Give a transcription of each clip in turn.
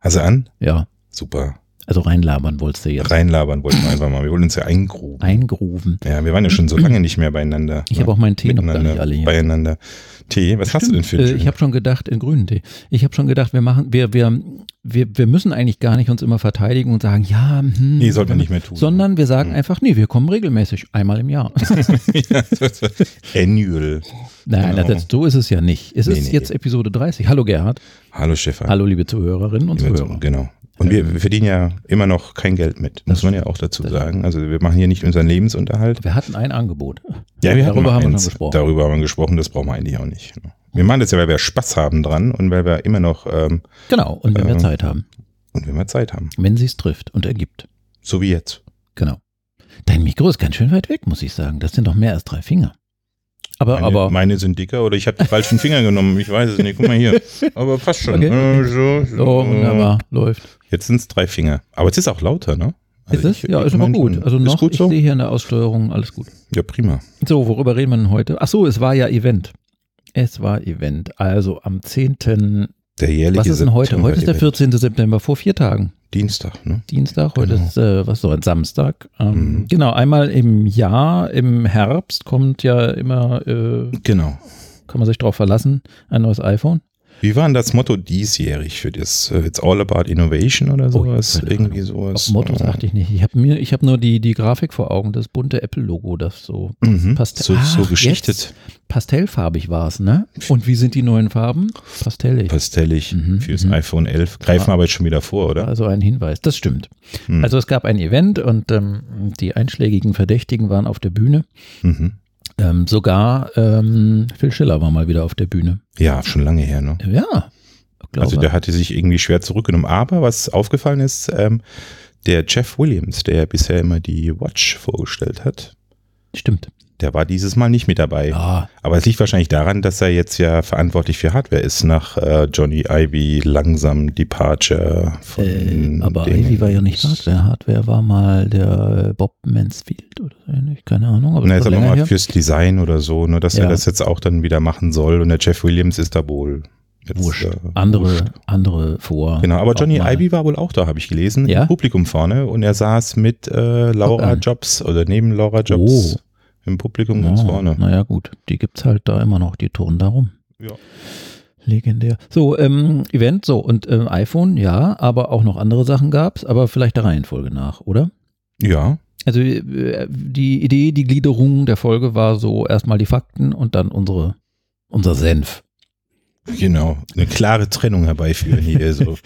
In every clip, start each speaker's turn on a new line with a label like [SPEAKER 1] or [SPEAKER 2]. [SPEAKER 1] Hast du an?
[SPEAKER 2] Ja.
[SPEAKER 1] Super.
[SPEAKER 2] Also reinlabern wolltest du jetzt.
[SPEAKER 1] Reinlabern wollten wir einfach mal. Wir wollen uns ja eingruben.
[SPEAKER 2] Eingrooven.
[SPEAKER 1] Ja, wir waren ja schon so lange nicht mehr beieinander.
[SPEAKER 2] Ich
[SPEAKER 1] ne?
[SPEAKER 2] habe auch meinen Tee noch gar
[SPEAKER 1] Miteinander,
[SPEAKER 2] nicht alle hier.
[SPEAKER 1] Beieinander. Tee, was hast du denn für einen
[SPEAKER 2] Äh, ich
[SPEAKER 1] schönen?
[SPEAKER 2] habe schon gedacht, in grünen Tee. Ich habe schon gedacht, wir machen, wir, wir, wir, wir müssen eigentlich gar nicht uns immer verteidigen und sagen, ja, hm,
[SPEAKER 1] Nee, sollte man nicht Hm. mehr tun.
[SPEAKER 2] sondern wir sagen einfach, nee, wir kommen regelmäßig, einmal im Jahr.
[SPEAKER 1] Ja, das- das- Annual.
[SPEAKER 2] Nein,
[SPEAKER 1] Genau.
[SPEAKER 2] das, so ist es ja nicht. Es
[SPEAKER 1] Nee,
[SPEAKER 2] ist
[SPEAKER 1] nee.
[SPEAKER 2] jetzt Episode 30. Hallo Gerhard.
[SPEAKER 1] Hallo Stefan.
[SPEAKER 2] Hallo Äh, liebe Zuhörerinnen und
[SPEAKER 1] Liebe Zuhörer,
[SPEAKER 2] Zuhörer.
[SPEAKER 1] Genau. Und wir wir verdienen ja immer noch kein Geld mit, muss man ja auch dazu sagen. Also wir machen hier nicht unseren Lebensunterhalt.
[SPEAKER 2] Wir hatten ein Angebot.
[SPEAKER 1] Ja, wir hatten
[SPEAKER 2] Darüber
[SPEAKER 1] mal
[SPEAKER 2] haben wir
[SPEAKER 1] eins.
[SPEAKER 2] schon gesprochen.
[SPEAKER 1] Darüber haben wir gesprochen, das brauchen wir eigentlich auch nicht. Wir machen das ja, weil wir Spaß haben dran und weil wir immer noch ähm,
[SPEAKER 2] Genau, und wenn wir
[SPEAKER 1] Äh.
[SPEAKER 2] Zeit haben,
[SPEAKER 1] und wenn wir Zeit haben.
[SPEAKER 2] wenn sie es trifft und ergibt.
[SPEAKER 1] So wie jetzt.
[SPEAKER 2] Genau. Dein Mikro ist ganz schön weit weg, muss ich sagen. Das sind doch mehr als drei Finger. Aber,
[SPEAKER 1] Meine,
[SPEAKER 2] aber
[SPEAKER 1] meine sind dicker oder ich habe die falschen Finger genommen. Ich weiß es nicht. Guck mal hier. Aber passt schon.
[SPEAKER 2] Okay.
[SPEAKER 1] Äh, So,
[SPEAKER 2] so wunderbar, läuft.
[SPEAKER 1] Jetzt sind es drei Finger. Aber es ist auch lauter, ne?
[SPEAKER 2] Ist
[SPEAKER 1] Also
[SPEAKER 2] es?
[SPEAKER 1] ich-
[SPEAKER 2] Ja, ist
[SPEAKER 1] ich
[SPEAKER 2] aber
[SPEAKER 1] mein
[SPEAKER 2] gut.
[SPEAKER 1] schon.
[SPEAKER 2] Also noch,
[SPEAKER 1] ist gut
[SPEAKER 2] ich
[SPEAKER 1] so?
[SPEAKER 2] sehe hier eine Aussteuerung, alles gut.
[SPEAKER 1] Ja, prima.
[SPEAKER 2] So, worüber reden wir denn heute? Ach so, es war ja Event. Es war Event. Also am 10.
[SPEAKER 1] Der jährliche
[SPEAKER 2] Was ist denn heute? Heute ist der
[SPEAKER 1] September-Event.
[SPEAKER 2] 14. September, vor vier Tagen.
[SPEAKER 1] Dienstag, ne?
[SPEAKER 2] Dienstag, heute
[SPEAKER 1] Genau.
[SPEAKER 2] ist äh, was so ein Samstag. Ähm,
[SPEAKER 1] Mhm.
[SPEAKER 2] Genau, einmal im Jahr, im Herbst kommt ja immer, äh,
[SPEAKER 1] Genau.
[SPEAKER 2] kann man sich drauf verlassen, ein neues iPhone.
[SPEAKER 1] Wie war denn das Motto diesjährig für das äh, It's All About Innovation oder
[SPEAKER 2] Oh,
[SPEAKER 1] sowas?
[SPEAKER 2] keine
[SPEAKER 1] Irgendwie
[SPEAKER 2] Ahnung.
[SPEAKER 1] sowas.
[SPEAKER 2] Auf Mottos
[SPEAKER 1] äh,
[SPEAKER 2] achte ich nicht. Ich habe mir, ich habe nur die die Grafik vor Augen, das bunte Apple-Logo, das so
[SPEAKER 1] Mhm.
[SPEAKER 2] Paste-
[SPEAKER 1] so, so
[SPEAKER 2] Ach,
[SPEAKER 1] geschichtet,
[SPEAKER 2] pastellfarbig war es, ne? Und wie sind die neuen Farben? Pastellig.
[SPEAKER 1] pastellig
[SPEAKER 2] Mhm,
[SPEAKER 1] fürs
[SPEAKER 2] mhm.
[SPEAKER 1] iPhone 11. Greifen wir aber jetzt schon wieder vor, oder?
[SPEAKER 2] Also ein Hinweis, das stimmt.
[SPEAKER 1] Mhm.
[SPEAKER 2] Also es gab ein Event und ähm, die einschlägigen Verdächtigen waren auf der Bühne.
[SPEAKER 1] Mhm.
[SPEAKER 2] Ähm, sogar ähm, Phil Schiller war mal wieder auf der Bühne.
[SPEAKER 1] Ja, schon lange her, ne?
[SPEAKER 2] Ja, glaube
[SPEAKER 1] Also der hatte sich irgendwie schwer zurückgenommen. Aber was aufgefallen ist, ähm, der Jeff Williams, der bisher immer die Watch vorgestellt hat,
[SPEAKER 2] Stimmt.
[SPEAKER 1] der war dieses Mal nicht mit dabei.
[SPEAKER 2] Ja,
[SPEAKER 1] Aber es liegt wahrscheinlich daran, dass er jetzt ja verantwortlich für Hardware ist nach äh, Johnny Ivy langsam Departure von
[SPEAKER 2] äh, aber
[SPEAKER 1] den-
[SPEAKER 2] Ivy war ja nicht Hardware. Hardware war mal der äh, Bob Mansfield oder so ähnlich, keine Ahnung. Aber
[SPEAKER 1] Na,
[SPEAKER 2] das
[SPEAKER 1] jetzt
[SPEAKER 2] war
[SPEAKER 1] aber
[SPEAKER 2] länger
[SPEAKER 1] mal
[SPEAKER 2] her.
[SPEAKER 1] fürs Design oder so, ne, dass
[SPEAKER 2] Ja.
[SPEAKER 1] er das jetzt auch dann wieder machen soll. Und der Jeff Williams ist da wohl. Jetzt,
[SPEAKER 2] Wurscht.
[SPEAKER 1] äh,
[SPEAKER 2] Andere,
[SPEAKER 1] wurscht.
[SPEAKER 2] andere vor.
[SPEAKER 1] Genau, aber Johnny
[SPEAKER 2] Ah, auch mal.
[SPEAKER 1] Ivy war wohl auch da, habe ich gelesen,
[SPEAKER 2] Ja?
[SPEAKER 1] im Publikum vorne und er saß mit äh, Laura
[SPEAKER 2] Top Gun.
[SPEAKER 1] Jobs oder neben Laura Jobs
[SPEAKER 2] Oh. Ah.
[SPEAKER 1] im Publikum
[SPEAKER 2] Ja,
[SPEAKER 1] ganz vorne.
[SPEAKER 2] Naja, gut. Die gibt's halt da immer noch. Die turnen darum.
[SPEAKER 1] Ja.
[SPEAKER 2] Legendär. So, ähm, Event, so. Und ähm, iPhone, ja. Aber auch noch andere Sachen gab's. Aber vielleicht der Reihenfolge nach, oder?
[SPEAKER 1] Ja,
[SPEAKER 2] Also äh, die Idee, die Gliederung der Folge war so erstmal die Fakten und dann unsere, unser Senf.
[SPEAKER 1] genau. Eine klare Trennung herbeiführen hier. So.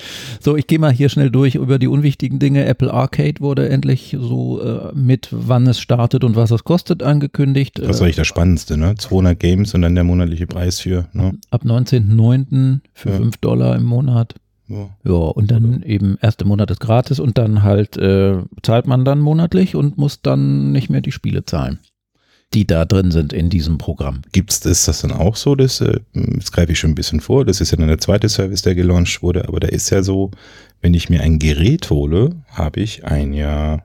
[SPEAKER 2] So, ich gehe mal hier schnell durch über die unwichtigen Dinge. Apple Arcade wurde endlich so äh, mit, wann es startet und was es kostet, angekündigt.
[SPEAKER 1] Das war
[SPEAKER 2] äh,
[SPEAKER 1] echt das Spannendste, ne? 200 Games und dann der monatliche Preis für, ne?
[SPEAKER 2] ab 19.09. für
[SPEAKER 1] Ja.
[SPEAKER 2] 5 Dollar im Monat.
[SPEAKER 1] So.
[SPEAKER 2] Ja, und dann eben erste Monat ist gratis und dann halt äh, zahlt man dann monatlich und muss dann nicht mehr die Spiele zahlen, die da drin sind in diesem Programm.
[SPEAKER 1] Gibt's ist das dann auch so, dass, äh, jetzt greife ich schon ein bisschen vor, das ist ja dann der zweite Service, der gelauncht wurde, aber da ist ja so, wenn ich mir ein Gerät hole, habe ich ein Jahr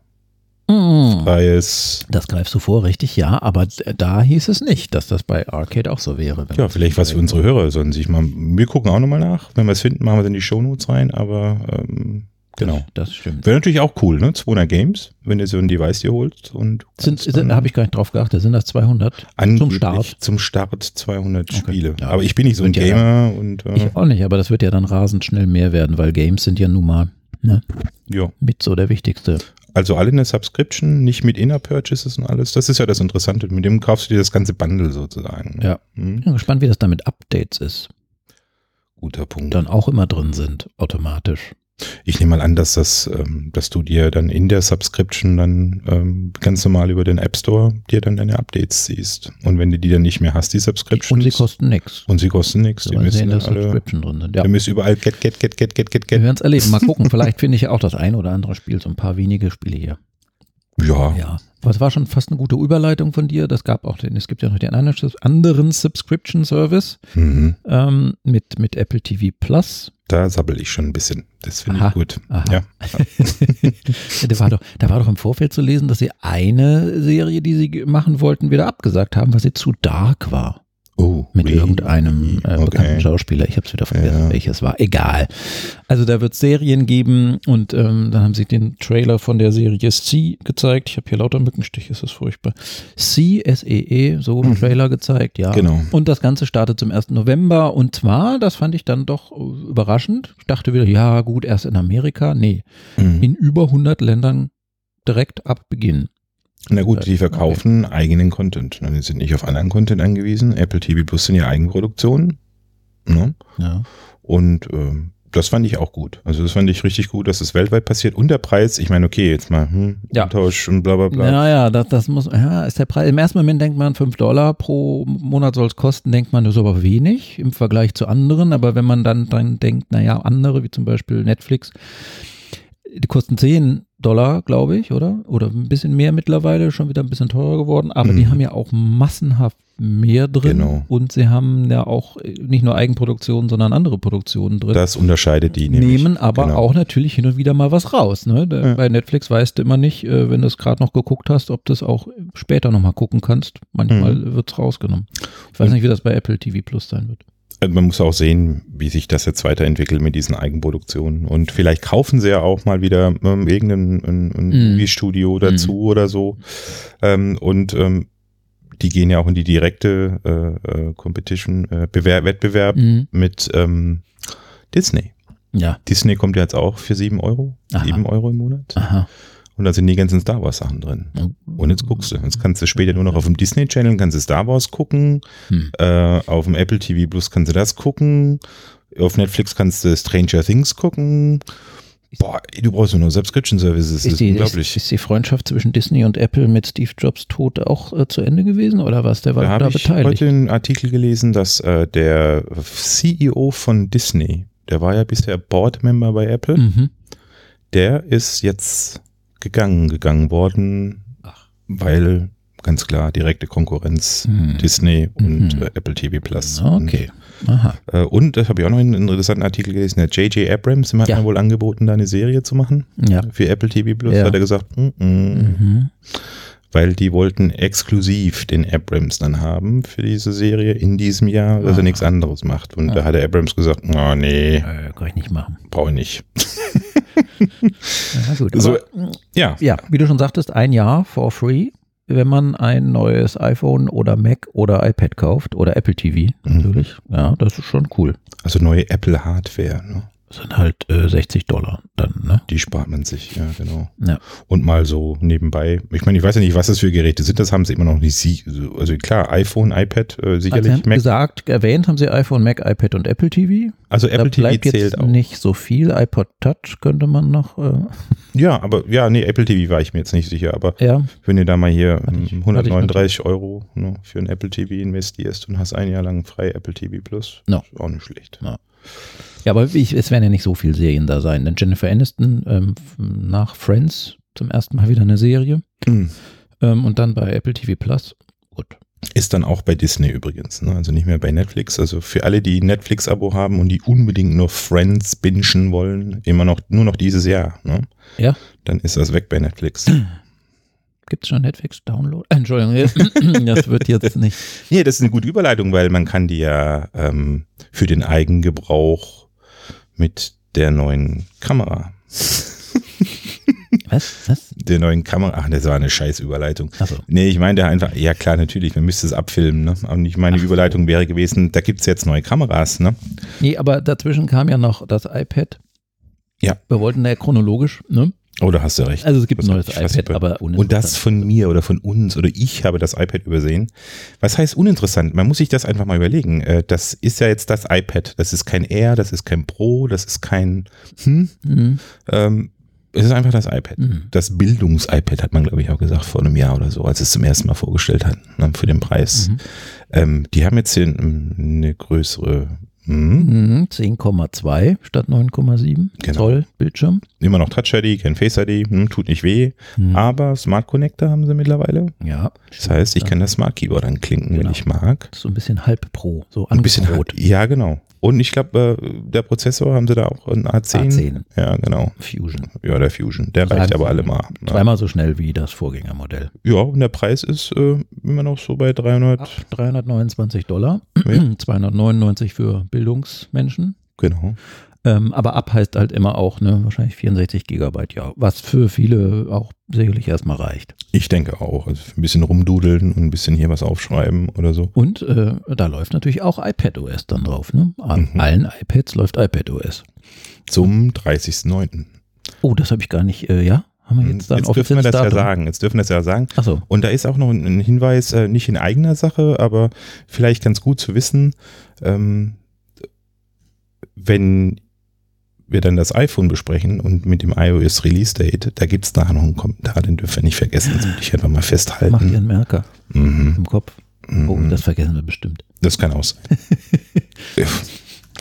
[SPEAKER 1] Mhm.
[SPEAKER 2] Mm.
[SPEAKER 1] freies,
[SPEAKER 2] Das greifst du vor, richtig, ja, aber d- da hieß es nicht, dass das bei Arcade auch so wäre. wenn
[SPEAKER 1] ja,
[SPEAKER 2] man-
[SPEAKER 1] vielleicht was für unsere Hörer sollen sich mal, wir gucken auch nochmal nach, wenn wir es finden, machen wir es in die Shownotes rein, aber ähm, genau.
[SPEAKER 2] Das stimmt.
[SPEAKER 1] Wäre natürlich auch cool, ne? 200 Games, wenn du so ein Device dir holst und
[SPEAKER 2] Sind,
[SPEAKER 1] kannst dann-
[SPEAKER 2] sind, habe ich gar nicht drauf geachtet, sind das 200?
[SPEAKER 1] Angeblich
[SPEAKER 2] Start?
[SPEAKER 1] Zum Start 200
[SPEAKER 2] Okay,
[SPEAKER 1] Spiele.
[SPEAKER 2] ja.
[SPEAKER 1] Aber ich bin nicht so ein
[SPEAKER 2] Wird ja
[SPEAKER 1] Gamer und äh,
[SPEAKER 2] Ich auch nicht, aber das wird ja dann rasend schnell mehr werden, weil Games sind ja nun mal ne,
[SPEAKER 1] ja.
[SPEAKER 2] mit so der wichtigste.
[SPEAKER 1] Also alle in der Subscription, nicht mit Inner-Purchases und alles. Das ist ja das Interessante. Mit dem kaufst du dir das ganze Bundle sozusagen. ne?
[SPEAKER 2] Ja. Ich
[SPEAKER 1] Hm?
[SPEAKER 2] bin gespannt, wie das dann mit Updates ist,
[SPEAKER 1] Guter
[SPEAKER 2] die
[SPEAKER 1] Punkt.
[SPEAKER 2] dann auch immer drin sind, automatisch.
[SPEAKER 1] Ich nehme mal an, dass das, ähm, dass du dir dann in der Subscription dann ähm, ganz normal über den App Store dir dann deine Updates siehst. Und wenn du die dann nicht mehr hast, die Subscription.
[SPEAKER 2] Und sie kosten Also nichts.
[SPEAKER 1] und sie kosten nichts. Die
[SPEAKER 2] Weil
[SPEAKER 1] müssen
[SPEAKER 2] sie in
[SPEAKER 1] dann
[SPEAKER 2] der
[SPEAKER 1] alle,
[SPEAKER 2] Subscription drin sind. Ja.
[SPEAKER 1] die müssen überall get, get, get, get, get, get,
[SPEAKER 2] Wir
[SPEAKER 1] get.
[SPEAKER 2] werden es erleben. Mal gucken, vielleicht finde ich ja auch das ein oder andere Spiel, so ein paar wenige Spiele hier.
[SPEAKER 1] Ja.
[SPEAKER 2] Ja, aber es war schon fast eine gute Überleitung von dir. Das gab auch den, es gibt ja noch den anderen Subs- anderen Subscription Service
[SPEAKER 1] Mhm.
[SPEAKER 2] ähm, mit, mit Apple TV Plus.
[SPEAKER 1] Da sabbel ich schon ein bisschen. Das finde
[SPEAKER 2] Aha.
[SPEAKER 1] ich gut.
[SPEAKER 2] Aha.
[SPEAKER 1] Ja.
[SPEAKER 2] Da war, doch, da war doch im Vorfeld zu lesen, dass sie eine Serie, die sie ge- machen wollten, wieder abgesagt haben, weil sie zu dark war.
[SPEAKER 1] Oh,
[SPEAKER 2] mit
[SPEAKER 1] ui,
[SPEAKER 2] irgendeinem äh,
[SPEAKER 1] okay.
[SPEAKER 2] bekannten Schauspieler. Ich habe es wieder vergessen,
[SPEAKER 1] Ja.
[SPEAKER 2] welches war. Egal. Also da wird Serien geben und ähm, dann haben sie den Trailer von der Serie C gezeigt. Ich habe hier lauter Mückenstich, es ist furchtbar. C, S-E-E, so einen Trailer gezeigt, ja.
[SPEAKER 1] Mhm. Genau.
[SPEAKER 2] Und das Ganze startet zum 1. November und zwar, das fand ich dann doch äh, überraschend. Ich dachte wieder, ja gut, erst in Amerika. Nee,
[SPEAKER 1] Mhm.
[SPEAKER 2] in über 100 Ländern direkt ab Beginn.
[SPEAKER 1] Na gut, die verkaufen eigenen Content. ne? Die sind nicht auf anderen Content angewiesen. Apple TV Plus sind ja Eigenproduktionen. Ne?
[SPEAKER 2] Ja.
[SPEAKER 1] Und ähm, das fand ich auch gut. Also das fand ich richtig gut, dass es weltweit passiert. Und der Preis, ich meine, okay, jetzt mal hm,
[SPEAKER 2] Ja.
[SPEAKER 1] Tausch und bla bla bla.
[SPEAKER 2] Naja, das, das muss, ja, ist der Preis. Im ersten Moment denkt man, 5 Dollar pro Monat soll es kosten, denkt man, das ist aber wenig im Vergleich zu anderen. Aber wenn man dann dran denkt, naja, andere, wie zum Beispiel Netflix, die kosten 10 Dollar, glaube ich, oder? Oder ein bisschen mehr mittlerweile, schon wieder ein bisschen teurer geworden. Aber die
[SPEAKER 1] Mhm.
[SPEAKER 2] haben ja auch massenhaft mehr drin.
[SPEAKER 1] Genau.
[SPEAKER 2] Und sie haben ja auch äh, nicht nur Eigenproduktionen, sondern andere Produktionen drin
[SPEAKER 1] Das unterscheidet die nämlich.
[SPEAKER 2] nehmen aber
[SPEAKER 1] Genau.
[SPEAKER 2] auch natürlich hin und wieder mal was raus. Ne? Da,
[SPEAKER 1] Ja.
[SPEAKER 2] Bei Netflix weißt du immer nicht, äh, wenn du es gerade noch geguckt hast, ob du es auch später nochmal gucken kannst. Manchmal
[SPEAKER 1] Mhm.
[SPEAKER 2] wird's wird es rausgenommen. Ich weiß
[SPEAKER 1] Und-
[SPEAKER 2] nicht, wie das bei Apple TV Plus sein wird.
[SPEAKER 1] Also Man muss auch sehen, wie sich das jetzt weiterentwickelt mit diesen Eigenproduktionen. Und vielleicht kaufen sie ja auch mal wieder ähm, irgendein ein, ein
[SPEAKER 2] Mhm.
[SPEAKER 1] Movie-Studio dazu oder so. Ähm, und ähm, die gehen ja auch in die direkte äh, äh, Competition, äh, Bewer Wettbewerb
[SPEAKER 2] Mhm.
[SPEAKER 1] mit ähm, Disney.
[SPEAKER 2] Ja.
[SPEAKER 1] Disney kommt ja jetzt auch für 7 Euro,
[SPEAKER 2] Aha.
[SPEAKER 1] 7 Euro im Monat.
[SPEAKER 2] Aha.
[SPEAKER 1] Und da sind die ganzen Star Wars Sachen drin. Und jetzt guckst du. Jetzt kannst du später nur noch auf dem Disney Channel kannst du Star Wars gucken.
[SPEAKER 2] Hm.
[SPEAKER 1] Äh, auf dem Apple TV Plus kannst du das gucken. Auf Netflix kannst du Stranger Things gucken. Boah, ey, du brauchst nur noch Subscription Services. Das
[SPEAKER 2] Ist
[SPEAKER 1] ist
[SPEAKER 2] die,
[SPEAKER 1] unglaublich.
[SPEAKER 2] ist, ist die Freundschaft zwischen Disney und Apple mit Steve Jobs Tod auch äh, zu Ende gewesen oder was? Der war
[SPEAKER 1] da
[SPEAKER 2] da,
[SPEAKER 1] habe ich
[SPEAKER 2] beteiligt.
[SPEAKER 1] heute einen Artikel gelesen, dass äh, der CEO von Disney, der war ja bisher Board-Member bei Apple,
[SPEAKER 2] Mhm.
[SPEAKER 1] der ist jetzt gegangen, gegangen worden,
[SPEAKER 2] Ach.
[SPEAKER 1] weil ganz klar direkte Konkurrenz
[SPEAKER 2] Hm.
[SPEAKER 1] Mhm. Disney und
[SPEAKER 2] Mhm. Ah,
[SPEAKER 1] äh, Apple TV Plus.
[SPEAKER 2] Okay. Aha.
[SPEAKER 1] Und, äh, und das habe ich auch noch einen interessanten Artikel gelesen, der J.J. Abrams, dem hat
[SPEAKER 2] Ja.
[SPEAKER 1] man wohl angeboten, da eine Serie zu machen
[SPEAKER 2] Ja.
[SPEAKER 1] für Apple TV Plus,
[SPEAKER 2] Ja.
[SPEAKER 1] hat er gesagt, mm -mm,
[SPEAKER 2] Mhm.
[SPEAKER 1] weil die wollten exklusiv den Abrams dann haben für diese Serie in diesem Jahr, dass
[SPEAKER 2] Ah.
[SPEAKER 1] er nichts anderes macht. Und
[SPEAKER 2] Ah.
[SPEAKER 1] da hat der Abrams gesagt, oh nee,
[SPEAKER 2] Äh, kann ich nicht machen.
[SPEAKER 1] brauche ich nicht.
[SPEAKER 2] Ja, gut.
[SPEAKER 1] So-
[SPEAKER 2] aber-
[SPEAKER 1] Ja,
[SPEAKER 2] Ja, wie du schon sagtest, ein Jahr for free, wenn man ein neues iPhone oder Mac oder iPad kauft oder Apple TV natürlich. Ja, das ist schon cool.
[SPEAKER 1] also neue Apple Hardware, ne?
[SPEAKER 2] Das sind halt äh, 60 Dollar dann, ne?
[SPEAKER 1] die spart man sich, ja genau.
[SPEAKER 2] Ja.
[SPEAKER 1] Und mal so nebenbei, ich meine, ich weiß ja nicht, was das für Geräte sind, das haben sie immer noch nicht. Sie also klar, iPhone, iPad, äh,
[SPEAKER 2] Also sie
[SPEAKER 1] sicherlich
[SPEAKER 2] haben
[SPEAKER 1] Mac.
[SPEAKER 2] gesagt, erwähnt haben sie iPhone, Mac, iPad und Apple TV.
[SPEAKER 1] Also Apple
[SPEAKER 2] da bleibt
[SPEAKER 1] TV
[SPEAKER 2] jetzt
[SPEAKER 1] zählt auch.
[SPEAKER 2] nicht so viel. iPod Touch könnte man noch, äh,
[SPEAKER 1] Ja, aber ja, nee, Apple TV war ich mir jetzt nicht sicher, aber
[SPEAKER 2] ja,
[SPEAKER 1] wenn du da mal hier
[SPEAKER 2] Hatte
[SPEAKER 1] ähm,
[SPEAKER 2] Äh, ich- hatte ich
[SPEAKER 1] 139 Euro ne, für ein Apple TV investierst und hast ein Jahr lang frei Apple TV Plus,
[SPEAKER 2] Ja.
[SPEAKER 1] ist auch nicht schlecht.
[SPEAKER 2] Ja, aber ich, es werden ja nicht so viele Serien da sein. Denn Jennifer Aniston ähm, f- nach Friends zum ersten Mal wieder eine Serie
[SPEAKER 1] Mhm.
[SPEAKER 2] ähm, und dann bei Apple TV Plus. Gut.
[SPEAKER 1] Ist dann auch bei Disney übrigens, ne? also nicht mehr bei Netflix. Also für alle, die ein Netflix-Abo haben und die unbedingt nur Friends bingen wollen, immer noch nur noch dieses Jahr, ne?
[SPEAKER 2] Ja.
[SPEAKER 1] dann ist das weg bei Netflix.
[SPEAKER 2] Gibt es schon Netflix-Download? Entschuldigung, das wird jetzt nicht.
[SPEAKER 1] Nee, das ist eine gute Überleitung, weil man kann die ja ähm, für den Eigengebrauch mit der neuen Kamera.
[SPEAKER 2] Was? Was?
[SPEAKER 1] Der neuen Kamera. Ach, das war eine scheiß Überleitung.
[SPEAKER 2] Also,
[SPEAKER 1] Nee, ich meine da einfach, ja klar, natürlich, man müsste es abfilmen, ne? Und ich meine, die Überleitung wäre gewesen, da gibt's jetzt neue Kameras, ne?
[SPEAKER 2] nee, aber dazwischen kam ja noch das iPad.
[SPEAKER 1] Ja.
[SPEAKER 2] Wir wollten ja chronologisch, ne?
[SPEAKER 1] Oh, da hast du recht.
[SPEAKER 2] Also es gibt ein
[SPEAKER 1] Das
[SPEAKER 2] neues
[SPEAKER 1] hab ich fast
[SPEAKER 2] iPad,
[SPEAKER 1] über-
[SPEAKER 2] aber ohne.
[SPEAKER 1] Und das von mir oder von uns oder ich habe das iPad übersehen. Was heißt uninteressant? Man muss sich das einfach mal überlegen. Äh, Das ist ja jetzt das iPad. Das ist kein Air, das ist kein Pro, das ist kein, hm,
[SPEAKER 2] Mhm.
[SPEAKER 1] Ähm, es ist einfach das iPad.
[SPEAKER 2] Mhm.
[SPEAKER 1] Das Bildungs-iPad hat man, glaube ich, auch gesagt vor einem Jahr oder so, als sie es zum ersten Mal vorgestellt hatten, ne, für den Preis.
[SPEAKER 2] Mhm.
[SPEAKER 1] Ähm, die haben jetzt hier ähm, eine größere, hm,
[SPEAKER 2] Mhm, 10,2 statt 9,7
[SPEAKER 1] Genau.
[SPEAKER 2] Zoll Bildschirm.
[SPEAKER 1] immer noch Touch-ID, kein Face-ID, hm, tut nicht weh,
[SPEAKER 2] Mhm.
[SPEAKER 1] aber Smart Connector haben sie mittlerweile.
[SPEAKER 2] Ja.
[SPEAKER 1] Das heißt, ich kann das Smart Keyboard anklinken,
[SPEAKER 2] Genau.
[SPEAKER 1] wenn ich mag.
[SPEAKER 2] So ein bisschen halb pro. So
[SPEAKER 1] Ein bisschen,
[SPEAKER 2] angerot.
[SPEAKER 1] ja, genau. Und ich glaube, äh, der Prozessor haben sie da auch einen A10.
[SPEAKER 2] A10.
[SPEAKER 1] Ja, genau.
[SPEAKER 2] Ah, Fusion.
[SPEAKER 1] Ja, der Fusion. Der reicht
[SPEAKER 2] Sagen
[SPEAKER 1] aber
[SPEAKER 2] sie,
[SPEAKER 1] alle mal. Ne?
[SPEAKER 2] Zweimal so schnell wie das Vorgängermodell.
[SPEAKER 1] Ja, und der Preis ist äh, immer noch so bei 300.
[SPEAKER 2] Ab 329 Dollar,
[SPEAKER 1] Ja.
[SPEAKER 2] 299 für Bildungsmenschen.
[SPEAKER 1] Genau.
[SPEAKER 2] Ähm, aber ab heißt halt immer auch, ne, wahrscheinlich 64 Gigabyte, ja. Was für viele auch sicherlich erstmal reicht.
[SPEAKER 1] Ich denke auch. Also ein bisschen rumdudeln und ein bisschen hier was aufschreiben oder so.
[SPEAKER 2] Und äh, da läuft natürlich auch iPadOS dann drauf, ne? An
[SPEAKER 1] Mhm.
[SPEAKER 2] allen iPads läuft iPadOS.
[SPEAKER 1] Zum 30.09.
[SPEAKER 2] Oh, das habe ich gar nicht, äh, ja? Haben wir jetzt dann
[SPEAKER 1] Hm, Jetzt dürfen wir das ja sagen. Jetzt dürfen wir das ja sagen.
[SPEAKER 2] Achso,
[SPEAKER 1] Und da ist auch noch ein ein Hinweis, äh, nicht in eigener Sache, aber vielleicht ganz gut zu wissen, ähm, wenn wir dann das iPhone besprechen und mit dem iOS Release Date, da gibt es nachher noch einen Kommentar, den dürfen wir nicht vergessen. Das will ich einfach mal
[SPEAKER 2] mach dir
[SPEAKER 1] festhalten.
[SPEAKER 2] einen Merker
[SPEAKER 1] Mhm,
[SPEAKER 2] im Kopf.
[SPEAKER 1] Äh,
[SPEAKER 2] Oh,
[SPEAKER 1] hm. mhm.
[SPEAKER 2] das vergessen wir bestimmt.
[SPEAKER 1] Das kann aus.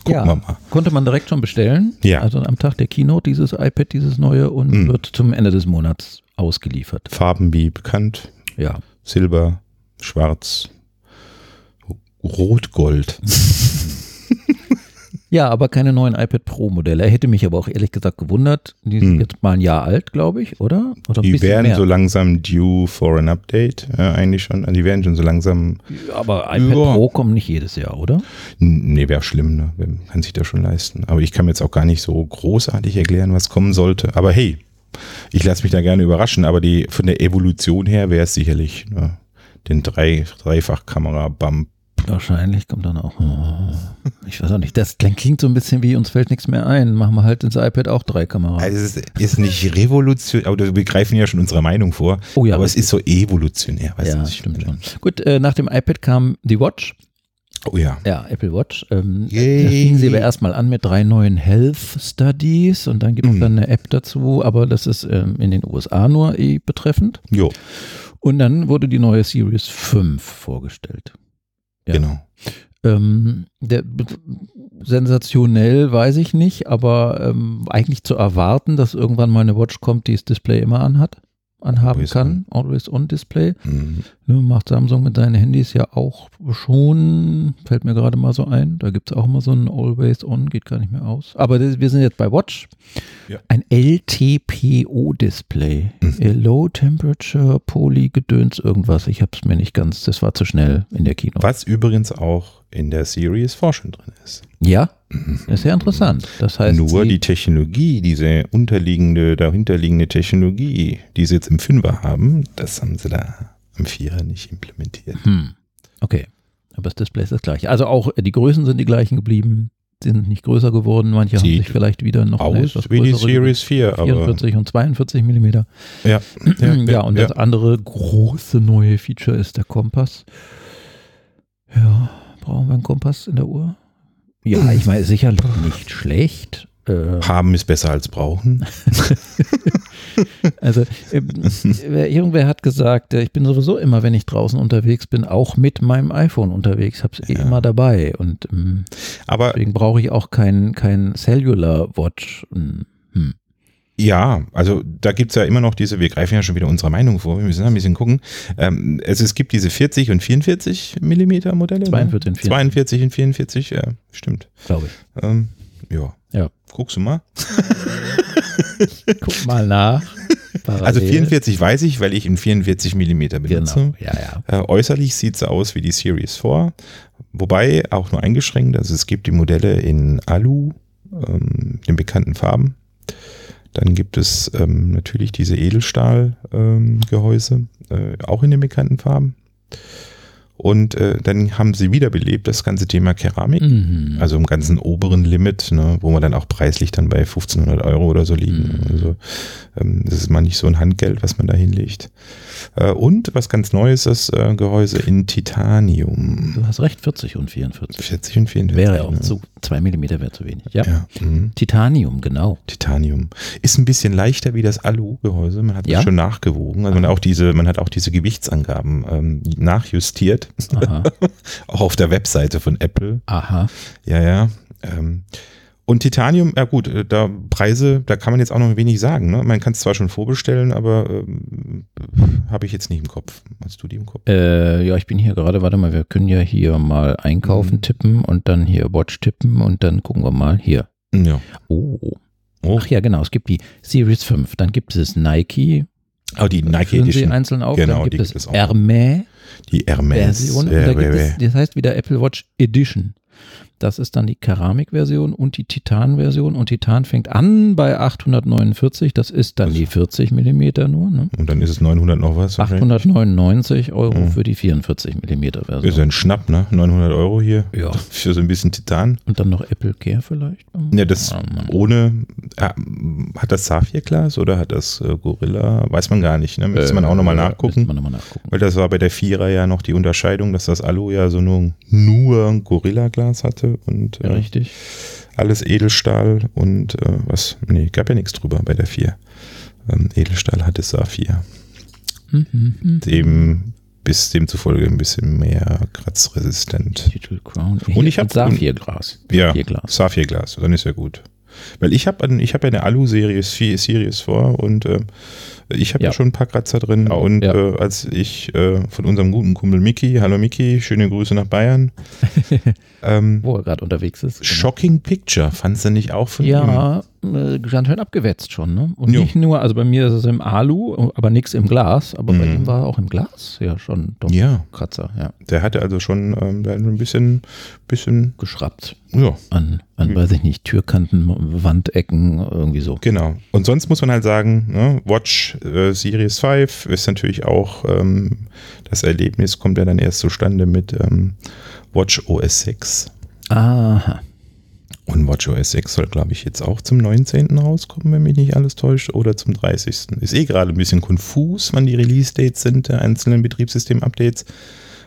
[SPEAKER 1] Gucken
[SPEAKER 2] Ja.
[SPEAKER 1] wir mal.
[SPEAKER 2] Konnte man direkt schon bestellen.
[SPEAKER 1] Ja.
[SPEAKER 2] Also am Tag der Keynote dieses iPad, dieses neue und
[SPEAKER 1] Mhm.
[SPEAKER 2] wird zum Ende des Monats ausgeliefert.
[SPEAKER 1] Farben wie bekannt,
[SPEAKER 2] Ja.
[SPEAKER 1] Silber, Schwarz, Rot, Gold.
[SPEAKER 2] Ja, aber keine neuen iPad Pro Modelle. Hätte mich aber auch ehrlich gesagt gewundert. Die sind
[SPEAKER 1] Hm.
[SPEAKER 2] jetzt mal ein Jahr alt, glaube ich, oder? Oder ein
[SPEAKER 1] Die
[SPEAKER 2] bisschen
[SPEAKER 1] werden
[SPEAKER 2] mehr.
[SPEAKER 1] so langsam due for an update, ja, eigentlich schon. Also die werden schon so langsam
[SPEAKER 2] aber iPad
[SPEAKER 1] Ja.
[SPEAKER 2] Pro kommen nicht jedes Jahr, oder?
[SPEAKER 1] N- Nee, wäre schlimm, ne? Wer kann sich das schon leisten? Aber ich kann mir jetzt auch gar nicht so großartig erklären, was kommen sollte. Aber hey, ich lasse mich da gerne überraschen, aber die von der Evolution her wäre es sicherlich ne? den drei, Dreifach-Kamera-Bump.
[SPEAKER 2] Wahrscheinlich kommt dann auch. oh, Ich weiß auch nicht. Das klingt so ein bisschen wie uns fällt nichts mehr ein. Machen wir halt ins iPad auch drei Kameras.
[SPEAKER 1] Also es ist, ist nicht revolutionär, aber wir greifen ja schon unserer Meinung vor,
[SPEAKER 2] Oh ja,
[SPEAKER 1] aber es ist so evolutionär. Weißt du,
[SPEAKER 2] ja,
[SPEAKER 1] was ich
[SPEAKER 2] stimmt
[SPEAKER 1] meine?
[SPEAKER 2] schon. Gut, äh, nach dem iPad kam die Watch.
[SPEAKER 1] Oh ja.
[SPEAKER 2] Ja, Apple Watch. Ähm,
[SPEAKER 1] Yay.
[SPEAKER 2] da fingen sie aber erstmal an mit drei neuen Health Studies und dann gibt es
[SPEAKER 1] Mhm.
[SPEAKER 2] dann eine App dazu, aber das ist ähm, in den USA nur eh betreffend.
[SPEAKER 1] Jo,
[SPEAKER 2] Und dann wurde die neue Series 5 vorgestellt. Ja.
[SPEAKER 1] genau.
[SPEAKER 2] Ähm, der, sensationell weiß ich nicht, aber ähm, eigentlich zu erwarten, dass irgendwann mal eine Watch kommt, die das Display immer anhat, anhaben
[SPEAKER 1] Always
[SPEAKER 2] kann. Always on Display.
[SPEAKER 1] Mhm.
[SPEAKER 2] Ne, macht Samsung mit seinen Handys ja auch schon, fällt mir gerade mal so ein. Da gibt es auch immer so ein Always on, geht gar nicht mehr aus. Aber das, wir sind jetzt bei Watch.
[SPEAKER 1] Ja. Mhm.
[SPEAKER 2] Ein LTPO-Display. Äh, Low Temperature Poly-Gedöns irgendwas. Ich habe es mir nicht ganz, das war zu schnell in der Kino.
[SPEAKER 1] Was übrigens auch in der Series Forschung drin ist.
[SPEAKER 2] Ja, ist sehr interessant. Das heißt,
[SPEAKER 1] Mhm. Nur
[SPEAKER 2] sie-
[SPEAKER 1] die Technologie, diese unterliegende, dahinterliegende Technologie, die sie jetzt im Fünfer haben, das haben sie da am Vierer nicht implementiert.
[SPEAKER 2] Hm. Okay. Aber das Display ist das gleiche. Also auch äh, die Größen sind die gleichen geblieben, sind nicht größer geworden. Manche haben
[SPEAKER 1] Sieht
[SPEAKER 2] sich vielleicht wieder noch eine
[SPEAKER 1] Aus
[SPEAKER 2] etwas
[SPEAKER 1] wie die
[SPEAKER 2] größere
[SPEAKER 1] Series 4, aber
[SPEAKER 2] 44 und 42 Millimeter.
[SPEAKER 1] ja,
[SPEAKER 2] Ja,
[SPEAKER 1] ja,
[SPEAKER 2] und
[SPEAKER 1] ja.
[SPEAKER 2] das andere große neue Feature ist der Kompass. Ja, brauchen wir einen Kompass in der Uhr? Ja, ich meine, sicherlich nicht schlecht. Äh,
[SPEAKER 1] haben ist besser als brauchen.
[SPEAKER 2] also, ähm, wer- irgendwer hat gesagt, äh, ich bin sowieso immer, wenn ich draußen unterwegs bin, auch mit meinem iPhone unterwegs, hab's eh
[SPEAKER 1] Ja.
[SPEAKER 2] immer dabei. Und ähm,
[SPEAKER 1] Aber
[SPEAKER 2] deswegen brauche ich auch kein, kein Cellular Watch. Hm.
[SPEAKER 1] Ja, also da gibt's ja immer noch diese, wir greifen ja schon wieder unserer Meinung vor, wir müssen da ein bisschen gucken. Ähm, es, es gibt diese 40 und 44 Millimeter Modelle. ne?
[SPEAKER 2] 42 und 44.
[SPEAKER 1] 42 und 44, ja, stimmt.
[SPEAKER 2] Glaube ich.
[SPEAKER 1] Ähm, ja.
[SPEAKER 2] Ja.
[SPEAKER 1] Guckst du mal.
[SPEAKER 2] Guck mal nach.
[SPEAKER 1] Also
[SPEAKER 2] Parallel.
[SPEAKER 1] 44 weiß ich, weil ich in 44 Millimeter benutze.
[SPEAKER 2] Genau. Ja, ja.
[SPEAKER 1] Äh, äußerlich sieht sie aus wie die Series 4, wobei auch nur eingeschränkt. Also es gibt die Modelle in Alu, ähm, den bekannten Farben. Dann gibt es ähm, natürlich diese Edelstahlgehäuse, äh, auch in den bekannten Farben. Und äh, dann haben sie wiederbelebt das ganze Thema Keramik,
[SPEAKER 2] Mhm.
[SPEAKER 1] also im ganzen oberen Limit, ne, wo wir dann auch preislich dann bei 1500 Euro oder so liegen.
[SPEAKER 2] Mhm.
[SPEAKER 1] Also ähm, das ist mal nicht so ein Handgeld, was man da hinlegt. Äh, und was ganz Neues, das äh, Gehäuse in Titanium.
[SPEAKER 2] du hast recht, 40 und 44.
[SPEAKER 1] 40 und 44.
[SPEAKER 2] Wäre auch
[SPEAKER 1] ne?
[SPEAKER 2] zu, 2 mm wäre zu wenig. Ja.
[SPEAKER 1] Ja, mhm.
[SPEAKER 2] Titanium, genau.
[SPEAKER 1] Titanium. Ist ein bisschen leichter wie das Alu-Gehäuse. Man hat
[SPEAKER 2] Ja?
[SPEAKER 1] das schon nachgewogen. Also man, auch diese, man hat auch diese Gewichtsangaben ähm, nachjustiert.
[SPEAKER 2] Aha.
[SPEAKER 1] Auch auf der Webseite von Apple.
[SPEAKER 2] Aha.
[SPEAKER 1] Ja, ja. Ähm, und Titanium, ja gut, äh, da Preise, da kann man jetzt auch noch wenig sagen. Ne? Man kann es zwar schon vorbestellen, aber ähm, habe ich jetzt nicht im Kopf. Hast du die im Kopf?
[SPEAKER 2] Äh, ja, ich bin hier gerade, warte mal, wir können ja hier mal einkaufen
[SPEAKER 1] Mhm.
[SPEAKER 2] tippen und dann hier Watch tippen und dann gucken wir mal hier.
[SPEAKER 1] Ja.
[SPEAKER 2] Oh.
[SPEAKER 1] Oh.
[SPEAKER 2] Ach ja, genau, es gibt die Series 5, dann gibt es Nike,
[SPEAKER 1] Oh, die Nike
[SPEAKER 2] führen sie
[SPEAKER 1] Edition.
[SPEAKER 2] einzeln auf,
[SPEAKER 1] Genau,
[SPEAKER 2] dann
[SPEAKER 1] die
[SPEAKER 2] gibt es
[SPEAKER 1] gibt es auch.
[SPEAKER 2] Hermes
[SPEAKER 1] Die Hermes.
[SPEAKER 2] Version und
[SPEAKER 1] Ja,
[SPEAKER 2] da gibt
[SPEAKER 1] ja,
[SPEAKER 2] es,
[SPEAKER 1] ja.
[SPEAKER 2] das heißt wieder Apple Watch Edition. Das ist dann die Keramikversion und die Titan-Version und Titan fängt an bei 849, das ist dann
[SPEAKER 1] Das-
[SPEAKER 2] die 40 Millimeter nur, ne?
[SPEAKER 1] Und dann ist es 900 noch was. wahrscheinlich.
[SPEAKER 2] 899 Euro
[SPEAKER 1] Mhm.
[SPEAKER 2] für die 44 Millimeter
[SPEAKER 1] Ist ja
[SPEAKER 2] Version.
[SPEAKER 1] ein Schnapp, ne? 900 Euro hier.
[SPEAKER 2] Ja.
[SPEAKER 1] Für so ein bisschen Titan.
[SPEAKER 2] Und dann noch Apple Care vielleicht?
[SPEAKER 1] Ja, das
[SPEAKER 2] Ah, Mann.
[SPEAKER 1] ohne. ah, hat das Saphir-Glas oder hat das äh, Gorilla? Weiß man gar nicht, ne? Müsste
[SPEAKER 2] Äh,
[SPEAKER 1] man auch nochmal
[SPEAKER 2] Ja,
[SPEAKER 1] nachgucken.
[SPEAKER 2] Müsste man nochmal nachgucken.
[SPEAKER 1] Weil das war bei der Vierer ja noch die Unterscheidung, dass das Alu ja so nur, nur Gorilla-Glas hatte und äh,
[SPEAKER 2] Richtig.
[SPEAKER 1] alles Edelstahl und äh, was? Nee, gab ja nichts drüber bei der Vier. Ähm, Edelstahl hatte Saphir.
[SPEAKER 2] Mhm, mhm.
[SPEAKER 1] Dem, bis demzufolge ein bisschen mehr kratzresistent.
[SPEAKER 2] Digital Crown.
[SPEAKER 1] Und ich hab-
[SPEAKER 2] Saphirglas.
[SPEAKER 1] Ja,
[SPEAKER 2] Saphirglas.
[SPEAKER 1] Saphirglas, dann ist ja gut. Weil ich habe ich hab ja eine Alu-Series 4 Series vor und ähm, ich habe ja.
[SPEAKER 2] Ja.
[SPEAKER 1] schon ein paar Kratzer drin.
[SPEAKER 2] Auch,
[SPEAKER 1] Und
[SPEAKER 2] ja.
[SPEAKER 1] äh, als ich äh, von unserem guten Kumpel Miki, hallo Miki, schöne Grüße nach Bayern. ähm,
[SPEAKER 2] Wo er gerade unterwegs ist. genau.
[SPEAKER 1] Shocking Picture, fandst du nicht auch von ihm?
[SPEAKER 2] Ja, äh, ganz schön abgewetzt schon, ne? Und
[SPEAKER 1] Jo.
[SPEAKER 2] nicht nur, also bei mir ist es im Alu, aber nichts im Glas, aber bei
[SPEAKER 1] Mhm.
[SPEAKER 2] ihm war auch im Glas ja schon doch
[SPEAKER 1] Ja,
[SPEAKER 2] Kratzer, ja,
[SPEAKER 1] der hatte also schon ähm, der hat ein bisschen, bisschen,
[SPEAKER 2] geschrappt
[SPEAKER 1] ja,
[SPEAKER 2] an,
[SPEAKER 1] Mhm.
[SPEAKER 2] an weiß ich nicht, Türkanten, Wandecken, irgendwie so.
[SPEAKER 1] Genau. Und sonst muss man halt sagen, ne, Watch äh, Series 5 ist natürlich auch, ähm, das Erlebnis kommt ja dann erst zustande mit ähm, Watch OS 6.
[SPEAKER 2] Aha.
[SPEAKER 1] Und Watch OS 6 soll, glaube ich, jetzt auch zum 19. rauskommen, wenn mich nicht alles täuscht, oder zum 30. Ist eh gerade ein bisschen konfus, wann die Release-Dates sind der einzelnen Betriebssystem-Updates.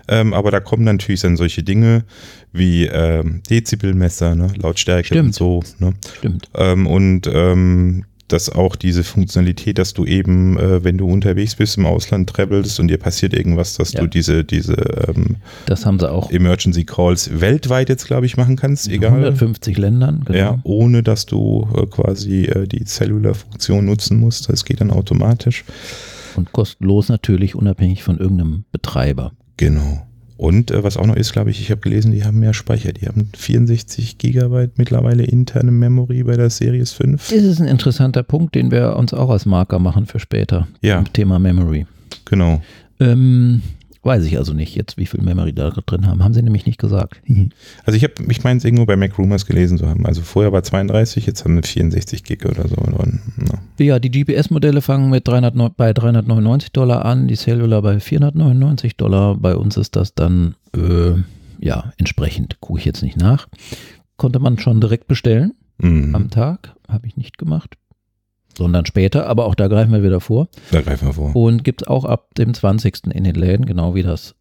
[SPEAKER 1] Ähm, aber da kommen dann natürlich dann solche Dinge wie ähm, Dezibelmesser, ne, Lautstärke und
[SPEAKER 2] Stimmt.
[SPEAKER 1] so. Ne?
[SPEAKER 2] Stimmt.
[SPEAKER 1] Ähm, und ähm, dass auch diese Funktionalität, dass du eben, äh, wenn du unterwegs bist im Ausland, travelst und dir passiert irgendwas, dass
[SPEAKER 2] Ja.
[SPEAKER 1] du diese, diese ähm,
[SPEAKER 2] Das haben sie auch
[SPEAKER 1] Emergency Calls weltweit jetzt, glaube ich, machen kannst, egal.
[SPEAKER 2] 150 Ländern, genau.
[SPEAKER 1] Ja, ohne dass du äh, quasi äh, die Cellular-Funktion nutzen musst. Das geht dann automatisch.
[SPEAKER 2] Und kostenlos natürlich, unabhängig von irgendeinem Betreiber.
[SPEAKER 1] Genau. Und äh, was auch noch ist, glaube ich, ich habe gelesen, die haben mehr Speicher. Die haben 64 Gigabyte mittlerweile interne Memory bei der Series 5.
[SPEAKER 2] Das ist ein interessanter Punkt, den wir uns auch als Marker machen für später.
[SPEAKER 1] Ja,
[SPEAKER 2] Zum Thema Memory.
[SPEAKER 1] genau.
[SPEAKER 2] Ähm, weiß ich also nicht jetzt, wie viel Memory da drin haben. Haben sie nämlich nicht gesagt.
[SPEAKER 1] Also ich habe, ich meine es irgendwo bei Mac Rumors gelesen zu haben. Also vorher war 32, jetzt haben wir 64 Gig oder so drin. Ja.
[SPEAKER 2] ja, die GPS-Modelle fangen mit 300, bei 399 Dollar an, die Cellular bei 499 Dollar. Bei uns ist das dann, äh, ja, entsprechend. Gucke ich jetzt nicht nach. Konnte man schon direkt bestellen.
[SPEAKER 1] Mhm.
[SPEAKER 2] am Tag. Habe ich nicht gemacht. Sondern später, aber auch da greifen wir wieder vor.
[SPEAKER 1] Da greifen wir vor.
[SPEAKER 2] Und gibt es auch ab dem 20. in den Läden, genau wie das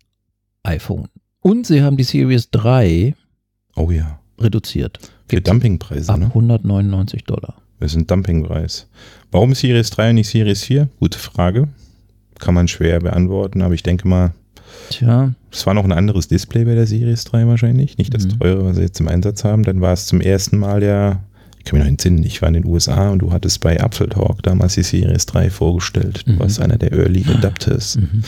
[SPEAKER 2] iPhone. Und sie haben die Series 3
[SPEAKER 1] Oh ja.
[SPEAKER 2] reduziert.
[SPEAKER 1] Für
[SPEAKER 2] Gibt's
[SPEAKER 1] Dumpingpreise,
[SPEAKER 2] ab
[SPEAKER 1] ne?
[SPEAKER 2] 199 Dollar.
[SPEAKER 1] Das ist ein Dumpingpreis. Warum Series 3 und nicht Series 4? Gute Frage. Kann man schwer beantworten, aber ich denke mal,
[SPEAKER 2] Tja,
[SPEAKER 1] es war noch ein anderes Display bei der Series 3 wahrscheinlich. Nicht das
[SPEAKER 2] Mhm.
[SPEAKER 1] teure, was sie jetzt im Einsatz haben. Dann war es zum ersten Mal ja, ich kann mich noch entsinnen, ich war in den USA und du hattest bei Apfel Talk damals die Series 3 vorgestellt. Du
[SPEAKER 2] Mhm.
[SPEAKER 1] warst einer der Early Adapters.
[SPEAKER 2] mhm.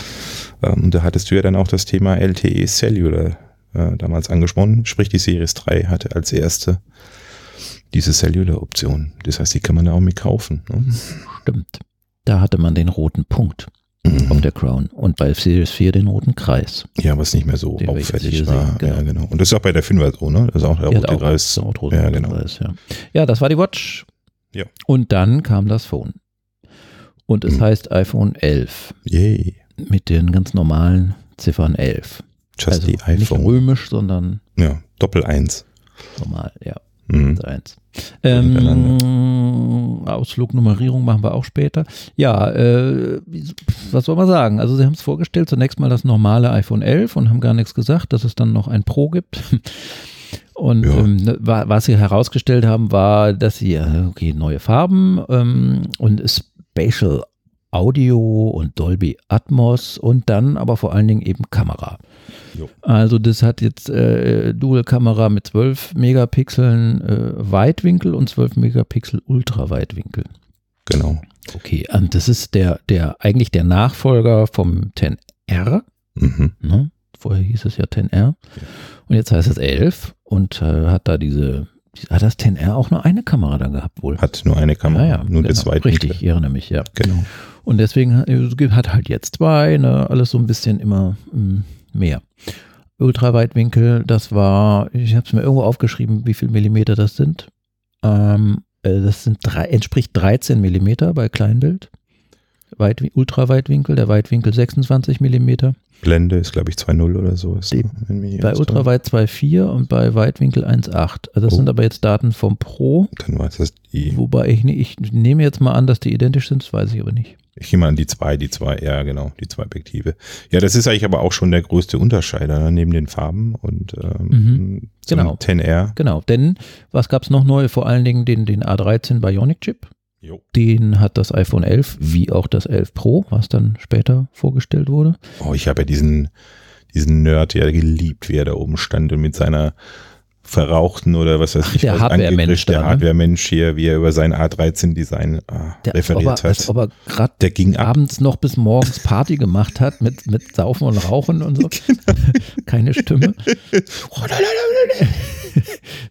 [SPEAKER 1] Ähm, und da hattest du ja dann auch das Thema LTE Cellular äh, damals angesprochen. Sprich, die Series 3 hatte als erste diese Cellular-Option. Das heißt, die kann man da auch mit kaufen. Ne?
[SPEAKER 2] stimmt. Da hatte man den roten Punkt auf der Crown und bei Series 4 den roten Kreis.
[SPEAKER 1] Ja, was nicht mehr so
[SPEAKER 2] Den wir jetzt
[SPEAKER 1] auffällig
[SPEAKER 2] hier
[SPEAKER 1] war.
[SPEAKER 2] sehen, genau.
[SPEAKER 1] Ja, genau. Und das ist auch bei der 5er so, ne? Das ist auch der
[SPEAKER 2] Die hat
[SPEAKER 1] rote
[SPEAKER 2] auch
[SPEAKER 1] Kreis.
[SPEAKER 2] so einen roten
[SPEAKER 1] Ja, genau.
[SPEAKER 2] Kreis, ja. ja, das war die Watch.
[SPEAKER 1] Ja.
[SPEAKER 2] Und dann kam das Phone. Und es
[SPEAKER 1] Mhm.
[SPEAKER 2] heißt iPhone 11.
[SPEAKER 1] Yay.
[SPEAKER 2] mit den ganz normalen Ziffern 11.
[SPEAKER 1] Just
[SPEAKER 2] also
[SPEAKER 1] die
[SPEAKER 2] nicht
[SPEAKER 1] iPhone.
[SPEAKER 2] römisch, sondern
[SPEAKER 1] Ja, Doppel 1.
[SPEAKER 2] normal, ja,
[SPEAKER 1] Mhm.
[SPEAKER 2] 1. Ähm, Ausflug, Nummerierung machen wir auch später. Ja, äh, was soll man sagen? Also sie haben es vorgestellt, zunächst mal das normale iPhone 11 und haben gar nichts gesagt, dass es dann noch ein Pro gibt. Und
[SPEAKER 1] Ja.
[SPEAKER 2] ähm, ne, wa- was sie herausgestellt haben, war, dass sie, äh, okay, neue Farben ähm, und Spatial Audio und Dolby Atmos und dann aber vor allen Dingen eben Kamera.
[SPEAKER 1] Jo.
[SPEAKER 2] Also das hat jetzt äh, Dual-Kamera mit 12 Megapixeln äh, Weitwinkel und 12 Megapixel Ultraweitwinkel.
[SPEAKER 1] Genau.
[SPEAKER 2] Okay, und das ist der, der, eigentlich der Nachfolger vom 10R.
[SPEAKER 1] Mhm.
[SPEAKER 2] Ne? Vorher hieß es ja 10R. Und jetzt heißt es 11 und äh, hat da diese, hat das 10R auch nur eine Kamera dann gehabt wohl?
[SPEAKER 1] Hat nur eine Kamera,
[SPEAKER 2] Ja, ja,
[SPEAKER 1] nur der
[SPEAKER 2] genau,
[SPEAKER 1] zweite.
[SPEAKER 2] Richtig, ich erinnere mich, ja.
[SPEAKER 1] Genau.
[SPEAKER 2] Und deswegen hat- es gibt- hat halt jetzt zwei, ne, alles so ein bisschen immer mm, mehr. Ultraweitwinkel, das war, ich habe es mir irgendwo aufgeschrieben, wie viel Millimeter das sind. Ähm, äh, das sind drei, entspricht 13 Millimeter bei Kleinbild. Weit, Ultraweitwinkel, der Weitwinkel 26 Millimeter.
[SPEAKER 1] Blende ist, glaube ich, 2.0 oder ne? so. Ist,
[SPEAKER 2] Die-
[SPEAKER 1] wenn mich
[SPEAKER 2] Bei
[SPEAKER 1] alles
[SPEAKER 2] Ultraweit 2,4 und bei Weitwinkel 1,8. Also das
[SPEAKER 1] Oh.
[SPEAKER 2] sind aber jetzt Daten vom Pro,
[SPEAKER 1] täuscht. Dann weiß das die.
[SPEAKER 2] wobei ich, ne- ich nehme jetzt mal an, dass die identisch sind, das weiß ich aber nicht.
[SPEAKER 1] Ich gehe mal an die zwei, die zwei, ja, genau, die zwei Objektive. Ja, das ist eigentlich aber auch schon der größte Unterschied, ne, neben den Farben und ähm, zum
[SPEAKER 2] Genau.
[SPEAKER 1] 10R.
[SPEAKER 2] Genau, denn was gab es noch neu? Vor allen Dingen den, den A13 Bionic Chip.
[SPEAKER 1] Jo.
[SPEAKER 2] Den hat das iPhone 11, wie auch das 11 Pro, was dann später vorgestellt wurde.
[SPEAKER 1] Oh, ich habe ja diesen, diesen Nerd ja geliebt, wie er da oben stand und mit seiner verrauchten oder was weiß ich,
[SPEAKER 2] der
[SPEAKER 1] was
[SPEAKER 2] Hardware-Mensch
[SPEAKER 1] angekriegt,
[SPEAKER 2] da,
[SPEAKER 1] der
[SPEAKER 2] ne?
[SPEAKER 1] Hardware-Mensch hier, wie er über sein A13-Design ah,
[SPEAKER 2] Der,
[SPEAKER 1] referiert
[SPEAKER 2] ob er, als
[SPEAKER 1] hat.
[SPEAKER 2] ob er gerade
[SPEAKER 1] Der ging ab.
[SPEAKER 2] abends noch bis morgens Party gemacht hat mit, mit Saufen und Rauchen und so.
[SPEAKER 1] Genau.
[SPEAKER 2] Keine Stimme.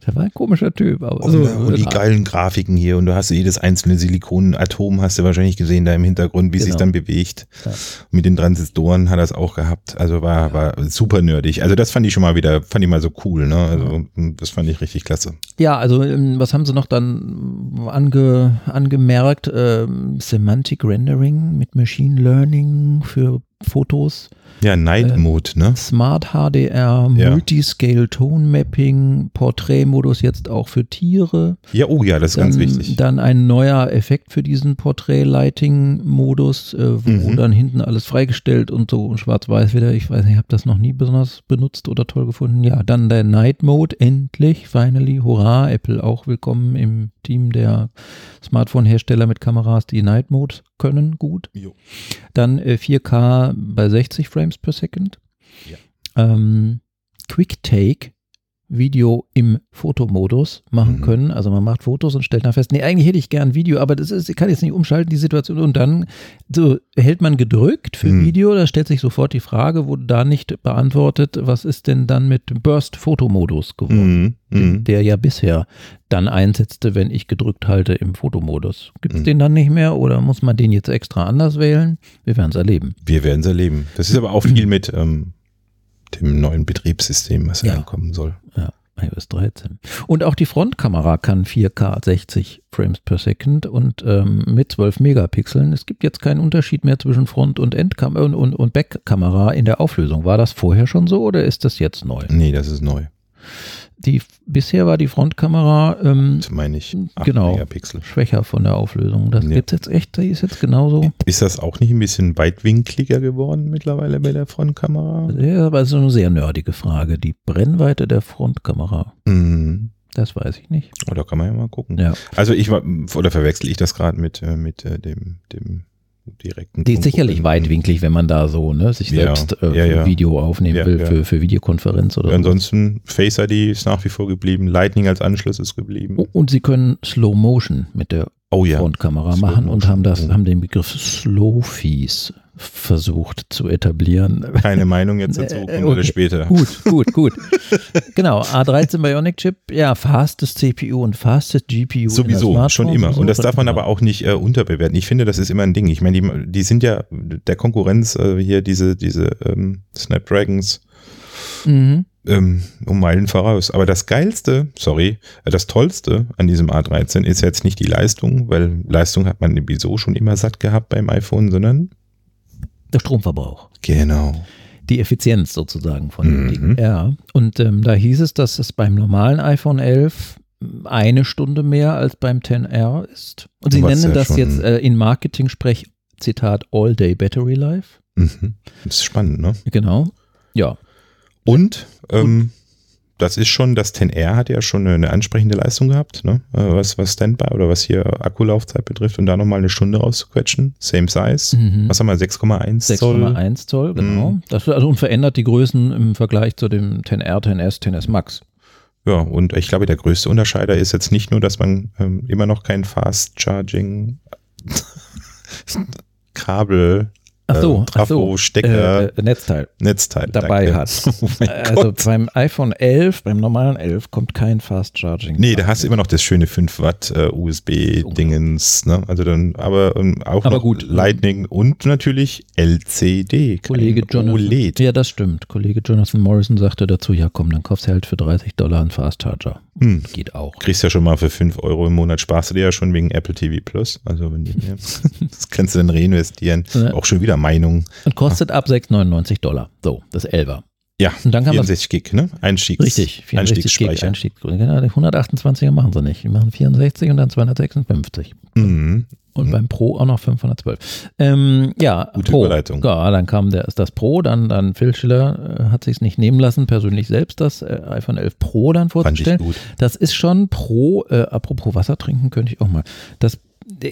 [SPEAKER 2] Der war ein komischer Typ. Aber genau,
[SPEAKER 1] Und, Also, und die geilen Grafiken hier und du hast jedes einzelne Silikonatom hast du wahrscheinlich gesehen da im Hintergrund, wie es sich
[SPEAKER 2] Genau.
[SPEAKER 1] dann bewegt.
[SPEAKER 2] Ja.
[SPEAKER 1] Mit den Transistoren hat er es auch gehabt. Also war, war super nerdig. Also das fand ich schon mal wieder, fand ich mal so cool. Ne? Also das fand ich richtig klasse.
[SPEAKER 2] Ja, also ähm, was haben sie noch dann ähm, ange, angemerkt? Ähm, Semantic Rendering mit Machine Learning für Fotos,
[SPEAKER 1] Ja,
[SPEAKER 2] Ähm,
[SPEAKER 1] Night Mode, ne?
[SPEAKER 2] Smart HDR,
[SPEAKER 1] Ja.
[SPEAKER 2] Multiscale Tone Mapping, Porträtmodus jetzt auch für Tiere.
[SPEAKER 1] Ja, oh ja, das ist ganz
[SPEAKER 2] dann,
[SPEAKER 1] wichtig.
[SPEAKER 2] Ähm, Dann ein neuer Effekt für diesen Portrait-Lighting-Modus, äh, wo
[SPEAKER 1] Mhm.
[SPEAKER 2] dann hinten alles freigestellt und so und schwarz-weiß wieder. Ich weiß nicht, ich habe das noch nie besonders benutzt oder toll gefunden. Ja, dann der Night Mode, endlich, finally, hurra, Apple auch willkommen im Team der Smartphone-Hersteller mit Kameras, die Night Mode können, gut.
[SPEAKER 1] Jo.
[SPEAKER 2] Dann äh, 4K bei 60 Frames per Second.
[SPEAKER 1] Ja.
[SPEAKER 2] Ähm, Quick Take Video im Fotomodus machen
[SPEAKER 1] Mhm.
[SPEAKER 2] können. Also man macht Fotos und stellt dann fest, nee, eigentlich hätte ich gern Video, aber das ist, ich kann jetzt nicht umschalten, die Situation. Und dann so hält man gedrückt für
[SPEAKER 1] Mhm.
[SPEAKER 2] Video, da stellt sich sofort die Frage, wurde da nicht beantwortet, was ist denn dann mit Burst-Fotomodus geworden?
[SPEAKER 1] Mhm, mhm.
[SPEAKER 2] Der ja bisher dann einsetzte, wenn ich gedrückt halte im Fotomodus. Gibt es
[SPEAKER 1] Mhm.
[SPEAKER 2] den dann nicht mehr oder muss man den jetzt extra anders wählen? Wir werden es erleben.
[SPEAKER 1] Wir werden es erleben. Das ist aber auch viel mit ähm, dem neuen Betriebssystem, was
[SPEAKER 2] Ja.
[SPEAKER 1] ja. ankommen soll.
[SPEAKER 2] iOS 13. Und auch die Frontkamera kann 4K 60 Frames per Second und ähm, mit 12 Megapixeln. Es gibt jetzt keinen Unterschied mehr zwischen Front- und Endkamera und, und, und Backkamera in der Auflösung. War das vorher schon so oder ist das jetzt neu?
[SPEAKER 1] Nee, das ist neu.
[SPEAKER 2] Die, bisher war die Frontkamera ähm,
[SPEAKER 1] Das meine ich. Acht
[SPEAKER 2] Genau.
[SPEAKER 1] Megapixel.
[SPEAKER 2] schwächer von der Auflösung. Das
[SPEAKER 1] Ja.
[SPEAKER 2] gibt's jetzt echt, die ist jetzt genauso.
[SPEAKER 1] Ist das auch nicht ein bisschen weitwinkliger geworden mittlerweile bei der Frontkamera?
[SPEAKER 2] Ja, aber es ist eine sehr nerdige Frage. Die Brennweite der Frontkamera.
[SPEAKER 1] Mhm.
[SPEAKER 2] Das weiß ich nicht.
[SPEAKER 1] Oder kann man ja mal gucken.
[SPEAKER 2] Ja.
[SPEAKER 1] Also ich war, oder verwechsel ich das gerade mit, äh, mit äh, dem, dem direkten
[SPEAKER 2] Die ist sicherlich
[SPEAKER 1] Konkurrenten.
[SPEAKER 2] weitwinklig, wenn man da so ne, sich
[SPEAKER 1] Mhm. Ja,
[SPEAKER 2] selbst äh,
[SPEAKER 1] ja, ja.
[SPEAKER 2] Video aufnehmen
[SPEAKER 1] Ja,
[SPEAKER 2] will
[SPEAKER 1] ja.
[SPEAKER 2] Für, für Videokonferenz oder so.
[SPEAKER 1] Ansonsten Face ID ist nach wie vor geblieben, Lightning als Anschluss ist geblieben.
[SPEAKER 2] Oh, Und sie können Slow Motion mit der
[SPEAKER 1] Oh ja.
[SPEAKER 2] Frontkamera
[SPEAKER 1] Slow
[SPEAKER 2] machen und
[SPEAKER 1] Motion,
[SPEAKER 2] haben das,
[SPEAKER 1] ja.
[SPEAKER 2] haben den Begriff Slow Fees versucht zu etablieren.
[SPEAKER 1] Keine Meinung jetzt dazu,
[SPEAKER 2] Äh,
[SPEAKER 1] kommt
[SPEAKER 2] äh,
[SPEAKER 1] alle
[SPEAKER 2] okay.
[SPEAKER 1] später.
[SPEAKER 2] Gut, gut, gut. genau, A13 Bionic Chip, ja, fastest CPU und fastest GPU. in das
[SPEAKER 1] Sowieso, schon
[SPEAKER 2] Smartphone,
[SPEAKER 1] immer. Und das
[SPEAKER 2] sowieso.
[SPEAKER 1] darf man aber auch nicht äh, unterbewerten. Ich finde, das ist immer ein Ding. Ich meine, die, die sind ja der Konkurrenz äh, hier, diese, diese ähm, Snapdragons,
[SPEAKER 2] Mhm.
[SPEAKER 1] ähm, um Meilen voraus. Aber das Geilste, sorry, äh, das Tollste an diesem A13 ist jetzt nicht die Leistung, weil Leistung hat man sowieso schon immer satt gehabt beim iPhone, sondern
[SPEAKER 2] Der Stromverbrauch.
[SPEAKER 1] genau.
[SPEAKER 2] die Effizienz sozusagen von dem
[SPEAKER 1] Mhm.
[SPEAKER 2] Ding. Ja, und ähm, da hieß es, dass es beim normalen iPhone 11 eine Stunde mehr als beim 10R ist. Und sie
[SPEAKER 1] Was
[SPEAKER 2] nennen
[SPEAKER 1] ja
[SPEAKER 2] das
[SPEAKER 1] schon-
[SPEAKER 2] jetzt äh, in Marketing-Sprech, Zitat, All-Day Battery Life.
[SPEAKER 1] Mhm. Das ist spannend, ne?
[SPEAKER 2] Genau. Ja,
[SPEAKER 1] Und ähm, das ist schon, das 10R hat ja schon eine ansprechende Leistung gehabt, ne? Äh, was, was Standby oder was hier Akkulaufzeit betrifft und da nochmal eine Stunde rauszuquetschen, same size.
[SPEAKER 2] Mhm.
[SPEAKER 1] Was haben wir, 6,1 Zoll?
[SPEAKER 2] 6,1 Zoll, genau.
[SPEAKER 1] Mhm.
[SPEAKER 2] Das ist also unverändert die Größen im Vergleich zu dem 10R, 10S, 10S Max.
[SPEAKER 1] Ja, und ich glaube, der größte Unterscheider ist jetzt nicht nur, dass man ähm, immer noch kein Fast Charging Kabel,
[SPEAKER 2] Ach so,
[SPEAKER 1] äh,
[SPEAKER 2] ach so.
[SPEAKER 1] Trafo, Stecker,
[SPEAKER 2] Äh, Netzteil
[SPEAKER 1] Netzteil
[SPEAKER 2] dabei
[SPEAKER 1] danke.
[SPEAKER 2] hat.
[SPEAKER 1] Oh mein
[SPEAKER 2] also
[SPEAKER 1] Gott.
[SPEAKER 2] beim iPhone 11, beim normalen 11 kommt kein Fast Charging.
[SPEAKER 1] Nee, da hast du immer noch das schöne 5 Watt äh, USB-Dingens, ne? Also dann, aber ähm, auch
[SPEAKER 2] Oh. Aber
[SPEAKER 1] noch
[SPEAKER 2] gut.
[SPEAKER 1] Lightning und natürlich LCD. kein E
[SPEAKER 2] Kollege Jonathan.
[SPEAKER 1] OLED.
[SPEAKER 2] Ja, das stimmt. Kollege Jonathan Morrison sagte dazu, ja komm, dann kaufst du halt für 30 Dollar einen Fast Charger.
[SPEAKER 1] Hm.
[SPEAKER 2] Geht auch.
[SPEAKER 1] Kriegst ja schon mal für 5 Euro im Monat, sparst du dir ja schon wegen Apple TV Plus. Also wenn die, das kannst du dann reinvestieren.
[SPEAKER 2] Ja.
[SPEAKER 1] Auch schon wieder Meinung.
[SPEAKER 2] Und kostet ab 6,99 Dollar. So, das 11er.
[SPEAKER 1] Ja,
[SPEAKER 2] Und dann kann man
[SPEAKER 1] 64 Gig, ne? Einstiegs,
[SPEAKER 2] Richtig, 64 Gig
[SPEAKER 1] Einstiegsspeicher.
[SPEAKER 2] Einstieg. Genau, die 128er machen sie nicht. Die machen 64 und dann 256.
[SPEAKER 1] Mhm.
[SPEAKER 2] Und
[SPEAKER 1] Mhm.
[SPEAKER 2] beim Pro auch noch 512. Ähm, ja,
[SPEAKER 1] Gute
[SPEAKER 2] Pro.
[SPEAKER 1] Überleitung.
[SPEAKER 2] Ja, dann kam der, das Pro, dann, dann Phil Schiller äh, hat sich nicht nehmen lassen, persönlich selbst das äh, iPhone 11 Pro dann
[SPEAKER 1] Fand ich
[SPEAKER 2] vorzustellen.
[SPEAKER 1] gut.
[SPEAKER 2] Das ist schon pro, äh, apropos Wasser trinken könnte ich auch mal. Das,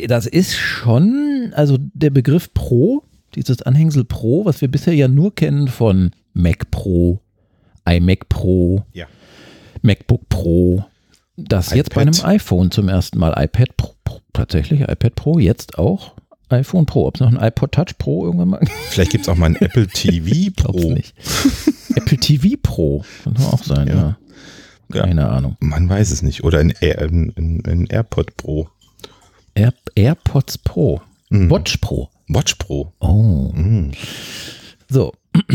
[SPEAKER 2] das ist schon, also der Begriff Pro, dieses Anhängsel Pro, was wir bisher ja nur kennen von Mac Pro, iMac Pro,
[SPEAKER 1] Ja.
[SPEAKER 2] MacBook Pro, das jetzt bei einem
[SPEAKER 1] iPad.
[SPEAKER 2] iPhone zum ersten Mal, iPad Pro, Pro tatsächlich, iPad Pro, jetzt auch iPhone Pro. Ob es noch ein iPod Touch Pro irgendwann mal
[SPEAKER 1] Vielleicht gibt es auch mal ein Apple TV
[SPEAKER 2] Glaub's
[SPEAKER 1] Pro.
[SPEAKER 2] nicht. Apple TV Pro, kann auch sein, ja.
[SPEAKER 1] Ja. Ja.
[SPEAKER 2] Keine Ahnung.
[SPEAKER 1] Man weiß es nicht. Oder ein, Air, ein, ein, ein AirPod Pro.
[SPEAKER 2] Air, AirPods Pro,
[SPEAKER 1] Mhm.
[SPEAKER 2] Watch Pro.
[SPEAKER 1] Watch Pro.
[SPEAKER 2] Oh.
[SPEAKER 1] Mhm.
[SPEAKER 2] So,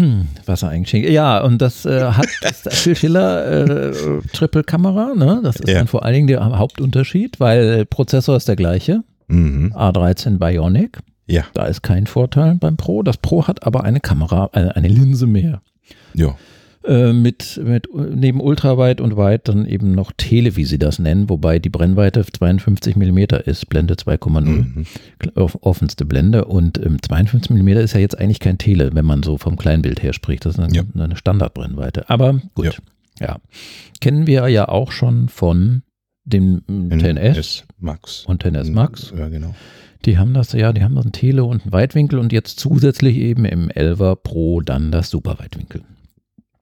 [SPEAKER 2] Wasser eingeschenkt. Ja, und das äh, hat das Phil Schiller äh, Triple Kamera, ne? Das ist
[SPEAKER 1] Ja.
[SPEAKER 2] dann vor allen Dingen der Hauptunterschied, weil Prozessor ist der gleiche,
[SPEAKER 1] Mhm.
[SPEAKER 2] A13 Bionic.
[SPEAKER 1] Ja,
[SPEAKER 2] Da ist kein Vorteil beim Pro. Das Pro hat aber eine Kamera, äh, eine Linse mehr.
[SPEAKER 1] ja.
[SPEAKER 2] Äh, mit, mit neben Ultraweit und Weit dann eben noch Tele, wie sie das nennen, wobei die Brennweite 52 mm ist, Blende 2,0
[SPEAKER 1] Mhm.
[SPEAKER 2] off- offenste Blende und ähm, 52 mm ist ja jetzt eigentlich kein Tele, wenn man so vom Kleinbild her spricht. Das ist eine,
[SPEAKER 1] Ja.
[SPEAKER 2] eine Standardbrennweite. Aber gut, ja. Kennen wir ja auch schon von dem
[SPEAKER 1] Ein
[SPEAKER 2] 10S
[SPEAKER 1] S Max.
[SPEAKER 2] und 10S Max.
[SPEAKER 1] Ja, genau.
[SPEAKER 2] Die haben das ja, die haben ein Tele und einen Weitwinkel und jetzt zusätzlich eben im 11er Pro dann das Superweitwinkel.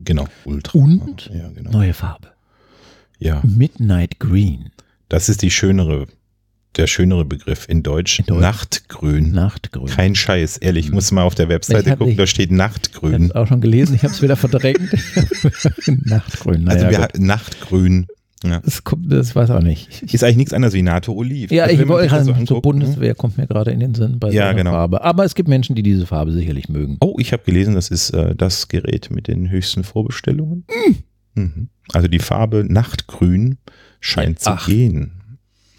[SPEAKER 1] Genau. Ultra.
[SPEAKER 2] Und?
[SPEAKER 1] Ja, genau.
[SPEAKER 2] Neue Farbe.
[SPEAKER 1] Ja,
[SPEAKER 2] Midnight Green.
[SPEAKER 1] das ist die schönere, der schönere Begriff in Deutsch.
[SPEAKER 2] In Deutsch.
[SPEAKER 1] Nachtgrün.
[SPEAKER 2] Nachtgrün.
[SPEAKER 1] Kein Scheiß, ehrlich. Ich muss mal auf der
[SPEAKER 2] Ich
[SPEAKER 1] Webseite
[SPEAKER 2] hab
[SPEAKER 1] gucken,
[SPEAKER 2] nicht-
[SPEAKER 1] da steht
[SPEAKER 2] ich habe
[SPEAKER 1] Nachtgrün.
[SPEAKER 2] es auch schon gelesen, ich habe es wieder verdrängt. Nachtgrün.
[SPEAKER 1] Also
[SPEAKER 2] Naja,
[SPEAKER 1] wir
[SPEAKER 2] gut.
[SPEAKER 1] hatten Nachtgrün. Ja.
[SPEAKER 2] das, kommt, das weiß auch nicht. Ich,
[SPEAKER 1] Ist eigentlich nichts anderes wie NATO Oliv.
[SPEAKER 2] Ja,
[SPEAKER 1] Also
[SPEAKER 2] ich
[SPEAKER 1] wenn man
[SPEAKER 2] wollte
[SPEAKER 1] sich das
[SPEAKER 2] gerade sagen, so
[SPEAKER 1] anguckt, ne?
[SPEAKER 2] Bundeswehr kommt mir gerade in den Sinn bei
[SPEAKER 1] Ja,
[SPEAKER 2] so einer
[SPEAKER 1] genau.
[SPEAKER 2] Farbe. Aber es gibt Menschen, die diese Farbe sicherlich mögen.
[SPEAKER 1] Oh, ich habe gelesen, das ist äh, das Gerät mit den höchsten Vorbestellungen.
[SPEAKER 2] Hm.
[SPEAKER 1] Mhm. Also die Farbe Nachtgrün scheint zu
[SPEAKER 2] Ach.
[SPEAKER 1] gehen.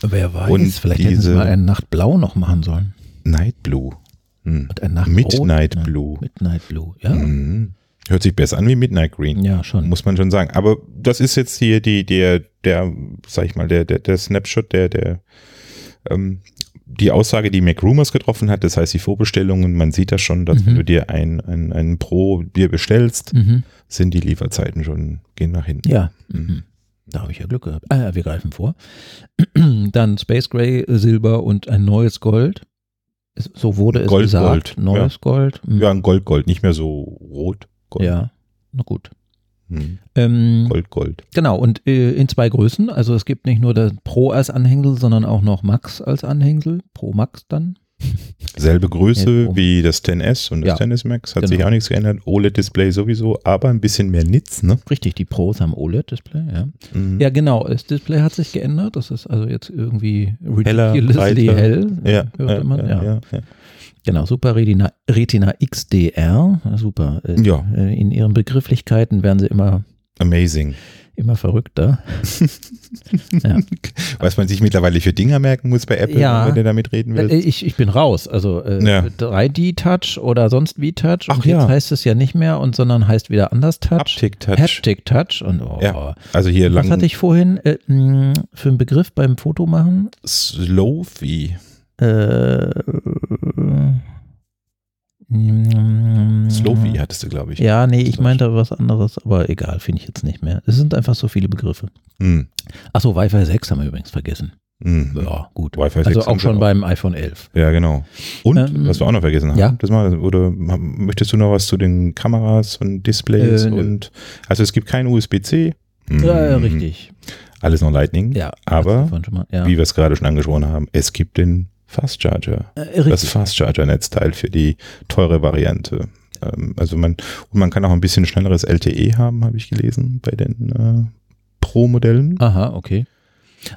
[SPEAKER 2] Wer weiß,
[SPEAKER 1] Und
[SPEAKER 2] vielleicht hätten sie
[SPEAKER 1] diese-
[SPEAKER 2] mal einen Nachtblau noch machen sollen.
[SPEAKER 1] Night Blue. Mhm.
[SPEAKER 2] Und ein Nachtrot.
[SPEAKER 1] Midnight Blue.
[SPEAKER 2] Midnight Blue, ne? ja.
[SPEAKER 1] Mhm. Hört sich besser an wie Midnight Green.
[SPEAKER 2] Ja, schon.
[SPEAKER 1] Muss man schon sagen. Aber das ist jetzt hier die, der, der, sag ich mal, der, der, der Snapshot, der, der, ähm, die Aussage, die Mac Rumors getroffen hat, das heißt die Vorbestellungen, man sieht das schon, dass
[SPEAKER 2] Mhm.
[SPEAKER 1] wenn du dir ein, ein, ein Pro dir bestellst,
[SPEAKER 2] Mhm.
[SPEAKER 1] sind die Lieferzeiten schon, gehen nach hinten.
[SPEAKER 2] Ja. Mhm. Da habe ich ja Glück gehabt. Ah, ja, wir greifen vor. Dann Space Gray, äh, Silber und ein neues Gold. Es- So wurde es
[SPEAKER 1] Gold,
[SPEAKER 2] gesagt.
[SPEAKER 1] Gold,
[SPEAKER 2] Neues Gold. Mhm.
[SPEAKER 1] Ja, ein Gold, Gold, nicht mehr so rot. Gold.
[SPEAKER 2] ja. Na gut.
[SPEAKER 1] Hm.
[SPEAKER 2] Ähm,
[SPEAKER 1] Gold, Gold.
[SPEAKER 2] Genau, und äh, in zwei Größen. Also es gibt nicht nur das Pro als Anhängsel, sondern auch noch Max als Anhängsel. Pro Max dann.
[SPEAKER 1] Selbe Größe
[SPEAKER 2] Ja, oh.
[SPEAKER 1] wie das 10S und das
[SPEAKER 2] Ja.
[SPEAKER 1] 10S Max, hat
[SPEAKER 2] Genau.
[SPEAKER 1] sich auch nichts geändert. OLED-Display sowieso, aber ein bisschen mehr Nitz, ne?
[SPEAKER 2] Richtig, die Pros haben OLED-Display, ja.
[SPEAKER 1] Mhm.
[SPEAKER 2] Ja, genau, das Display hat sich geändert. Das ist also jetzt irgendwie
[SPEAKER 1] Heller,
[SPEAKER 2] ridiculously
[SPEAKER 1] breiter.
[SPEAKER 2] hell,
[SPEAKER 1] Ja,
[SPEAKER 2] hörte man. Ja,
[SPEAKER 1] ja, ja.
[SPEAKER 2] Genau, Super Retina, Retina XDR, super. Äh,
[SPEAKER 1] Ja.
[SPEAKER 2] äh, In ihren Begrifflichkeiten werden sie immer,
[SPEAKER 1] Amazing.
[SPEAKER 2] immer verrückter. ja.
[SPEAKER 1] Was man sich mittlerweile für Dinger merken muss bei Apple,
[SPEAKER 2] Ja.
[SPEAKER 1] wenn du damit reden
[SPEAKER 2] Äh,
[SPEAKER 1] willst.
[SPEAKER 2] Ich, ich bin raus. Also äh,
[SPEAKER 1] Ja.
[SPEAKER 2] 3D-Touch oder sonst wie Touch.
[SPEAKER 1] Ach
[SPEAKER 2] und jetzt
[SPEAKER 1] ja.
[SPEAKER 2] heißt es ja nicht mehr und sondern heißt wieder anders Touch.
[SPEAKER 1] Haptik-Touch.
[SPEAKER 2] Haptic Touch. Und oh,
[SPEAKER 1] Ja. Also hier
[SPEAKER 2] was hatte
[SPEAKER 1] lang
[SPEAKER 2] ich vorhin äh, mh, für einen Begriff beim Foto machen?
[SPEAKER 1] Slofi.
[SPEAKER 2] Äh, mh,
[SPEAKER 1] Slofi hattest du, glaube ich.
[SPEAKER 2] hm, Mhm. Ja, nee, ich meinte was anderes, aber egal, finde ich jetzt nicht mehr. Es sind einfach so viele Begriffe.
[SPEAKER 1] Hm.
[SPEAKER 2] Achso, Wi-Fi 6 haben wir übrigens vergessen.
[SPEAKER 1] Hm.
[SPEAKER 2] Ja, gut.
[SPEAKER 1] Wi-Fi 6
[SPEAKER 2] also
[SPEAKER 1] haben
[SPEAKER 2] auch
[SPEAKER 1] wir
[SPEAKER 2] schon
[SPEAKER 1] auch.
[SPEAKER 2] beim iPhone 11.
[SPEAKER 1] Ja, genau. Und
[SPEAKER 2] Ähm,
[SPEAKER 1] was wir auch noch vergessen haben,
[SPEAKER 2] ja.
[SPEAKER 1] das mal, oder haben- möchtest du noch was zu den Kameras und Displays
[SPEAKER 2] Äh, nö.
[SPEAKER 1] und also es gibt kein USB-C.
[SPEAKER 2] Ja, ja,
[SPEAKER 1] Hm,
[SPEAKER 2] richtig.
[SPEAKER 1] Alles noch Lightning.
[SPEAKER 2] Ja,
[SPEAKER 1] Aber
[SPEAKER 2] hast du vorhin schon mal, ja.
[SPEAKER 1] Wie wir es gerade schon angesprochen haben, es gibt den Fast Charger.
[SPEAKER 2] Äh, richtig.
[SPEAKER 1] Das Fast Charger Netzteil für die teure Variante. Ähm, also man, und man kann auch ein bisschen schnelleres LTE haben, habe ich gelesen, bei den äh, Pro-Modellen.
[SPEAKER 2] Aha, okay.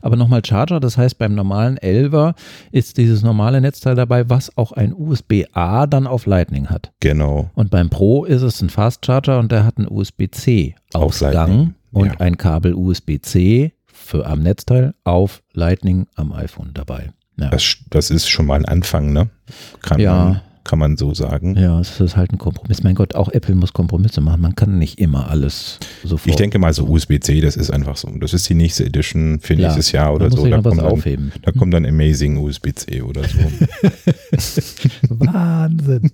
[SPEAKER 2] Aber nochmal Charger, das heißt beim normalen 11er ist dieses normale Netzteil dabei, was auch ein USB-A dann auf Lightning hat.
[SPEAKER 1] Genau.
[SPEAKER 2] Und beim Pro ist es ein Fast Charger und der hat einen
[SPEAKER 1] Auf
[SPEAKER 2] USB-C-Ausgang
[SPEAKER 1] Lightning,
[SPEAKER 2] und
[SPEAKER 1] ja.
[SPEAKER 2] ein Kabel USB-C für am Netzteil auf Lightning am iPhone dabei. Ja,
[SPEAKER 1] Das, das ist schon mal ein Anfang, ne? Kann,
[SPEAKER 2] Ja.
[SPEAKER 1] man, kann man so sagen.
[SPEAKER 2] ja es ist halt ein Kompromiss. Mein Gott, auch Apple muss Kompromisse machen. Man kann nicht immer alles sofort.
[SPEAKER 1] Ich denke mal, so USB-C, das ist einfach so. Das ist die nächste Edition für
[SPEAKER 2] Klar.
[SPEAKER 1] nächstes Jahr
[SPEAKER 2] man
[SPEAKER 1] oder
[SPEAKER 2] muss
[SPEAKER 1] so.
[SPEAKER 2] sich
[SPEAKER 1] Da
[SPEAKER 2] noch was
[SPEAKER 1] kommt, dann,
[SPEAKER 2] aufheben.
[SPEAKER 1] da kommt dann Amazing USB-C oder so.
[SPEAKER 2] Wahnsinn.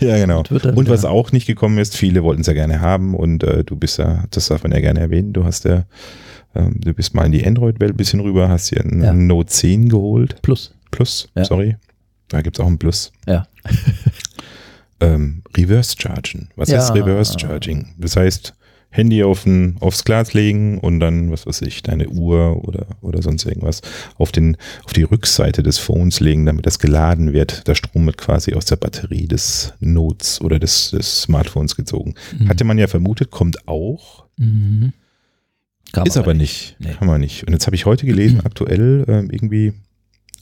[SPEAKER 1] ja, genau.
[SPEAKER 2] wird dann,
[SPEAKER 1] Und was
[SPEAKER 2] ja.
[SPEAKER 1] auch nicht gekommen ist, viele wollten es ja gerne haben und äh, du bist ja, das darf man ja gerne erwähnen, du hast ja, ähm, du bist mal in die Android-Welt ein bisschen rüber, hast dir ein
[SPEAKER 2] Ja.
[SPEAKER 1] ein Note 10 geholt.
[SPEAKER 2] Plus.
[SPEAKER 1] Plus,
[SPEAKER 2] Ja.
[SPEAKER 1] sorry. Da gibt es auch ein Plus.
[SPEAKER 2] Ja.
[SPEAKER 1] Ähm, Reverse Chargen. Was
[SPEAKER 2] Ja.
[SPEAKER 1] ist Reverse Charging? Das heißt, Handy auf den, aufs Glas legen und dann, was weiß ich, deine Uhr oder, oder sonst irgendwas auf, den, auf die Rückseite des Phones legen, damit das geladen wird. Der Strom wird quasi aus der Batterie des Notes oder des, des Smartphones gezogen. Hatte man ja vermutet, kommt auch.
[SPEAKER 2] Mhm. Kam
[SPEAKER 1] Ist aber nicht.
[SPEAKER 2] Nee.
[SPEAKER 1] Kann man nicht. Und jetzt habe ich heute gelesen, aktuell ähm, irgendwie,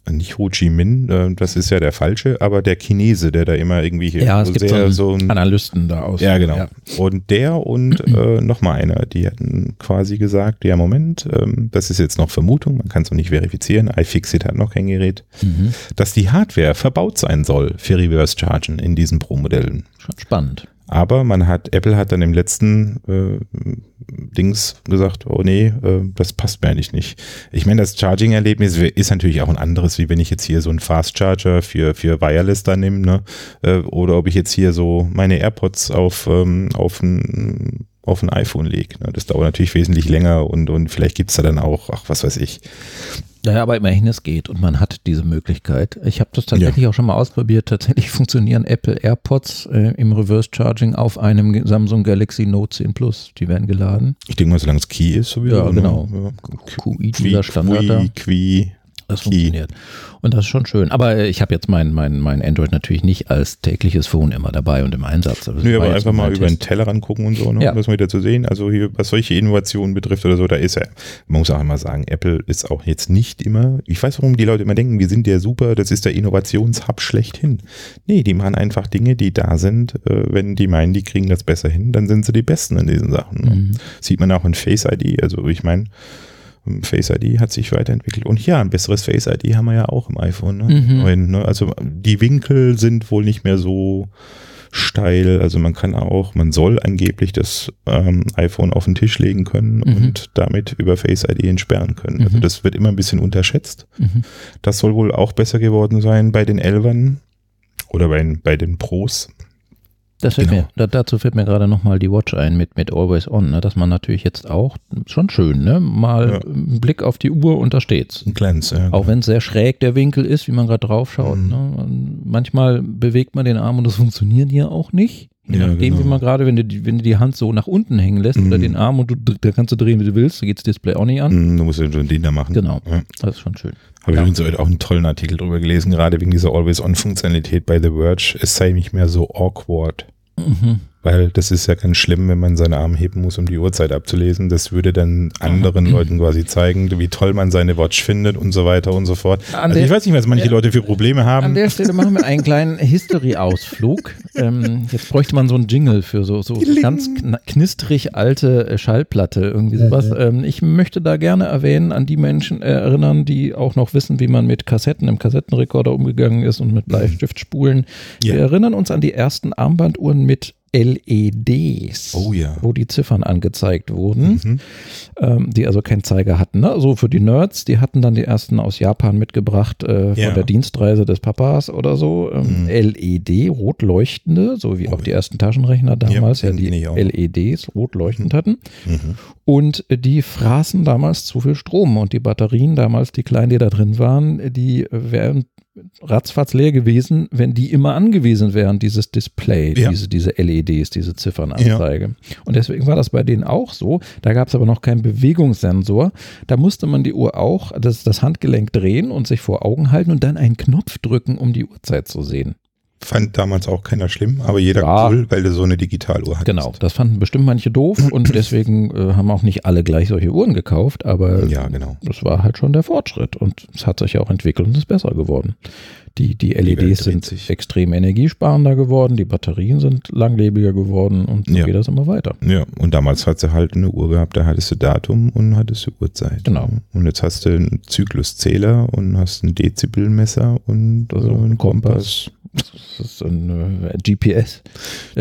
[SPEAKER 1] äh, nicht Ho Chi Minh, äh, das ist ja der falsche, aber der Chinese, der da immer irgendwie hier
[SPEAKER 2] Ja, es
[SPEAKER 1] so
[SPEAKER 2] gibt
[SPEAKER 1] sehr
[SPEAKER 2] so
[SPEAKER 1] so
[SPEAKER 2] einen
[SPEAKER 1] ein
[SPEAKER 2] Analysten da aus.
[SPEAKER 1] ja, genau. Und der und äh, nochmal einer, die hatten quasi gesagt, ja, Moment, ähm, das ist jetzt noch Vermutung, man kann es noch nicht verifizieren, iFixit hat noch kein Gerät,
[SPEAKER 2] Mhm.
[SPEAKER 1] dass die Hardware verbaut sein soll für Reverse Chargen in diesen Pro-Modellen.
[SPEAKER 2] Schon spannend.
[SPEAKER 1] Aber man hat, Apple hat dann im letzten äh, Dings gesagt, oh nee, äh, das passt mir eigentlich nicht. Ich meine, das Charging-Erlebnis wär- ist natürlich auch ein anderes, wie wenn ich jetzt hier so einen Fast Charger für, für Wireless da nehme, ne? Äh, oder ob ich jetzt hier so meine AirPods auf, ähm, auf ein auf ein iPhone lege. Ne? Das dauert natürlich wesentlich länger und, und vielleicht gibt's da dann auch, ach was weiß ich.
[SPEAKER 2] Naja, aber immerhin es geht und man hat diese Möglichkeit. Ich habe das tatsächlich auch schon mal ausprobiert. Tatsächlich funktionieren Apple AirPods äh, im Reverse Charging auf einem Ge- Samsung Galaxy Note 10 Plus. Die werden geladen.
[SPEAKER 1] Ich denke mal, solange es Key ist, sowieso.
[SPEAKER 2] Ja,
[SPEAKER 1] ne?
[SPEAKER 2] genau.
[SPEAKER 1] Ja. Qui,
[SPEAKER 2] QI, dieser Standard da.
[SPEAKER 1] qui, qui.
[SPEAKER 2] Das
[SPEAKER 1] Key.
[SPEAKER 2] funktioniert. Und das ist schon schön. Aber äh, ich habe jetzt mein, mein, mein Android natürlich nicht als tägliches Phone immer dabei und im Einsatz. Also, Das
[SPEAKER 1] Nö,
[SPEAKER 2] war
[SPEAKER 1] aber
[SPEAKER 2] jetzt
[SPEAKER 1] einfach
[SPEAKER 2] nur
[SPEAKER 1] mal
[SPEAKER 2] ein
[SPEAKER 1] über den
[SPEAKER 2] Test.
[SPEAKER 1] Teller rangucken und so, ne,
[SPEAKER 2] Ja.
[SPEAKER 1] um das mal wieder zu sehen. Also hier, was solche Innovationen betrifft oder so, da ist er. Man muss auch immer sagen, Apple ist auch jetzt nicht immer, ich weiß, warum die Leute immer denken, wir sind der super, das ist der Innovationshub schlechthin. Nee, die machen einfach Dinge, die da sind. Äh, wenn die meinen, die kriegen das besser hin, dann sind sie die Besten in diesen Sachen. Ne?
[SPEAKER 2] Mhm.
[SPEAKER 1] Sieht man auch in Face ID. Also ich meine, Face ID hat sich weiterentwickelt. Und ja, ein besseres Face ID haben wir ja auch im iPhone. Ne?
[SPEAKER 2] Mhm.
[SPEAKER 1] Neun, ne? Also die Winkel sind wohl nicht mehr so steil. Also man kann auch, man soll angeblich das ähm, iPhone auf den Tisch legen können und damit über Face ID entsperren können. Also
[SPEAKER 2] Mhm.
[SPEAKER 1] das wird immer ein bisschen unterschätzt.
[SPEAKER 2] Mhm.
[SPEAKER 1] Das soll wohl auch besser geworden sein bei den Elvern oder bei, bei den Pros.
[SPEAKER 2] Das fällt
[SPEAKER 1] Genau.
[SPEAKER 2] mir, da, dazu fällt mir gerade nochmal die Watch ein mit, mit Always On, ne? dass man natürlich jetzt auch, schon schön, ne? mal
[SPEAKER 1] Ja.
[SPEAKER 2] einen Blick auf die Uhr und da steht's.
[SPEAKER 1] Ein Glanz, ja.
[SPEAKER 2] Auch wenn es sehr schräg der Winkel ist, wie man gerade drauf schaut.
[SPEAKER 1] Mhm.
[SPEAKER 2] Ne? Manchmal bewegt man den Arm und das funktioniert ja auch nicht. Je
[SPEAKER 1] Ja,
[SPEAKER 2] nachdem, wie
[SPEAKER 1] genau.
[SPEAKER 2] man gerade, wenn du, die, wenn du die Hand so nach unten hängen lässt oder
[SPEAKER 1] Mhm.
[SPEAKER 2] den Arm und du, dr- da kannst du drehen, wie du willst, da geht das Display auch nicht an.
[SPEAKER 1] Hm, Du musst ja schon den da machen.
[SPEAKER 2] Genau,
[SPEAKER 1] Ja.
[SPEAKER 2] das ist schon schön.
[SPEAKER 1] Habe
[SPEAKER 2] Ja.
[SPEAKER 1] ich übrigens heute auch einen tollen Artikel drüber gelesen, gerade wegen dieser Always-On-Funktionalität bei The Verge. Es sei nicht mehr so awkward.
[SPEAKER 2] Mhm.
[SPEAKER 1] Weil das ist ja ganz schlimm, wenn man seinen Arm heben muss, um die Uhrzeit abzulesen. Das würde dann anderen Leuten quasi zeigen, wie toll man seine Watch findet und so weiter und so fort.
[SPEAKER 2] An
[SPEAKER 1] Also
[SPEAKER 2] der-
[SPEAKER 1] ich weiß nicht, was manche
[SPEAKER 2] Ja.
[SPEAKER 1] Leute für Probleme
[SPEAKER 2] An
[SPEAKER 1] haben.
[SPEAKER 2] der Stelle machen wir einen kleinen History-Ausflug. ähm, jetzt bräuchte man so einen Jingle für so, so ganz kn- knisterig alte äh, Schallplatte, irgendwie sowas. Ähm, ich möchte da gerne erwähnen, an die Menschen äh, erinnern, die auch noch wissen, wie man mit Kassetten im Kassettenrekorder umgegangen ist und mit Bleistiftspulen.
[SPEAKER 1] Ja.
[SPEAKER 2] Wir erinnern uns an die ersten Armbanduhren mit LEDs,
[SPEAKER 1] Oh ja. Mhm.
[SPEAKER 2] wo die Ziffern angezeigt wurden ähm, die also keinen Zeiger hatten. Ne? So für die Nerds, die hatten dann die ersten aus Japan mitgebracht äh, von
[SPEAKER 1] Ja. Mhm.
[SPEAKER 2] der Dienstreise des Papas oder so. Ähm, LED, rot leuchtende, so
[SPEAKER 1] Oh.
[SPEAKER 2] wie auch die ersten Taschenrechner damals ja,
[SPEAKER 1] kenn
[SPEAKER 2] die
[SPEAKER 1] ich auch. Mhm.
[SPEAKER 2] LEDs rot leuchtend hatten. Und äh, die fraßen damals zu viel Strom und die Batterien damals, die kleinen, die da drin waren, die während ratzfatz leer gewesen, wenn die immer angewiesen wären, dieses Display,
[SPEAKER 1] Ja.
[SPEAKER 2] diese, diese LEDs, diese Ziffernanzeige. Und deswegen war das bei denen auch so. Da gab es aber noch keinen Bewegungssensor. Da musste man die Uhr auch, das, das Handgelenk drehen und sich vor Augen halten und dann einen Knopf drücken, um die Uhrzeit zu sehen.
[SPEAKER 1] Fand damals auch keiner schlimm, aber jeder
[SPEAKER 2] Ja.
[SPEAKER 1] cool, weil du so eine Digitaluhr hattest.
[SPEAKER 2] Genau, das fanden bestimmt manche doof und deswegen äh, haben auch nicht alle gleich solche Uhren gekauft, aber
[SPEAKER 1] Ja, genau.
[SPEAKER 2] das war halt schon der Fortschritt und es hat sich ja auch entwickelt und ist besser geworden. Die, die
[SPEAKER 1] Welt
[SPEAKER 2] LEDs
[SPEAKER 1] dreht
[SPEAKER 2] sind
[SPEAKER 1] sich.
[SPEAKER 2] extrem energiesparender geworden, die Batterien sind langlebiger geworden und so
[SPEAKER 1] Ja.
[SPEAKER 2] geht das immer weiter.
[SPEAKER 1] Ja, und damals hat sie halt eine Uhr gehabt, da hattest du Datum und hattest du Uhrzeit.
[SPEAKER 2] Genau.
[SPEAKER 1] Und jetzt hast du einen Zykluszähler und hast ein Dezibelmesser und
[SPEAKER 2] Das ist
[SPEAKER 1] so
[SPEAKER 2] auch ein
[SPEAKER 1] einen
[SPEAKER 2] Kompass.
[SPEAKER 1] Kompass.
[SPEAKER 2] Das ist ein äh, GPS. Äh,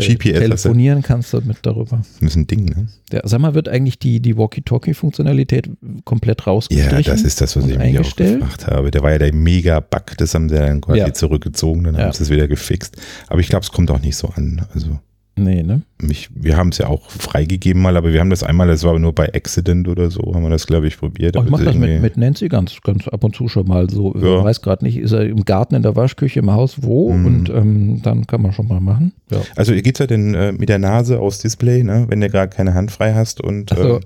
[SPEAKER 1] GPS, das ist-
[SPEAKER 2] Telefonieren kannst du mit darüber.
[SPEAKER 1] Das ist ein Ding, ne?
[SPEAKER 2] Ja, sag mal, wird eigentlich die, die Walkie-Talkie-Funktionalität komplett rausgestrichen?
[SPEAKER 1] Ja, das ist das, was
[SPEAKER 2] und
[SPEAKER 1] ich mich auch
[SPEAKER 2] eingestellt?
[SPEAKER 1] gefragt habe. Da war ja der Mega-Bug, das haben sie dann quasi
[SPEAKER 2] Ja.
[SPEAKER 1] zurückgezogen, dann
[SPEAKER 2] Ja.
[SPEAKER 1] haben sie es wieder gefixt. Aber ich glaube, es kommt auch nicht so an. Also
[SPEAKER 2] Nee, ne?
[SPEAKER 1] mich, wir haben es ja auch freigegeben mal, aber wir haben das einmal, das war aber nur bei Accident oder so, haben wir das, glaube ich, probiert.
[SPEAKER 2] Oh,
[SPEAKER 1] aber
[SPEAKER 2] ich mache
[SPEAKER 1] es
[SPEAKER 2] das mit,
[SPEAKER 1] irgendwie-
[SPEAKER 2] mit Nancy ganz, ganz ab und zu schon mal so.
[SPEAKER 1] Ja.
[SPEAKER 2] Ich weiß gerade nicht, ist er im Garten, in der Waschküche, im Haus, wo?
[SPEAKER 1] Mhm.
[SPEAKER 2] Und ähm, dann kann man schon mal machen. Ja.
[SPEAKER 1] Also ihr geht ja denn äh, mit der Nase aufs Display, ne? wenn du gerade keine Hand frei hast und,
[SPEAKER 2] Ach so.
[SPEAKER 1] ähm,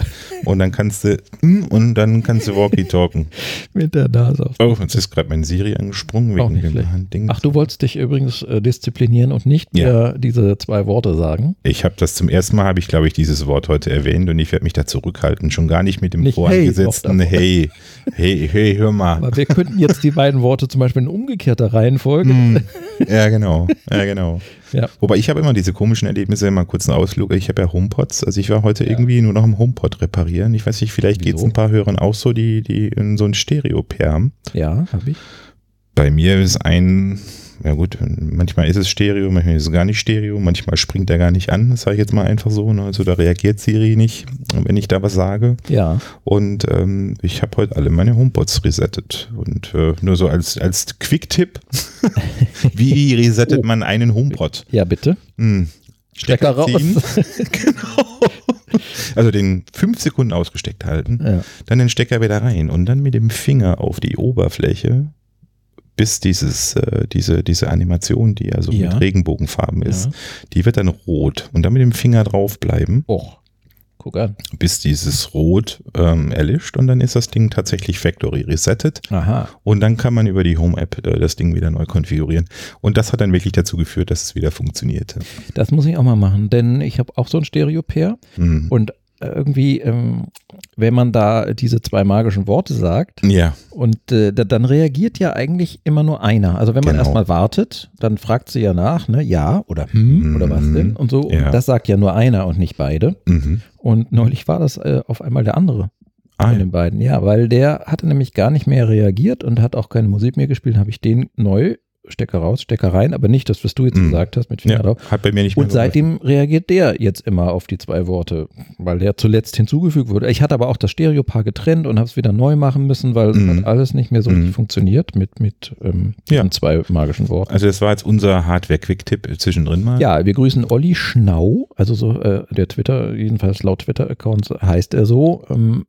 [SPEAKER 1] und dann kannst du mm, und dann kannst du Walkie talken.
[SPEAKER 2] Mit der Nase auf.
[SPEAKER 1] Oh, jetzt ist gerade mein Siri angesprungen
[SPEAKER 2] Auch
[SPEAKER 1] wegen
[SPEAKER 2] nicht schlecht.
[SPEAKER 1] dem Handding.
[SPEAKER 2] Ach, du wolltest dich übrigens äh, disziplinieren und nicht
[SPEAKER 1] Ja.
[SPEAKER 2] mehr diese zwei Worte sagen.
[SPEAKER 1] Ich habe das zum ersten Mal, habe ich glaube ich dieses Wort heute erwähnt und ich werde mich da zurückhalten, schon gar nicht mit dem
[SPEAKER 2] Nicht hey
[SPEAKER 1] vorangesetzten
[SPEAKER 2] noch davor.
[SPEAKER 1] hey, hey, hey, hör mal.
[SPEAKER 2] Aber wir könnten jetzt die beiden Worte zum Beispiel in umgekehrter Reihenfolge.
[SPEAKER 1] Hm. Ja, genau, ja, genau.
[SPEAKER 2] Ja.
[SPEAKER 1] Wobei ich habe immer diese komischen Erlebnisse, mal kurz einen Ausflug. Ich habe ja HomePods, also ich war heute irgendwie nur noch am HomePod reparieren. Ich weiß nicht, vielleicht geht es
[SPEAKER 2] Wieso?
[SPEAKER 1] ein paar Hörern auch so, die, die in so ein Stereo-Pair haben.
[SPEAKER 2] Ja, habe ich.
[SPEAKER 1] Bei mir ist ein, ja gut, manchmal ist es Stereo, manchmal ist es gar nicht Stereo, manchmal springt er gar nicht an, das sage ich jetzt mal einfach so. Ne? Also da reagiert Siri nicht, wenn ich da was sage.
[SPEAKER 2] Ja.
[SPEAKER 1] Und ähm, ich habe heute alle meine HomePods resettet. Und äh, nur so als, als Quick-Tipp, wie resettet
[SPEAKER 2] Oh.
[SPEAKER 1] man einen HomePod?
[SPEAKER 2] Ja, bitte.
[SPEAKER 1] Hm.
[SPEAKER 2] Stecker raus.
[SPEAKER 1] ziehen. genau. Also den fünf Sekunden ausgesteckt halten,
[SPEAKER 2] Ja.
[SPEAKER 1] dann den Stecker wieder rein und dann mit dem Finger auf die Oberfläche, bis dieses, äh, diese, diese Animation, die also
[SPEAKER 2] Ja.
[SPEAKER 1] mit Regenbogenfarben ist,
[SPEAKER 2] Ja.
[SPEAKER 1] die wird dann rot. Und dann mit dem Finger draufbleiben,
[SPEAKER 2] Och. Guck an.
[SPEAKER 1] bis dieses Rot ähm, erlischt und dann ist das Ding tatsächlich Factory resettet.
[SPEAKER 2] Aha.
[SPEAKER 1] Und dann kann man über die Home-App äh, das Ding wieder neu konfigurieren. Und das hat dann wirklich dazu geführt, dass es wieder funktionierte.
[SPEAKER 2] Das muss ich auch mal machen, denn ich habe auch so ein Stereo-Pair.
[SPEAKER 1] Hm.
[SPEAKER 2] Und irgendwie, ähm, wenn man da diese zwei magischen Worte sagt,
[SPEAKER 1] Ja,
[SPEAKER 2] und äh, da, dann reagiert ja eigentlich immer nur einer. Also wenn man
[SPEAKER 1] Genau.
[SPEAKER 2] erstmal wartet, dann fragt sie ja nach, ne, ja oder hm
[SPEAKER 1] Mhm.
[SPEAKER 2] oder was denn und so.
[SPEAKER 1] Ja.
[SPEAKER 2] Und das sagt ja nur einer und nicht beide.
[SPEAKER 1] mhm.
[SPEAKER 2] Und neulich war das äh, auf einmal der andere
[SPEAKER 1] Ah,
[SPEAKER 2] von
[SPEAKER 1] ja.
[SPEAKER 2] den beiden. Ja, weil der hatte nämlich gar nicht mehr reagiert und hat auch keine Musik mehr gespielt. Habe ich den neu Stecker raus, Stecker rein, aber nicht das, was du jetzt
[SPEAKER 1] Mhm.
[SPEAKER 2] gesagt hast mit Finger
[SPEAKER 1] Ja,
[SPEAKER 2] drauf.
[SPEAKER 1] hat bei mir nicht mehr
[SPEAKER 2] Und seitdem reagiert der jetzt immer auf die zwei Worte, weil der zuletzt hinzugefügt wurde. Ich hatte aber auch das Stereopaar getrennt und habe es wieder neu machen müssen, weil es
[SPEAKER 1] Mhm.
[SPEAKER 2] hat alles nicht mehr so richtig
[SPEAKER 1] Mhm.
[SPEAKER 2] funktioniert mit, mit ähm,
[SPEAKER 1] Ja.
[SPEAKER 2] diesen zwei magischen Worten.
[SPEAKER 1] Also das war jetzt unser Hardware-Quick-Tipp äh, zwischendrin mal.
[SPEAKER 2] Ja, wir grüßen Olli Schnau, also so äh, der Twitter, jedenfalls laut Twitter-Accounts heißt er so. Ähm,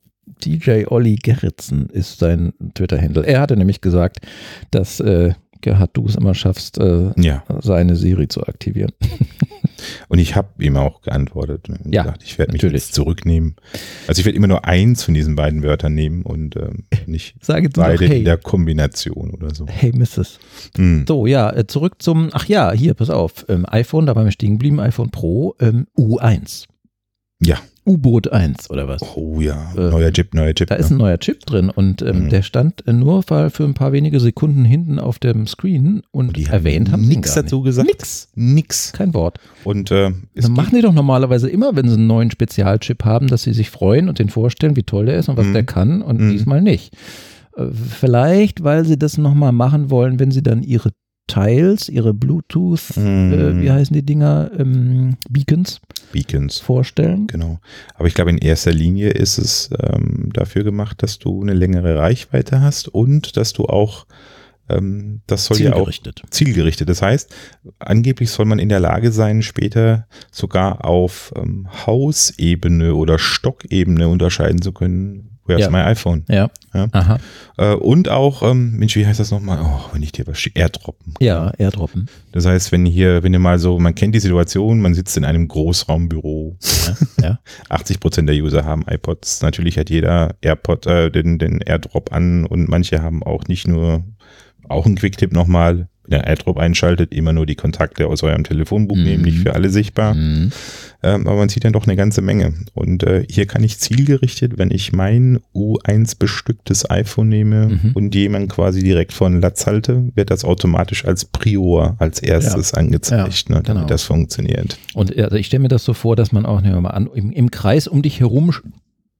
[SPEAKER 2] DJ Olli Gerritsen ist sein Twitter-Handle. Er hatte nämlich gesagt, dass äh, Gerhard, du es immer schaffst, äh,
[SPEAKER 1] Ja,
[SPEAKER 2] seine Siri zu aktivieren.
[SPEAKER 1] und ich habe ihm auch geantwortet. ne, und
[SPEAKER 2] Ja,
[SPEAKER 1] gesagt, ich werde mich
[SPEAKER 2] natürlich.
[SPEAKER 1] jetzt zurücknehmen. Also ich werde immer nur eins von diesen beiden Wörtern nehmen und ähm, nicht
[SPEAKER 2] Sage du doch,
[SPEAKER 1] beide in
[SPEAKER 2] hey,
[SPEAKER 1] der Kombination oder so.
[SPEAKER 2] hey Mrs.
[SPEAKER 1] Hm.
[SPEAKER 2] So, ja, äh, zurück zum, ach ja, hier, pass auf, ähm, iPhone, da waren wir stehen geblieben, iPhone Pro, ähm, U1.
[SPEAKER 1] Ja.
[SPEAKER 2] U-Boot 1 oder was?
[SPEAKER 1] Oh ja,
[SPEAKER 2] Äh,
[SPEAKER 1] neuer Chip, neuer Chip.
[SPEAKER 2] Da ist ein
[SPEAKER 1] ne?
[SPEAKER 2] neuer Chip drin und ähm,
[SPEAKER 1] Mhm.
[SPEAKER 2] der stand äh, nur für für ein paar wenige Sekunden hinten auf dem Screen und
[SPEAKER 1] Die haben
[SPEAKER 2] erwähnt haben sie ihn
[SPEAKER 1] nichts
[SPEAKER 2] gar
[SPEAKER 1] dazu gesagt. Nix. Nix.
[SPEAKER 2] Nicht. Kein Wort.
[SPEAKER 1] Und ähm, es
[SPEAKER 2] Das
[SPEAKER 1] geht-
[SPEAKER 2] machen die doch normalerweise immer, wenn sie einen neuen Spezialchip haben, dass sie sich freuen und den vorstellen, wie toll der ist und was
[SPEAKER 1] Mhm.
[SPEAKER 2] der kann und
[SPEAKER 1] Mhm.
[SPEAKER 2] diesmal nicht. Äh, Vielleicht, weil sie das nochmal machen wollen, wenn sie dann ihre Tiles, ihre Bluetooth,
[SPEAKER 1] Mhm.
[SPEAKER 2] äh, wie heißen die Dinger, ähm, Beacons
[SPEAKER 1] Beacons.
[SPEAKER 2] vorstellen.
[SPEAKER 1] Genau. Aber ich glaube, in erster Linie ist es ähm, dafür gemacht, dass du eine längere Reichweite hast und dass du auch, ähm, das soll ja auch
[SPEAKER 2] Zielgerichtet.
[SPEAKER 1] zielgerichtet. Das heißt, angeblich soll man in der Lage sein, später sogar auf ähm, Hausebene oder Stockebene unterscheiden zu können, Where's
[SPEAKER 2] Ja.
[SPEAKER 1] my iPhone?
[SPEAKER 2] Ja.
[SPEAKER 1] Ja.
[SPEAKER 2] Aha.
[SPEAKER 1] Äh, und auch, ähm, Mensch, wie heißt das nochmal? Oh, wenn ich dir was schicke, Airdroppen.
[SPEAKER 2] Ja, Airdroppen.
[SPEAKER 1] Das heißt, wenn hier, wenn ihr mal so, man kennt die Situation, man sitzt in einem Großraumbüro,
[SPEAKER 2] Ja.
[SPEAKER 1] 80 Prozent der User haben iPods. Natürlich hat jeder AirPod, äh, den, den AirDrop an und manche haben auch nicht nur, auch ein Quicktip nochmal, wenn ihr AirDrop einschaltet, immer nur die Kontakte aus eurem Telefonbuch
[SPEAKER 2] Mhm.
[SPEAKER 1] nehmen, nicht für alle sichtbar.
[SPEAKER 2] Mhm.
[SPEAKER 1] Ähm, aber man sieht dann doch eine ganze Menge. Und äh, hier kann ich zielgerichtet, wenn ich mein U1 bestücktes iPhone nehme
[SPEAKER 2] Mhm.
[SPEAKER 1] und jemanden quasi direkt von Latz halte, wird das automatisch als Prior als erstes angezeigt, ne,
[SPEAKER 2] genau.
[SPEAKER 1] damit das funktioniert.
[SPEAKER 2] Und also ich stelle mir das so vor, dass man auch nehmen wir mal an, im, im Kreis um dich herum sch-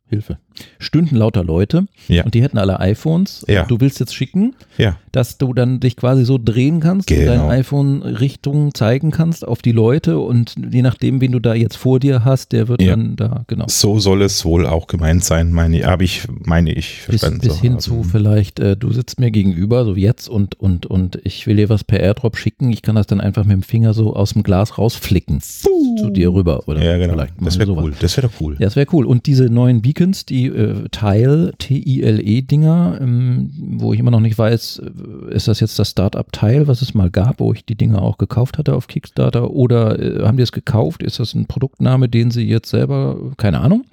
[SPEAKER 2] Hilfe. Stünden lauter Leute
[SPEAKER 1] Ja.
[SPEAKER 2] und die hätten alle iPhones.
[SPEAKER 1] Ja.
[SPEAKER 2] Du willst jetzt schicken,
[SPEAKER 1] Ja,
[SPEAKER 2] dass du dann dich quasi so drehen kannst, und
[SPEAKER 1] Genau.
[SPEAKER 2] dein iPhone Richtung zeigen kannst auf die Leute und je nachdem, wen du da jetzt vor dir hast, der wird
[SPEAKER 1] Ja.
[SPEAKER 2] dann da genau
[SPEAKER 1] so soll es wohl auch gemeint sein, meine, habe ich, meine ich
[SPEAKER 2] bis,
[SPEAKER 1] verstanden.
[SPEAKER 2] bis
[SPEAKER 1] zu
[SPEAKER 2] hin
[SPEAKER 1] haben.
[SPEAKER 2] zu vielleicht, äh, du sitzt mir gegenüber, so wie jetzt, und, und, und ich will dir was per Airdrop schicken. Ich kann das dann einfach mit dem Finger so aus dem Glas rausflicken. Zu dir rüber. Oder
[SPEAKER 1] Ja, genau.
[SPEAKER 2] vielleicht
[SPEAKER 1] Das
[SPEAKER 2] machen
[SPEAKER 1] wäre
[SPEAKER 2] sowas.
[SPEAKER 1] cool. Das wäre doch cool.
[SPEAKER 2] Ja, das wäre cool. Und diese neuen Beacons, die äh, Tile, T-I-L-E-Dinger, E ähm, wo ich immer noch nicht weiß, äh, ist das jetzt das Startup Tile, was es mal gab, wo ich die Dinger auch gekauft hatte auf Kickstarter? Oder äh, haben die es gekauft? Ist das ein Produktname, den sie jetzt selber, keine Ahnung.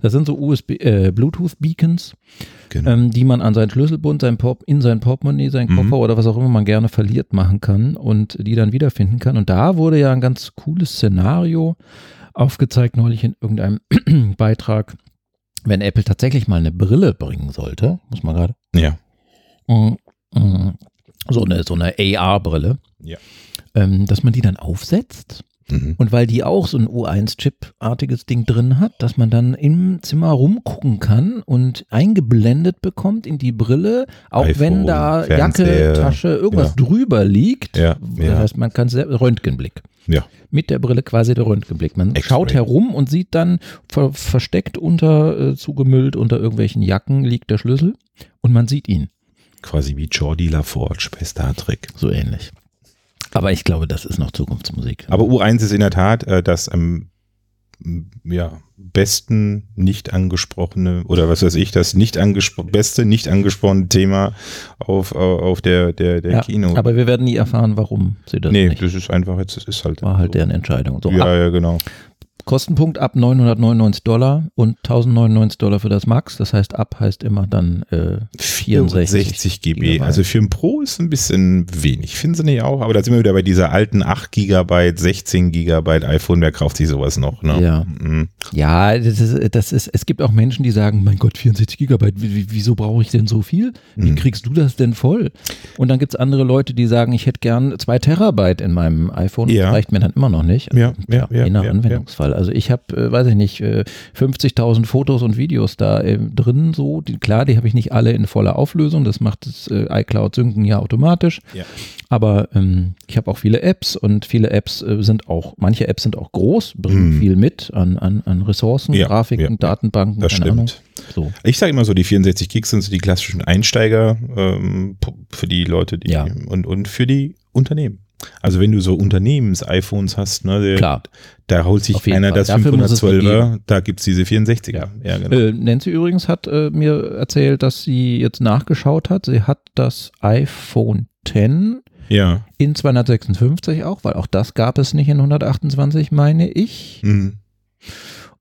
[SPEAKER 2] Das sind so USB, äh, Bluetooth-Beacons,
[SPEAKER 1] Genau.
[SPEAKER 2] ähm, die man an seinen Schlüsselbund, sein Port, in sein Portemonnaie, seinen
[SPEAKER 1] Mhm.
[SPEAKER 2] Koffer oder was auch immer man gerne verliert machen kann und die dann wiederfinden kann. Und da wurde ja ein ganz cooles Szenario aufgezeigt, neulich in irgendeinem Beitrag, wenn Apple tatsächlich mal eine Brille bringen sollte, muss man gerade,
[SPEAKER 1] Ja.
[SPEAKER 2] Mm, mm, so eine, so eine AR-Brille,
[SPEAKER 1] Ja.
[SPEAKER 2] ähm, dass man die dann aufsetzt
[SPEAKER 1] Mhm.
[SPEAKER 2] und weil die auch so ein U1-Chip-artiges Ding drin hat, dass man dann im Zimmer rumgucken kann und eingeblendet bekommt in die Brille, auch
[SPEAKER 1] iPhone,
[SPEAKER 2] wenn da Jacke,
[SPEAKER 1] Fernseher,
[SPEAKER 2] Tasche, irgendwas drüber liegt.
[SPEAKER 1] Ja,
[SPEAKER 2] Das
[SPEAKER 1] ja.
[SPEAKER 2] heißt, man kann selbst Röntgenblick.
[SPEAKER 1] Ja.
[SPEAKER 2] Mit der Brille quasi der Röntgenblick. Man
[SPEAKER 1] X-Ray.
[SPEAKER 2] schaut herum und sieht dann ver versteckt unter, äh, zugemüllt unter irgendwelchen Jacken liegt der Schlüssel und man sieht ihn.
[SPEAKER 1] Quasi wie Jordi LaForge bei Star Trek.
[SPEAKER 2] So ähnlich. Aber ich glaube, das ist noch Zukunftsmusik.
[SPEAKER 1] Aber U1 ist in der Tat äh, das am m, ja, besten nicht angesprochene oder was weiß ich, das nicht angespro beste nicht angesprochene Thema auf, äh, auf der, der, der
[SPEAKER 2] ja,
[SPEAKER 1] Kino.
[SPEAKER 2] aber wir werden nie erfahren, warum sie das
[SPEAKER 1] nee,
[SPEAKER 2] nicht
[SPEAKER 1] das ist einfach, jetzt es ist halt.
[SPEAKER 2] War halt deren Entscheidung. So, ab,
[SPEAKER 1] ja, ja, genau.
[SPEAKER 2] Kostenpunkt ab 999 Dollar und 1099 Dollar für das Max. Das heißt, ab heißt immer dann äh, 64.
[SPEAKER 1] 64 GB.
[SPEAKER 2] Gigabyte.
[SPEAKER 1] Also für ein Pro ist ein bisschen wenig. Finden Sie nicht auch? Aber da sind wir wieder bei dieser alten 8 GB, 16 GB iPhone. Wer kauft sich sowas noch? Ne?
[SPEAKER 2] Ja.
[SPEAKER 1] Mhm.
[SPEAKER 2] Ja, das ist, das ist, es gibt auch Menschen, die sagen, mein Gott, 64 Gigabyte, wie- wie- wieso brauche ich denn so viel? Wie
[SPEAKER 1] Mhm.
[SPEAKER 2] kriegst du das denn voll? Und dann gibt es andere Leute, die sagen, ich hätte gern 2 Terabyte in meinem iPhone.
[SPEAKER 1] Ja.
[SPEAKER 2] Das reicht mir dann immer noch nicht.
[SPEAKER 1] Ja, ja, ja,
[SPEAKER 2] je nach
[SPEAKER 1] ja,
[SPEAKER 2] Anwendungsfall. Also ich habe, äh, weiß ich nicht, äh, 50.000 Fotos und Videos da äh, drin so. Die, klar, die habe ich nicht alle in voller Auflösung. Das macht das äh, iCloud Synken ja automatisch.
[SPEAKER 1] Ja.
[SPEAKER 2] Aber ähm, ich habe auch viele Apps und viele Apps äh, sind auch, manche Apps sind auch groß, bringen
[SPEAKER 1] Hm.
[SPEAKER 2] viel mit an, an, an Ressourcen,
[SPEAKER 1] Ja,
[SPEAKER 2] Grafiken,
[SPEAKER 1] ja, ja.
[SPEAKER 2] Datenbanken.
[SPEAKER 1] Das
[SPEAKER 2] keine
[SPEAKER 1] stimmt.
[SPEAKER 2] Ahnung. So.
[SPEAKER 1] Ich sage immer so, die 64 Gigs sind so die klassischen Einsteiger ähm, pu- für die Leute, die
[SPEAKER 2] Ja.
[SPEAKER 1] und, und für die Unternehmen. Also wenn du so Unternehmens-iPhones hast, ne, der,
[SPEAKER 2] Klar.
[SPEAKER 1] da holt
[SPEAKER 2] Auf
[SPEAKER 1] sich
[SPEAKER 2] jeden
[SPEAKER 1] einer
[SPEAKER 2] Fall.
[SPEAKER 1] das
[SPEAKER 2] Dafür muss es die
[SPEAKER 1] 512er, da gibt es diese 64er. Ja, genau.
[SPEAKER 2] Äh, Nancy übrigens hat äh, mir erzählt, dass sie jetzt nachgeschaut hat. Sie hat das iPhone 10
[SPEAKER 1] ja.
[SPEAKER 2] in 256 auch, weil auch das gab es nicht in 128, meine ich.
[SPEAKER 1] Mhm.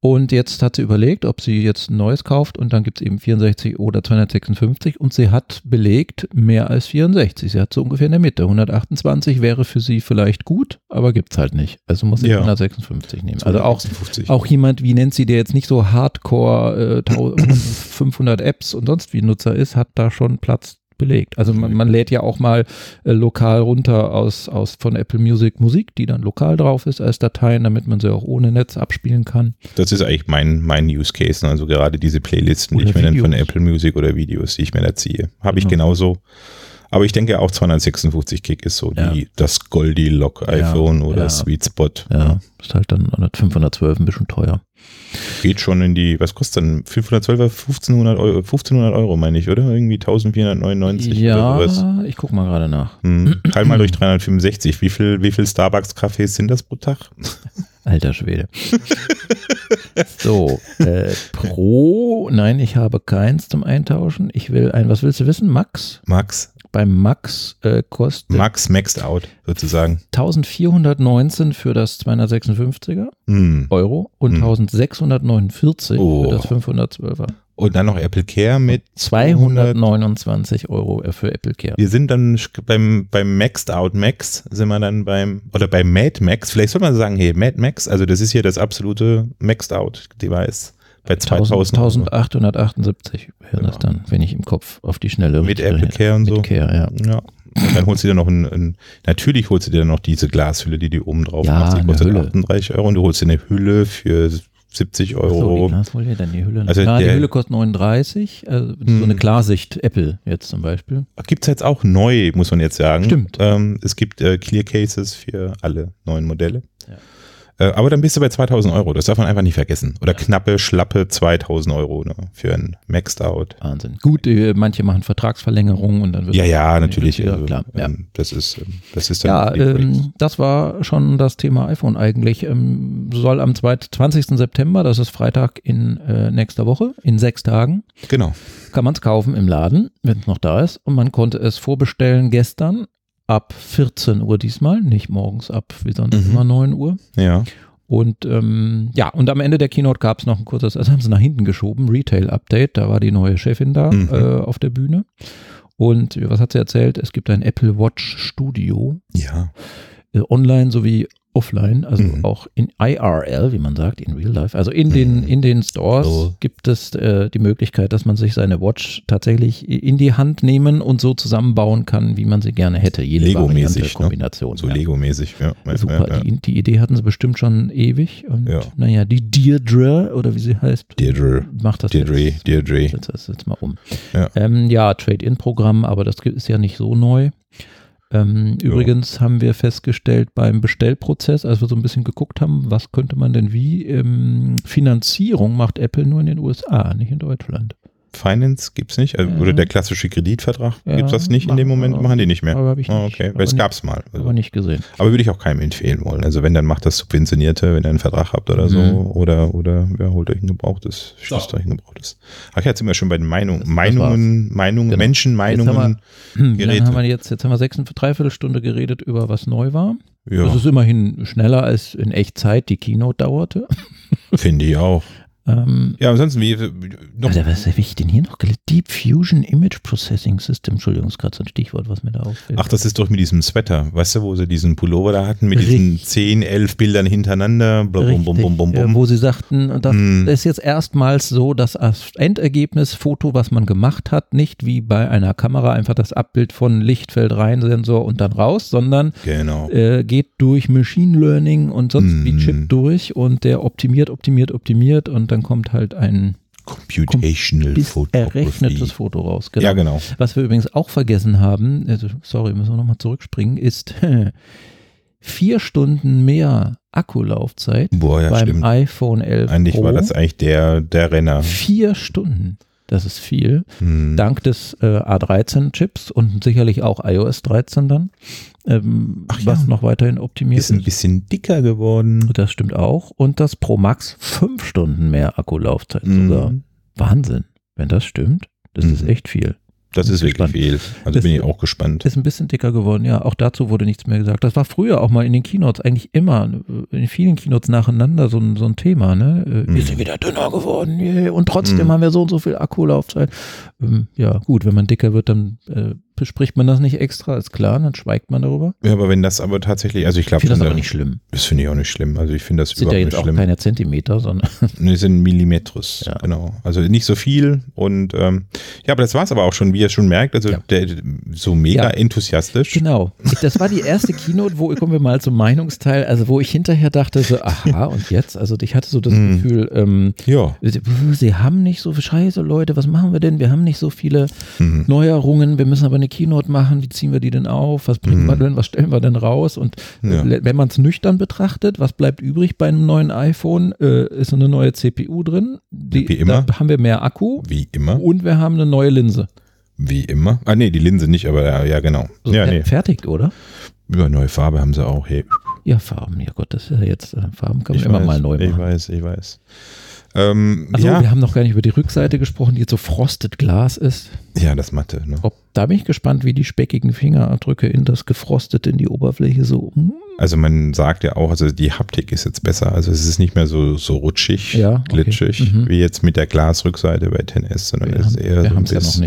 [SPEAKER 2] Und jetzt hat sie überlegt, ob sie jetzt ein neues kauft und dann gibt es eben 64 oder 256 und sie hat belegt mehr als 64. Sie hat so ungefähr in der Mitte. 128 wäre für sie vielleicht gut, aber gibt es halt nicht. Also muss sie
[SPEAKER 1] Ja.
[SPEAKER 2] 156 nehmen. Also auch
[SPEAKER 1] 56.
[SPEAKER 2] auch jemand wie Nancy, der jetzt nicht so hardcore äh, 1000 500 Apps und sonst wie Nutzer ist, hat da schon Platz belegt. Also man, man lädt ja auch mal äh, lokal runter aus, aus von Apple Music Musik, die dann lokal drauf ist als Dateien, damit man sie auch ohne Netz abspielen kann.
[SPEAKER 1] Das ist eigentlich mein, mein Use Case. ne? Also gerade diese Playlisten, die
[SPEAKER 2] Oder
[SPEAKER 1] ich mir dann von
[SPEAKER 2] Videos.
[SPEAKER 1] Apple Music oder Videos, die ich mir da ziehe, habe ich
[SPEAKER 2] Genau.
[SPEAKER 1] genauso. Aber ich denke auch 256 Gig ist so
[SPEAKER 2] Ja.
[SPEAKER 1] die, das Goldilock iPhone oder
[SPEAKER 2] ja.
[SPEAKER 1] Sweet Spot.
[SPEAKER 2] Ja, ist halt dann 512 ein bisschen teuer.
[SPEAKER 1] Geht schon in die, was kostet denn? 512er, 1500 Euro, 1500 Euro meine ich, oder? Irgendwie 1499 oder sowas.
[SPEAKER 2] Ja, ich guck mal gerade nach.
[SPEAKER 1] Hm. Teil mal durch 365. Wie viel, wie viel Starbucks-Cafés sind das pro Tag?
[SPEAKER 2] Alter Schwede. so, äh, Pro, nein, ich habe keins zum Eintauschen. Ich will ein, was willst du wissen, Max?
[SPEAKER 1] Max,
[SPEAKER 2] Beim Max äh, kostet
[SPEAKER 1] Max maxed out, sozusagen.
[SPEAKER 2] 1419 für das 256er
[SPEAKER 1] Hm.
[SPEAKER 2] Euro und
[SPEAKER 1] Hm.
[SPEAKER 2] 1649
[SPEAKER 1] Oh.
[SPEAKER 2] für das 512er.
[SPEAKER 1] Und dann noch Apple Care mit
[SPEAKER 2] 229 Euro für Apple Care.
[SPEAKER 1] Wir sind dann sch- beim, beim Maxed Out Max, sind wir dann beim, oder beim Mad Max. Vielleicht soll man sagen, hey, Mad Max, also das ist hier das absolute Maxed Out Device bei 2000.
[SPEAKER 2] 1878 wäre das
[SPEAKER 1] Ja.
[SPEAKER 2] dann, wenn ich im Kopf auf die Schnelle
[SPEAKER 1] Genau. Mit
[SPEAKER 2] richtig
[SPEAKER 1] Apple Care und
[SPEAKER 2] mit
[SPEAKER 1] so.
[SPEAKER 2] Care, ja.
[SPEAKER 1] Ja. Und dann holst du dir noch ein, ein, natürlich holst du dir dann noch diese Glashülle, die du oben drauf
[SPEAKER 2] Ja,
[SPEAKER 1] machst. Die
[SPEAKER 2] eine
[SPEAKER 1] kostet
[SPEAKER 2] Hülle.
[SPEAKER 1] 38 Euro und du holst dir eine Hülle für 70
[SPEAKER 2] So,
[SPEAKER 1] Euro.
[SPEAKER 2] die Glasfolie, dann die Hülle.
[SPEAKER 1] Also
[SPEAKER 2] Also die
[SPEAKER 1] der-
[SPEAKER 2] Hülle kostet 39, also
[SPEAKER 1] Hm.
[SPEAKER 2] so eine Klarsicht Apple jetzt zum Beispiel.
[SPEAKER 1] Gibt es jetzt auch neu, muss man jetzt sagen.
[SPEAKER 2] Stimmt.
[SPEAKER 1] Ähm, es gibt äh, Clear Cases für alle neuen Modelle.
[SPEAKER 2] Ja.
[SPEAKER 1] Äh, aber dann bist du bei 2000 Euro. Das darf man einfach nicht vergessen. Oder knappe, schlappe 2000 Euro ne, für ein Maxed Out.
[SPEAKER 2] Wahnsinn. Gut, äh, manche machen Vertragsverlängerungen und dann wird
[SPEAKER 1] Ja, ja, natürlich.
[SPEAKER 2] Ja,
[SPEAKER 1] also,
[SPEAKER 2] klar. Ja.
[SPEAKER 1] Ähm, das, ist, ähm, das ist
[SPEAKER 2] Ja,
[SPEAKER 1] dann. für die Freaks.
[SPEAKER 2] ähm, das war schon das Thema iPhone eigentlich. Ähm, soll am 2- 20. September, das ist Freitag in äh, nächster Woche, in sechs Tagen,
[SPEAKER 1] genau.
[SPEAKER 2] kann man es kaufen im Laden, wenn es noch da ist. Und man konnte es vorbestellen gestern ab 14 Uhr diesmal, nicht morgens ab wie sonst
[SPEAKER 1] Mhm.
[SPEAKER 2] immer 9 Uhr.
[SPEAKER 1] Ja.
[SPEAKER 2] Und ähm, ja, und am Ende der Keynote gab es noch ein kurzes, das haben sie nach hinten geschoben, Retail-Update, da war die neue Chefin da
[SPEAKER 1] Mhm.
[SPEAKER 2] äh, auf der Bühne. Und was hat sie erzählt? Es gibt ein Apple Watch Studio,
[SPEAKER 1] Ja.
[SPEAKER 2] äh, online sowie offline, also
[SPEAKER 1] Mhm.
[SPEAKER 2] auch in IRL, wie man sagt, in Real Life, also in den
[SPEAKER 1] Mhm.
[SPEAKER 2] in den Stores
[SPEAKER 1] So.
[SPEAKER 2] gibt es äh, die Möglichkeit, dass man sich seine Watch tatsächlich i- in die Hand nehmen und so zusammenbauen kann, wie man sie gerne hätte, jede
[SPEAKER 1] Lego-mäßig,
[SPEAKER 2] Variante,
[SPEAKER 1] ne?
[SPEAKER 2] Kombination.
[SPEAKER 1] So
[SPEAKER 2] ja.
[SPEAKER 1] Lego-mäßig. Ja. Ja,
[SPEAKER 2] Super,
[SPEAKER 1] Ja, ja.
[SPEAKER 2] Die, die Idee hatten sie bestimmt schon ewig. Und
[SPEAKER 1] Ja.
[SPEAKER 2] naja, die Deirdre, oder wie sie heißt,
[SPEAKER 1] Deirdre.
[SPEAKER 2] macht das
[SPEAKER 1] Deirdre.
[SPEAKER 2] jetzt.
[SPEAKER 1] Deirdre.
[SPEAKER 2] Setzt das jetzt mal um.
[SPEAKER 1] Ja.
[SPEAKER 2] ähm, ja Trade-In-Programm, aber das ist ja nicht so neu. Ähm, übrigens haben wir festgestellt beim Bestellprozess, als wir so ein bisschen geguckt haben, was könnte man denn wie, ähm, Finanzierung macht Apple nur in den USA, nicht in Deutschland.
[SPEAKER 1] Finance gibt's nicht. Also,
[SPEAKER 2] Ja.
[SPEAKER 1] Oder der klassische Kreditvertrag
[SPEAKER 2] Mhm. Ja,
[SPEAKER 1] gibt's das nicht in dem
[SPEAKER 2] Ähm, machen-
[SPEAKER 1] Moment? Machen die nicht mehr.
[SPEAKER 2] Aber habe ich nicht.
[SPEAKER 1] Ah, okay,
[SPEAKER 2] aber,
[SPEAKER 1] weil es
[SPEAKER 2] nicht-
[SPEAKER 1] gab's mal. Also.
[SPEAKER 2] aber nicht gesehen.
[SPEAKER 1] Aber würde ich auch keinem empfehlen wollen. Also wenn, dann macht das Subventionierte, wenn ihr einen Vertrag habt oder so.
[SPEAKER 2] Mhm.
[SPEAKER 1] Oder, oder ja, holt euch ein gebrauchtes, schließt euch ein gebrauchtes. Ach ja, jetzt sind wir schon bei den Meinungen. Meinungen, Meinungen,
[SPEAKER 2] Genau.
[SPEAKER 1] Menschen,
[SPEAKER 2] Jetzt haben
[SPEAKER 1] Meinungen.
[SPEAKER 2] Hm, wie lange
[SPEAKER 1] Geräte.
[SPEAKER 2] haben wir jetzt? Jetzt haben wir sechs, dreiviertel Stunde geredet über was neu war. Das
[SPEAKER 1] Ja,
[SPEAKER 2] ist immerhin schneller als in Echtzeit die Keynote dauerte.
[SPEAKER 1] finde ich auch.
[SPEAKER 2] Ähm,
[SPEAKER 1] Ja, ansonsten, wie, wie- noch,
[SPEAKER 2] Alter, Also, was habe ich denn hier noch gelesen? Deep Fusion Image Processing System. Entschuldigung, ist gerade so ein Stichwort, was mir da auffällt.
[SPEAKER 1] ach, das ist doch mit diesem Sweater. Weißt du, wo sie diesen Pullover da hatten, mit diesen
[SPEAKER 2] Richtig.
[SPEAKER 1] 10, 11 Bildern hintereinander. Blum,
[SPEAKER 2] Richtig,
[SPEAKER 1] bum, bum, bum,
[SPEAKER 2] äh,
[SPEAKER 1] bum.
[SPEAKER 2] wo sie sagten, das
[SPEAKER 1] Hm.
[SPEAKER 2] ist jetzt erstmals so, dass das Endergebnis-Foto, was man gemacht hat, nicht wie bei einer Kamera einfach das Abbild von Lichtfeld rein, Sensor und dann raus, sondern
[SPEAKER 1] Genau.
[SPEAKER 2] äh, geht durch Machine Learning und sonst wie
[SPEAKER 1] Mhm.
[SPEAKER 2] Chip durch und der optimiert, optimiert, optimiert und dann kommt halt ein
[SPEAKER 1] Computational
[SPEAKER 2] bis errechnetes
[SPEAKER 1] Photography.
[SPEAKER 2] Foto raus.
[SPEAKER 1] Ja, genau.
[SPEAKER 2] Was wir übrigens auch vergessen haben, also sorry, müssen wir nochmal zurückspringen, ist vier Stunden mehr Akkulaufzeit
[SPEAKER 1] Boah, ja,
[SPEAKER 2] beim
[SPEAKER 1] stimmt.
[SPEAKER 2] iPhone 11
[SPEAKER 1] Eigentlich
[SPEAKER 2] Pro.
[SPEAKER 1] war das eigentlich der, der Renner.
[SPEAKER 2] vier Stunden. Das ist viel.
[SPEAKER 1] Hm.
[SPEAKER 2] Dank des äh, A13-Chips und sicherlich auch iOS 13 dann, ähm,
[SPEAKER 1] Ach ja.
[SPEAKER 2] was noch weiterhin optimiert
[SPEAKER 1] Ist ein bisschen dicker geworden.
[SPEAKER 2] Das stimmt auch. Und das Pro Max fünf Stunden mehr Akkulaufzeit sogar.
[SPEAKER 1] Mhm.
[SPEAKER 2] Wahnsinn. Wenn das stimmt, das ist
[SPEAKER 1] Mhm.
[SPEAKER 2] echt viel.
[SPEAKER 1] Das ist wirklich
[SPEAKER 2] Gespannt.
[SPEAKER 1] viel. Also
[SPEAKER 2] Das-
[SPEAKER 1] bin ich auch gespannt.
[SPEAKER 2] Ist ein bisschen dicker geworden, ja. Auch dazu wurde nichts mehr gesagt. Das war früher auch mal in den Keynotes, eigentlich immer, in vielen Keynotes nacheinander so ein, so ein Thema, ne? Äh,
[SPEAKER 1] Mhm.
[SPEAKER 2] Wir sind wieder dünner geworden yay, und trotzdem
[SPEAKER 1] Mhm.
[SPEAKER 2] haben wir so und so viel Akkulaufzeit. Ähm, ja, gut, wenn man dicker wird, dann äh, bespricht man das nicht extra, ist klar, dann schweigt man darüber.
[SPEAKER 1] Ja, aber wenn das aber tatsächlich, also ich
[SPEAKER 2] Ich
[SPEAKER 1] glaube,
[SPEAKER 2] finde das aber
[SPEAKER 1] das,
[SPEAKER 2] nicht schlimm.
[SPEAKER 1] das finde ich auch nicht schlimm. Also ich finde das
[SPEAKER 2] Sind ja
[SPEAKER 1] überhaupt
[SPEAKER 2] jetzt
[SPEAKER 1] nicht
[SPEAKER 2] auch
[SPEAKER 1] schlimm.
[SPEAKER 2] keine Zentimeter, sondern
[SPEAKER 1] Nee, sind Millimetrus,
[SPEAKER 2] Ja.
[SPEAKER 1] genau. Also nicht so viel und ähm, ja, aber das war es aber auch schon, wie ihr schon merkt, also
[SPEAKER 2] Ja.
[SPEAKER 1] der, so mega
[SPEAKER 2] Ja.
[SPEAKER 1] enthusiastisch.
[SPEAKER 2] Genau. Das war die erste Keynote, wo kommen wir mal zum Meinungsteil, also wo ich hinterher dachte, so, aha, und jetzt? Also ich hatte so das
[SPEAKER 1] Mhm.
[SPEAKER 2] Gefühl, ähm,
[SPEAKER 1] Ja.
[SPEAKER 2] sie haben nicht so viel Scheiße, Leute, was machen wir denn? Wir haben nicht so viele
[SPEAKER 1] Mhm.
[SPEAKER 2] Neuerungen, wir müssen aber eine Keynote machen, wie ziehen wir die denn auf? Was bringen wir denn, was stellen wir denn raus? Und
[SPEAKER 1] Mhm.
[SPEAKER 2] äh,
[SPEAKER 1] Ja.
[SPEAKER 2] le- wenn man es nüchtern betrachtet, was bleibt übrig bei einem neuen iPhone? Äh, ist eine neue CPU drin, die,
[SPEAKER 1] Wie immer.
[SPEAKER 2] da haben wir mehr Akku
[SPEAKER 1] Wie immer.
[SPEAKER 2] und wir haben eine neue Linse.
[SPEAKER 1] Wie immer. Ah nee, die Linse nicht, aber ja, ja genau.
[SPEAKER 2] So,
[SPEAKER 1] ja,
[SPEAKER 2] fer-
[SPEAKER 1] nee.
[SPEAKER 2] Fertig, oder?
[SPEAKER 1] Über neue Farbe haben sie auch. Hey.
[SPEAKER 2] Ja, Farben, ja Gott, das ist ja jetzt, äh, Farben kann man immer
[SPEAKER 1] weiß,
[SPEAKER 2] mal neu
[SPEAKER 1] Ich
[SPEAKER 2] machen.
[SPEAKER 1] weiß, ich weiß. Ähm,
[SPEAKER 2] Achso,
[SPEAKER 1] ja.
[SPEAKER 2] wir haben noch gar nicht über die Rückseite gesprochen, die jetzt so frosted Glas ist.
[SPEAKER 1] ja, das Mathe. Ne?
[SPEAKER 2] Ob, da bin ich gespannt, wie die speckigen Fingerabdrücke in das gefrostet in die Oberfläche so. hm,
[SPEAKER 1] Also man sagt ja auch, also die Haptik ist jetzt besser. Also es ist nicht mehr so, so rutschig,
[SPEAKER 2] Ja, okay.
[SPEAKER 1] glitschig,
[SPEAKER 2] Mhm.
[SPEAKER 1] wie jetzt mit der Glasrückseite bei 10S, sondern
[SPEAKER 2] Wir
[SPEAKER 1] es ist
[SPEAKER 2] haben-
[SPEAKER 1] eher
[SPEAKER 2] wir
[SPEAKER 1] so ein
[SPEAKER 2] haben's ja noch
[SPEAKER 1] bisschen.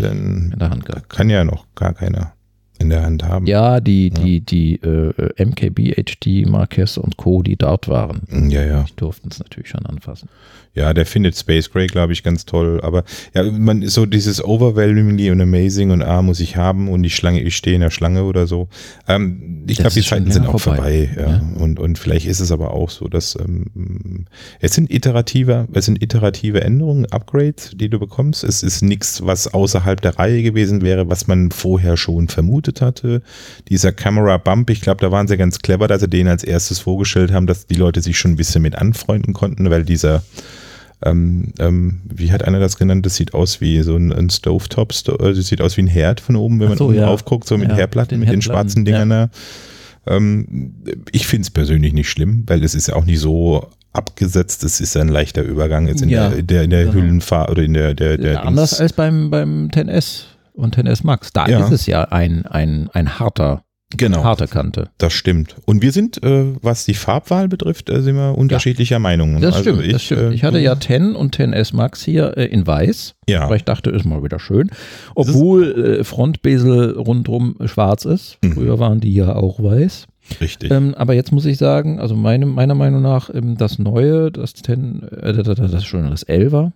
[SPEAKER 2] nicht In der Hand gehabt.
[SPEAKER 1] Kann ja noch gar keiner in der Hand haben.
[SPEAKER 2] Ja, die, die, die äh, MKB, HD, Marquez und Co., die dort waren,
[SPEAKER 1] ja, ja.
[SPEAKER 2] die durften es natürlich schon anfassen.
[SPEAKER 1] Ja, der findet Space Gray, glaube ich, ganz toll. Aber ja, man ist so dieses Overwhelmingly und Amazing und ah, muss ich haben und die Schlange, ich stehe in der Schlange oder so. Ähm, ich
[SPEAKER 2] Das
[SPEAKER 1] glaube, die
[SPEAKER 2] ist schon
[SPEAKER 1] Zeiten sind
[SPEAKER 2] länger
[SPEAKER 1] auch vorbei.
[SPEAKER 2] vorbei.
[SPEAKER 1] ja.
[SPEAKER 2] Ja.
[SPEAKER 1] Und, und vielleicht ist es aber auch so, dass ähm, es sind iterative, es sind iterative Änderungen, Upgrades, die du bekommst. Es ist nichts, was außerhalb der Reihe gewesen wäre, was man vorher schon vermutet hatte. Dieser Camera Bump, ich glaube, da waren sie ganz clever, dass sie den als erstes vorgestellt haben, dass die Leute sich schon ein bisschen mit anfreunden konnten, weil dieser ähm, ähm, wie hat einer das genannt? Das sieht aus wie so ein, ein Stovetop, Sto äh, das sieht aus wie ein Herd von oben, wenn
[SPEAKER 2] Ach
[SPEAKER 1] man
[SPEAKER 2] so,
[SPEAKER 1] oben
[SPEAKER 2] ja.
[SPEAKER 1] aufguckt, so mit
[SPEAKER 2] Ja,
[SPEAKER 1] Herdplatten,
[SPEAKER 2] den
[SPEAKER 1] mit den
[SPEAKER 2] Herdplatten,
[SPEAKER 1] schwarzen Dingern da. Ähm, ich finde es persönlich nicht schlimm, weil es ist ja auch nicht so abgesetzt, es ist ein leichter Übergang jetzt in
[SPEAKER 2] Ja,
[SPEAKER 1] der, in der, in der
[SPEAKER 2] genau.
[SPEAKER 1] Hüllenfahr oder in der, der, der
[SPEAKER 2] Anders
[SPEAKER 1] Dings-
[SPEAKER 2] als beim, beim 10S und 10S Max. Da
[SPEAKER 1] Ja.
[SPEAKER 2] ist es ja ein, ein, ein harter,
[SPEAKER 1] genau,
[SPEAKER 2] harte Kante.
[SPEAKER 1] das stimmt. Und wir sind, äh, was die Farbwahl betrifft, äh, sind wir unterschiedlicher Meinungen.
[SPEAKER 2] Das
[SPEAKER 1] Also
[SPEAKER 2] stimmt, das stimmt.
[SPEAKER 1] äh,
[SPEAKER 2] Ich hatte ja 10 und 10S Max hier äh, in weiß.
[SPEAKER 1] ja.
[SPEAKER 2] Weil ich dachte, ist mal wieder schön. Obwohl äh, Frontbesel rundrum schwarz ist.
[SPEAKER 1] Mhm.
[SPEAKER 2] Früher waren die ja auch weiß.
[SPEAKER 1] richtig.
[SPEAKER 2] Ähm, aber jetzt muss ich sagen, also meine, meiner Meinung nach, ähm, das neue, das 10, äh, das, das, das schöne, das 11er,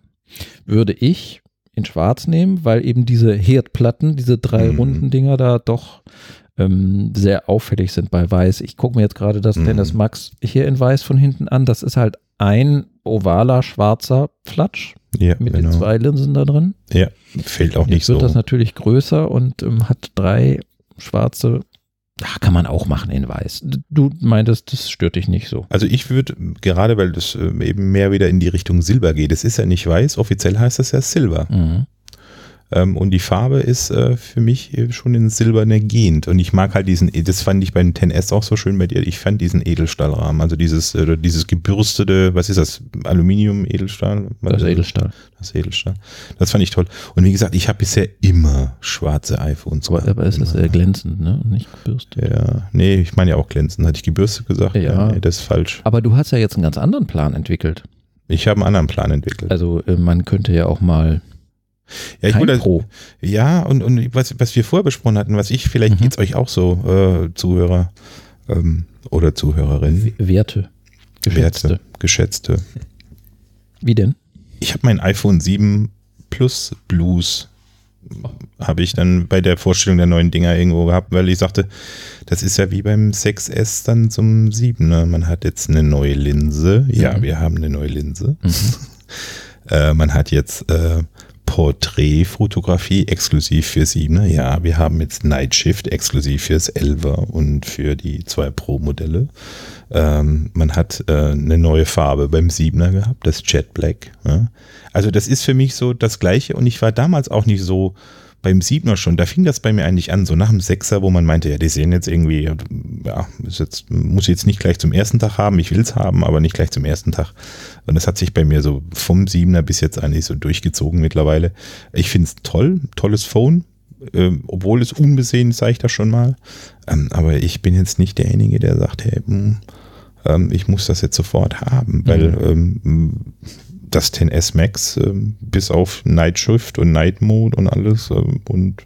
[SPEAKER 2] würde ich in schwarz nehmen, weil eben diese Herdplatten, diese drei
[SPEAKER 1] Mhm.
[SPEAKER 2] runden Dinger da doch ähm, sehr auffällig sind bei weiß. Ich gucke mir jetzt gerade das
[SPEAKER 1] Mhm.
[SPEAKER 2] Tennis Max hier in weiß von hinten an. Das ist halt ein ovaler schwarzer Flatsch
[SPEAKER 1] ja,
[SPEAKER 2] mit den zwei Linsen da drin.
[SPEAKER 1] ja, fehlt auch nicht
[SPEAKER 2] Jetzt wird
[SPEAKER 1] so.
[SPEAKER 2] das natürlich größer und ähm, hat drei schwarze. Ach, kann man auch machen in weiß. D- Du meintest, das stört dich nicht so.
[SPEAKER 1] Also ich würde, gerade weil das ähm, eben mehr wieder in die Richtung Silber geht, es ist ja nicht weiß, offiziell heißt es ja Silber.
[SPEAKER 2] Mhm.
[SPEAKER 1] Ähm, und die Farbe ist äh, für mich äh, schon in silberne Gegend. Und ich mag halt diesen, das fand ich beim 10S auch so schön bei dir, ich fand diesen Edelstahlrahmen, also dieses, äh, dieses gebürstete, was ist das, Aluminium, Edelstahl?
[SPEAKER 2] Das ist Edelstahl.
[SPEAKER 1] Das Edelstahl. Das fand ich toll. Und wie gesagt, ich habe bisher immer schwarze iPhones.
[SPEAKER 2] Aber,
[SPEAKER 1] gehabt.
[SPEAKER 2] aber es ist
[SPEAKER 1] Immer.
[SPEAKER 2] äh, glänzend, ne? Und nicht gebürstet.
[SPEAKER 1] ja, nee, ich meine ja auch glänzend. Hatte ich gebürstet gesagt?
[SPEAKER 2] Ja.
[SPEAKER 1] Nee, das ist falsch.
[SPEAKER 2] Aber du hast ja jetzt einen ganz anderen Plan entwickelt.
[SPEAKER 1] Ich habe einen anderen Plan entwickelt.
[SPEAKER 2] Also äh, man könnte ja auch mal
[SPEAKER 1] ja, ich
[SPEAKER 2] kein
[SPEAKER 1] wurde-
[SPEAKER 2] Pro.
[SPEAKER 1] Ja, und, und was, was wir vorher besprochen hatten, was ich, vielleicht
[SPEAKER 2] Mhm.
[SPEAKER 1] geht's euch auch so, äh, Zuhörer ähm, oder Zuhörerinnen,
[SPEAKER 2] Werte. Geschätzte.
[SPEAKER 1] Werte, Geschätzte.
[SPEAKER 2] Wie denn?
[SPEAKER 1] Ich habe mein iPhone 7 Plus Blues, habe ich dann bei der Vorstellung der neuen Dinger irgendwo gehabt, weil ich sagte, das ist ja wie beim 6S dann zum 7. Ne? Man hat jetzt eine neue Linse. Ja,
[SPEAKER 2] Mhm.
[SPEAKER 1] wir haben eine neue Linse.
[SPEAKER 2] Mhm.
[SPEAKER 1] Äh, man hat jetzt äh, Porträtfotografie exklusiv für 7er. Ja, wir haben jetzt Night Shift exklusiv fürs 11er und für die 2 Pro Modelle. Ähm, man hat äh, eine neue Farbe beim 7er gehabt, das Jet Black. Ja. Also das ist für mich so das Gleiche und ich war damals auch nicht so beim 7er schon, da fing das bei mir eigentlich an, so nach dem 6er, wo man meinte, ja, die sehen jetzt irgendwie, ja, ist jetzt, muss ich jetzt nicht gleich zum ersten Tag haben, ich will es haben, aber nicht gleich zum ersten Tag. Und das hat sich bei mir so vom 7er bis jetzt eigentlich so durchgezogen mittlerweile. Ich finde es toll, tolles Phone, ähm, obwohl es unbesehen, sage ich das schon mal. Ähm, aber ich bin jetzt nicht derjenige, der sagt, hey, mh, ähm, ich muss das jetzt sofort haben, weil ähm, das 10S Max ähm, bis auf Night Shift und Night Mode und alles ähm, und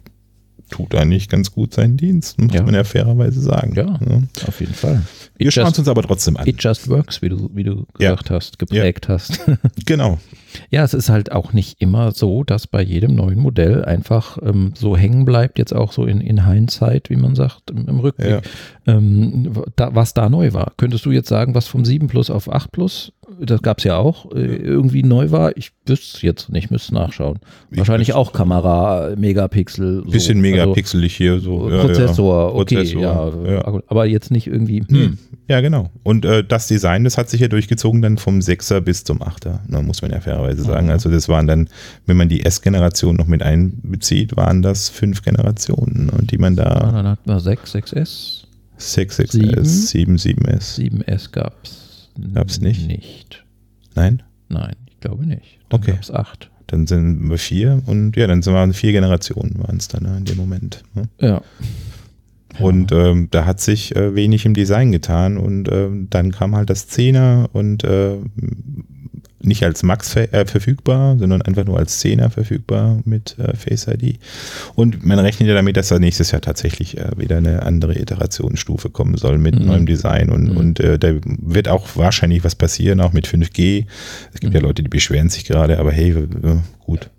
[SPEAKER 1] tut eigentlich ganz gut seinen Dienst, muss
[SPEAKER 2] Ja.
[SPEAKER 1] man ja fairerweise sagen. ne?
[SPEAKER 2] Ja. Auf jeden Fall.
[SPEAKER 1] Wir
[SPEAKER 2] It
[SPEAKER 1] schauen es
[SPEAKER 2] just,
[SPEAKER 1] uns aber trotzdem an.
[SPEAKER 2] it just works, wie du, wie du
[SPEAKER 1] Ja.
[SPEAKER 2] gesagt hast, geprägt hast.
[SPEAKER 1] Genau.
[SPEAKER 2] Ja, es ist halt auch nicht immer so, dass bei jedem neuen Modell einfach ähm, so hängen bleibt, jetzt auch so in, in Hindsight, wie man sagt, im, im Rückblick, ähm, w- da, was da neu war. Könntest du jetzt sagen, was vom 7 Plus auf 8 Plus, das gab es ja auch, äh, irgendwie neu war? Ich wüsste es jetzt nicht, müsste nachschauen.
[SPEAKER 1] Ich
[SPEAKER 2] Wahrscheinlich
[SPEAKER 1] wüsste-
[SPEAKER 2] auch Kamera, Megapixel. So.
[SPEAKER 1] Bisschen megapixelig hier so.
[SPEAKER 2] Also,
[SPEAKER 1] Ja,
[SPEAKER 2] Prozessor, okay,
[SPEAKER 1] Prozessor,
[SPEAKER 2] ja,
[SPEAKER 1] ja.
[SPEAKER 2] Akku- Aber jetzt nicht irgendwie, hm,
[SPEAKER 1] Hm. Ja, genau. Und äh, das Design, das hat sich ja durchgezogen dann vom 6er bis zum 8er, ne, muss man ja fairerweise sagen.
[SPEAKER 2] Mhm.
[SPEAKER 1] Also das waren dann, wenn man die S-Generation noch mit
[SPEAKER 2] Ah,
[SPEAKER 1] einbezieht, waren das fünf Generationen, ne, die man da
[SPEAKER 2] dann hatten wir 6, 6S.
[SPEAKER 1] 6XS, 7, 7S.
[SPEAKER 2] 7S gab's
[SPEAKER 1] Gab's nicht?
[SPEAKER 2] Nicht.
[SPEAKER 1] Nein?
[SPEAKER 2] Nein, ich glaube nicht. Dann
[SPEAKER 1] Okay.
[SPEAKER 2] Gab's 8.
[SPEAKER 1] Dann sind wir vier und ja, dann sind wir vier Generationen waren es dann ne, in dem Moment. Ne?
[SPEAKER 2] Ja.
[SPEAKER 1] Und ähm, da hat sich äh, wenig im Design getan und ähm, dann kam halt das Zehner und äh, nicht als Max ver äh, verfügbar, sondern einfach nur als Zehner verfügbar mit äh, Face ID. Und man rechnet ja damit, dass da nächstes Jahr tatsächlich äh, wieder eine andere Iterationsstufe kommen soll mit
[SPEAKER 2] Mhm.
[SPEAKER 1] neuem Design und,
[SPEAKER 2] Mhm.
[SPEAKER 1] und äh, da wird auch wahrscheinlich was passieren, auch mit 5G. Es gibt
[SPEAKER 2] Mhm.
[SPEAKER 1] ja Leute, die beschweren sich gerade, aber hey, äh, gut.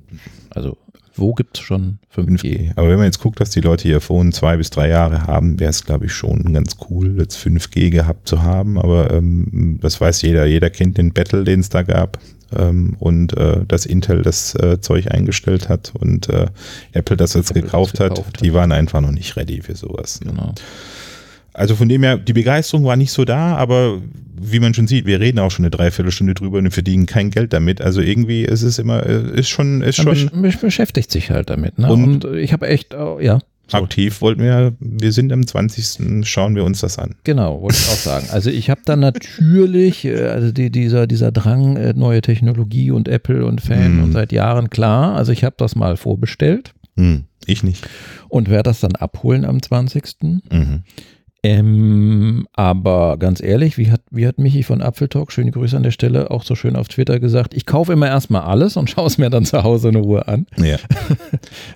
[SPEAKER 2] Also, wo gibt's schon 5G?
[SPEAKER 1] 5G. eh. Aber wenn man jetzt guckt, dass die Leute ihr Phone zwei bis drei Jahre haben, wäre es, glaube ich, schon ganz cool, jetzt 5G gehabt zu haben. Aber ähm, das weiß jeder. Jeder kennt den Battle, den es da gab. Ähm, und äh, dass Intel das äh, Zeug eingestellt hat und äh, Apple das jetzt
[SPEAKER 2] Apple das
[SPEAKER 1] gekauft,
[SPEAKER 2] gekauft
[SPEAKER 1] hat,
[SPEAKER 2] hat.
[SPEAKER 1] die waren einfach noch nicht ready für sowas. ne?
[SPEAKER 2] Genau.
[SPEAKER 1] Also von dem her, die Begeisterung war nicht so da, aber wie man schon sieht, wir reden auch schon eine Dreiviertelstunde drüber und verdienen kein Geld damit. Also irgendwie ist es immer, äh, ist schon, ist
[SPEAKER 2] Man
[SPEAKER 1] schon.
[SPEAKER 2] besch besch- beschäftigt sich halt damit. Ne?
[SPEAKER 1] Und-
[SPEAKER 2] Und, äh, ich habe echt, oh, ja, So.
[SPEAKER 1] Aktiv wollten wir, wir sind am 20. schauen wir uns das an.
[SPEAKER 2] Genau, wollte ich auch sagen. Also ich habe dann natürlich, äh, also die, dieser, dieser Drang, äh, neue Technologie und Apple und Fan
[SPEAKER 1] Mhm.
[SPEAKER 2] und seit Jahren klar. Also ich habe das mal vorbestellt
[SPEAKER 1] Ich nicht.
[SPEAKER 2] und werde das dann abholen am 20. Ähm, aber ganz ehrlich, wie hat, wie hat Michi von Apfeltalk, schöne Grüße an der Stelle, auch so schön auf Twitter gesagt, ich kaufe immer erstmal alles und schaue es mir dann zu Hause in Ruhe an.
[SPEAKER 1] Ja, kann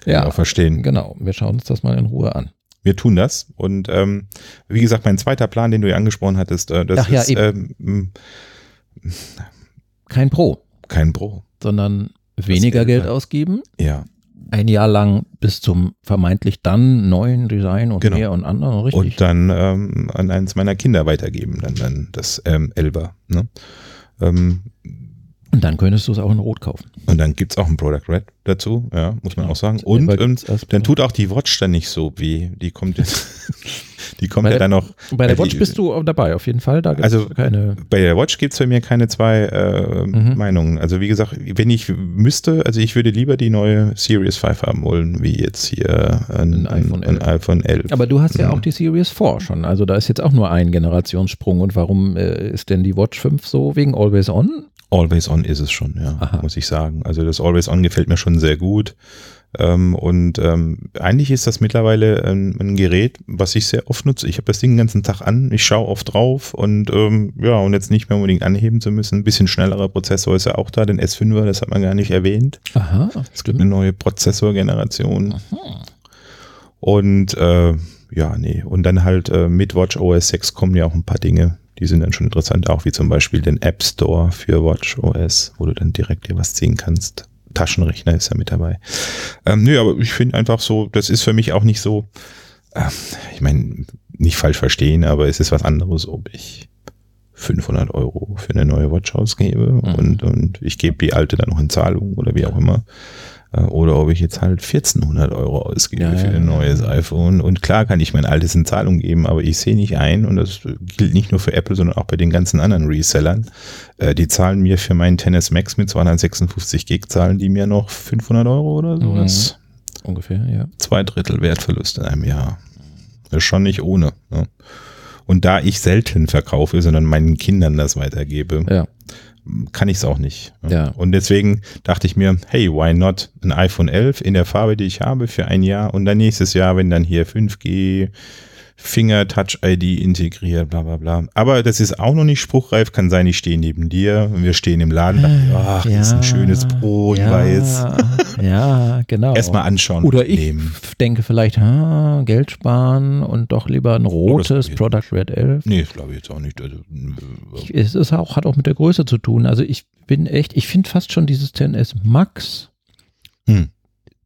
[SPEAKER 1] ja.
[SPEAKER 2] Ja.
[SPEAKER 1] auch verstehen.
[SPEAKER 2] Genau, wir schauen uns das mal in Ruhe an.
[SPEAKER 1] Wir tun das. Und ähm, wie gesagt, mein zweiter Plan, den du ja angesprochen hattest, äh, das
[SPEAKER 2] Ach ja,
[SPEAKER 1] ist ähm,
[SPEAKER 2] Kein Pro,
[SPEAKER 1] kein Bro.
[SPEAKER 2] sondern weniger
[SPEAKER 1] Geld
[SPEAKER 2] Geld
[SPEAKER 1] halt.
[SPEAKER 2] ausgeben,
[SPEAKER 1] Ja.
[SPEAKER 2] ein Jahr lang bis zum vermeintlich dann neuen Design und
[SPEAKER 1] Genau.
[SPEAKER 2] mehr und anderen. Richtig.
[SPEAKER 1] Und dann ähm, an eins meiner Kinder weitergeben, dann, dann das ähm, Elber. Ne? Ähm,
[SPEAKER 2] Und dann könntest du es auch in Rot kaufen.
[SPEAKER 1] und dann gibt's auch ein Product Red dazu, ja, muss man auch sagen. Und
[SPEAKER 2] Elber
[SPEAKER 1] ähm,
[SPEAKER 2] Genau. gibt's erst-
[SPEAKER 1] dann tut auch die Watch dann nicht so weh. Die kommt jetzt, die kommt
[SPEAKER 2] Bei
[SPEAKER 1] ja
[SPEAKER 2] der-
[SPEAKER 1] dann noch.
[SPEAKER 2] Bei der
[SPEAKER 1] Ja,
[SPEAKER 2] Watch
[SPEAKER 1] Äh, die-
[SPEAKER 2] bist du äh, dabei, auf jeden Fall. Da gibt's
[SPEAKER 1] Also-
[SPEAKER 2] keine.
[SPEAKER 1] bei der Watch gibt's bei mir keine zwei äh,
[SPEAKER 2] Mhm.
[SPEAKER 1] Meinungen. Also wie gesagt, wenn ich müsste, also ich würde lieber die neue Series 5 haben wollen, wie jetzt hier ein,
[SPEAKER 2] Ein
[SPEAKER 1] iPhone,
[SPEAKER 2] iPhone
[SPEAKER 1] ein,
[SPEAKER 2] 11.
[SPEAKER 1] iPhone 11.
[SPEAKER 2] Aber du hast ja
[SPEAKER 1] Mhm.
[SPEAKER 2] auch die Series 4 schon. Also da ist jetzt auch nur ein Generationssprung. Und warum äh, ist denn die Watch 5 so? Wegen Always On?
[SPEAKER 1] Always On ist es schon, ja,
[SPEAKER 2] Aha.
[SPEAKER 1] muss ich sagen. Also das Always On gefällt mir schon sehr gut. Ähm, und ähm, eigentlich ist das mittlerweile ähm, ein Gerät, was ich sehr oft nutze. Ich habe das Ding den ganzen Tag an, ich schaue oft drauf und ähm, ja, und jetzt nicht mehr unbedingt anheben zu müssen. Ein bisschen schnellerer Prozessor ist ja auch da, den S5er, das hat man gar nicht erwähnt.
[SPEAKER 2] Aha, stimmt.
[SPEAKER 1] eine neue Prozessorgeneration. Und äh, ja, nee. Und dann halt äh, mit Watch OS 6 kommen ja auch ein paar Dinge, die sind dann schon interessant, auch wie zum Beispiel den App Store für Watch OS, wo du dann direkt dir was ziehen kannst. Taschenrechner ist ja mit dabei. Ähm, nö, aber ich finde einfach so, das ist für mich auch nicht so, ähm, ich meine, nicht falsch verstehen, aber es ist was anderes, ob ich 500 Euro für eine neue Watch ausgebe und, und ich gebe die alte dann noch in Zahlung oder wie auch immer. Äh, Oder ob ich jetzt halt 1400 Euro ausgebe
[SPEAKER 2] Ja,
[SPEAKER 1] für
[SPEAKER 2] ja,
[SPEAKER 1] ein
[SPEAKER 2] ja.
[SPEAKER 1] neues iPhone. Und klar kann ich mein altes in Zahlung geben, aber ich sehe nicht ein, und das gilt nicht nur für Apple, sondern auch bei den ganzen anderen Resellern, äh, die zahlen mir für meinen Tennis Max mit 256 Gig, zahlen die mir noch 500 Euro oder sowas.
[SPEAKER 2] Mhm. Ungefähr, ja.
[SPEAKER 1] Zwei Drittel Wertverlust in einem Jahr. Ist schon nicht ohne. Ne? Und da ich selten verkaufe, sondern meinen Kindern das weitergebe,
[SPEAKER 2] Ja.
[SPEAKER 1] kann ich es auch nicht. ne?
[SPEAKER 2] Ja.
[SPEAKER 1] Und deswegen dachte ich mir, hey, why not ein iPhone 11 in der Farbe, die ich habe für ein Jahr und dann nächstes Jahr, wenn dann hier 5G, Finger Touch ID integriert, bla bla bla. Aber das ist auch noch nicht spruchreif, kann sein, ich stehe neben dir und wir stehen im Laden, dachte, ich, ach, das ist ein schönes Brot,
[SPEAKER 2] Ah, ja,
[SPEAKER 1] weiß.
[SPEAKER 2] Ja, genau.
[SPEAKER 1] Erstmal anschauen.
[SPEAKER 2] Oder ich
[SPEAKER 1] Nehmen.
[SPEAKER 2] f- denke vielleicht, ha, Geld sparen und doch lieber ein rotes
[SPEAKER 1] Oh, geht
[SPEAKER 2] Product Red 11.
[SPEAKER 1] Nee, das glaube ich jetzt auch nicht. Also,
[SPEAKER 2] Ich, es ist auch, hat auch mit der Größe zu tun. Also ich bin echt, ich finde fast schon dieses 10S Max
[SPEAKER 1] Hm.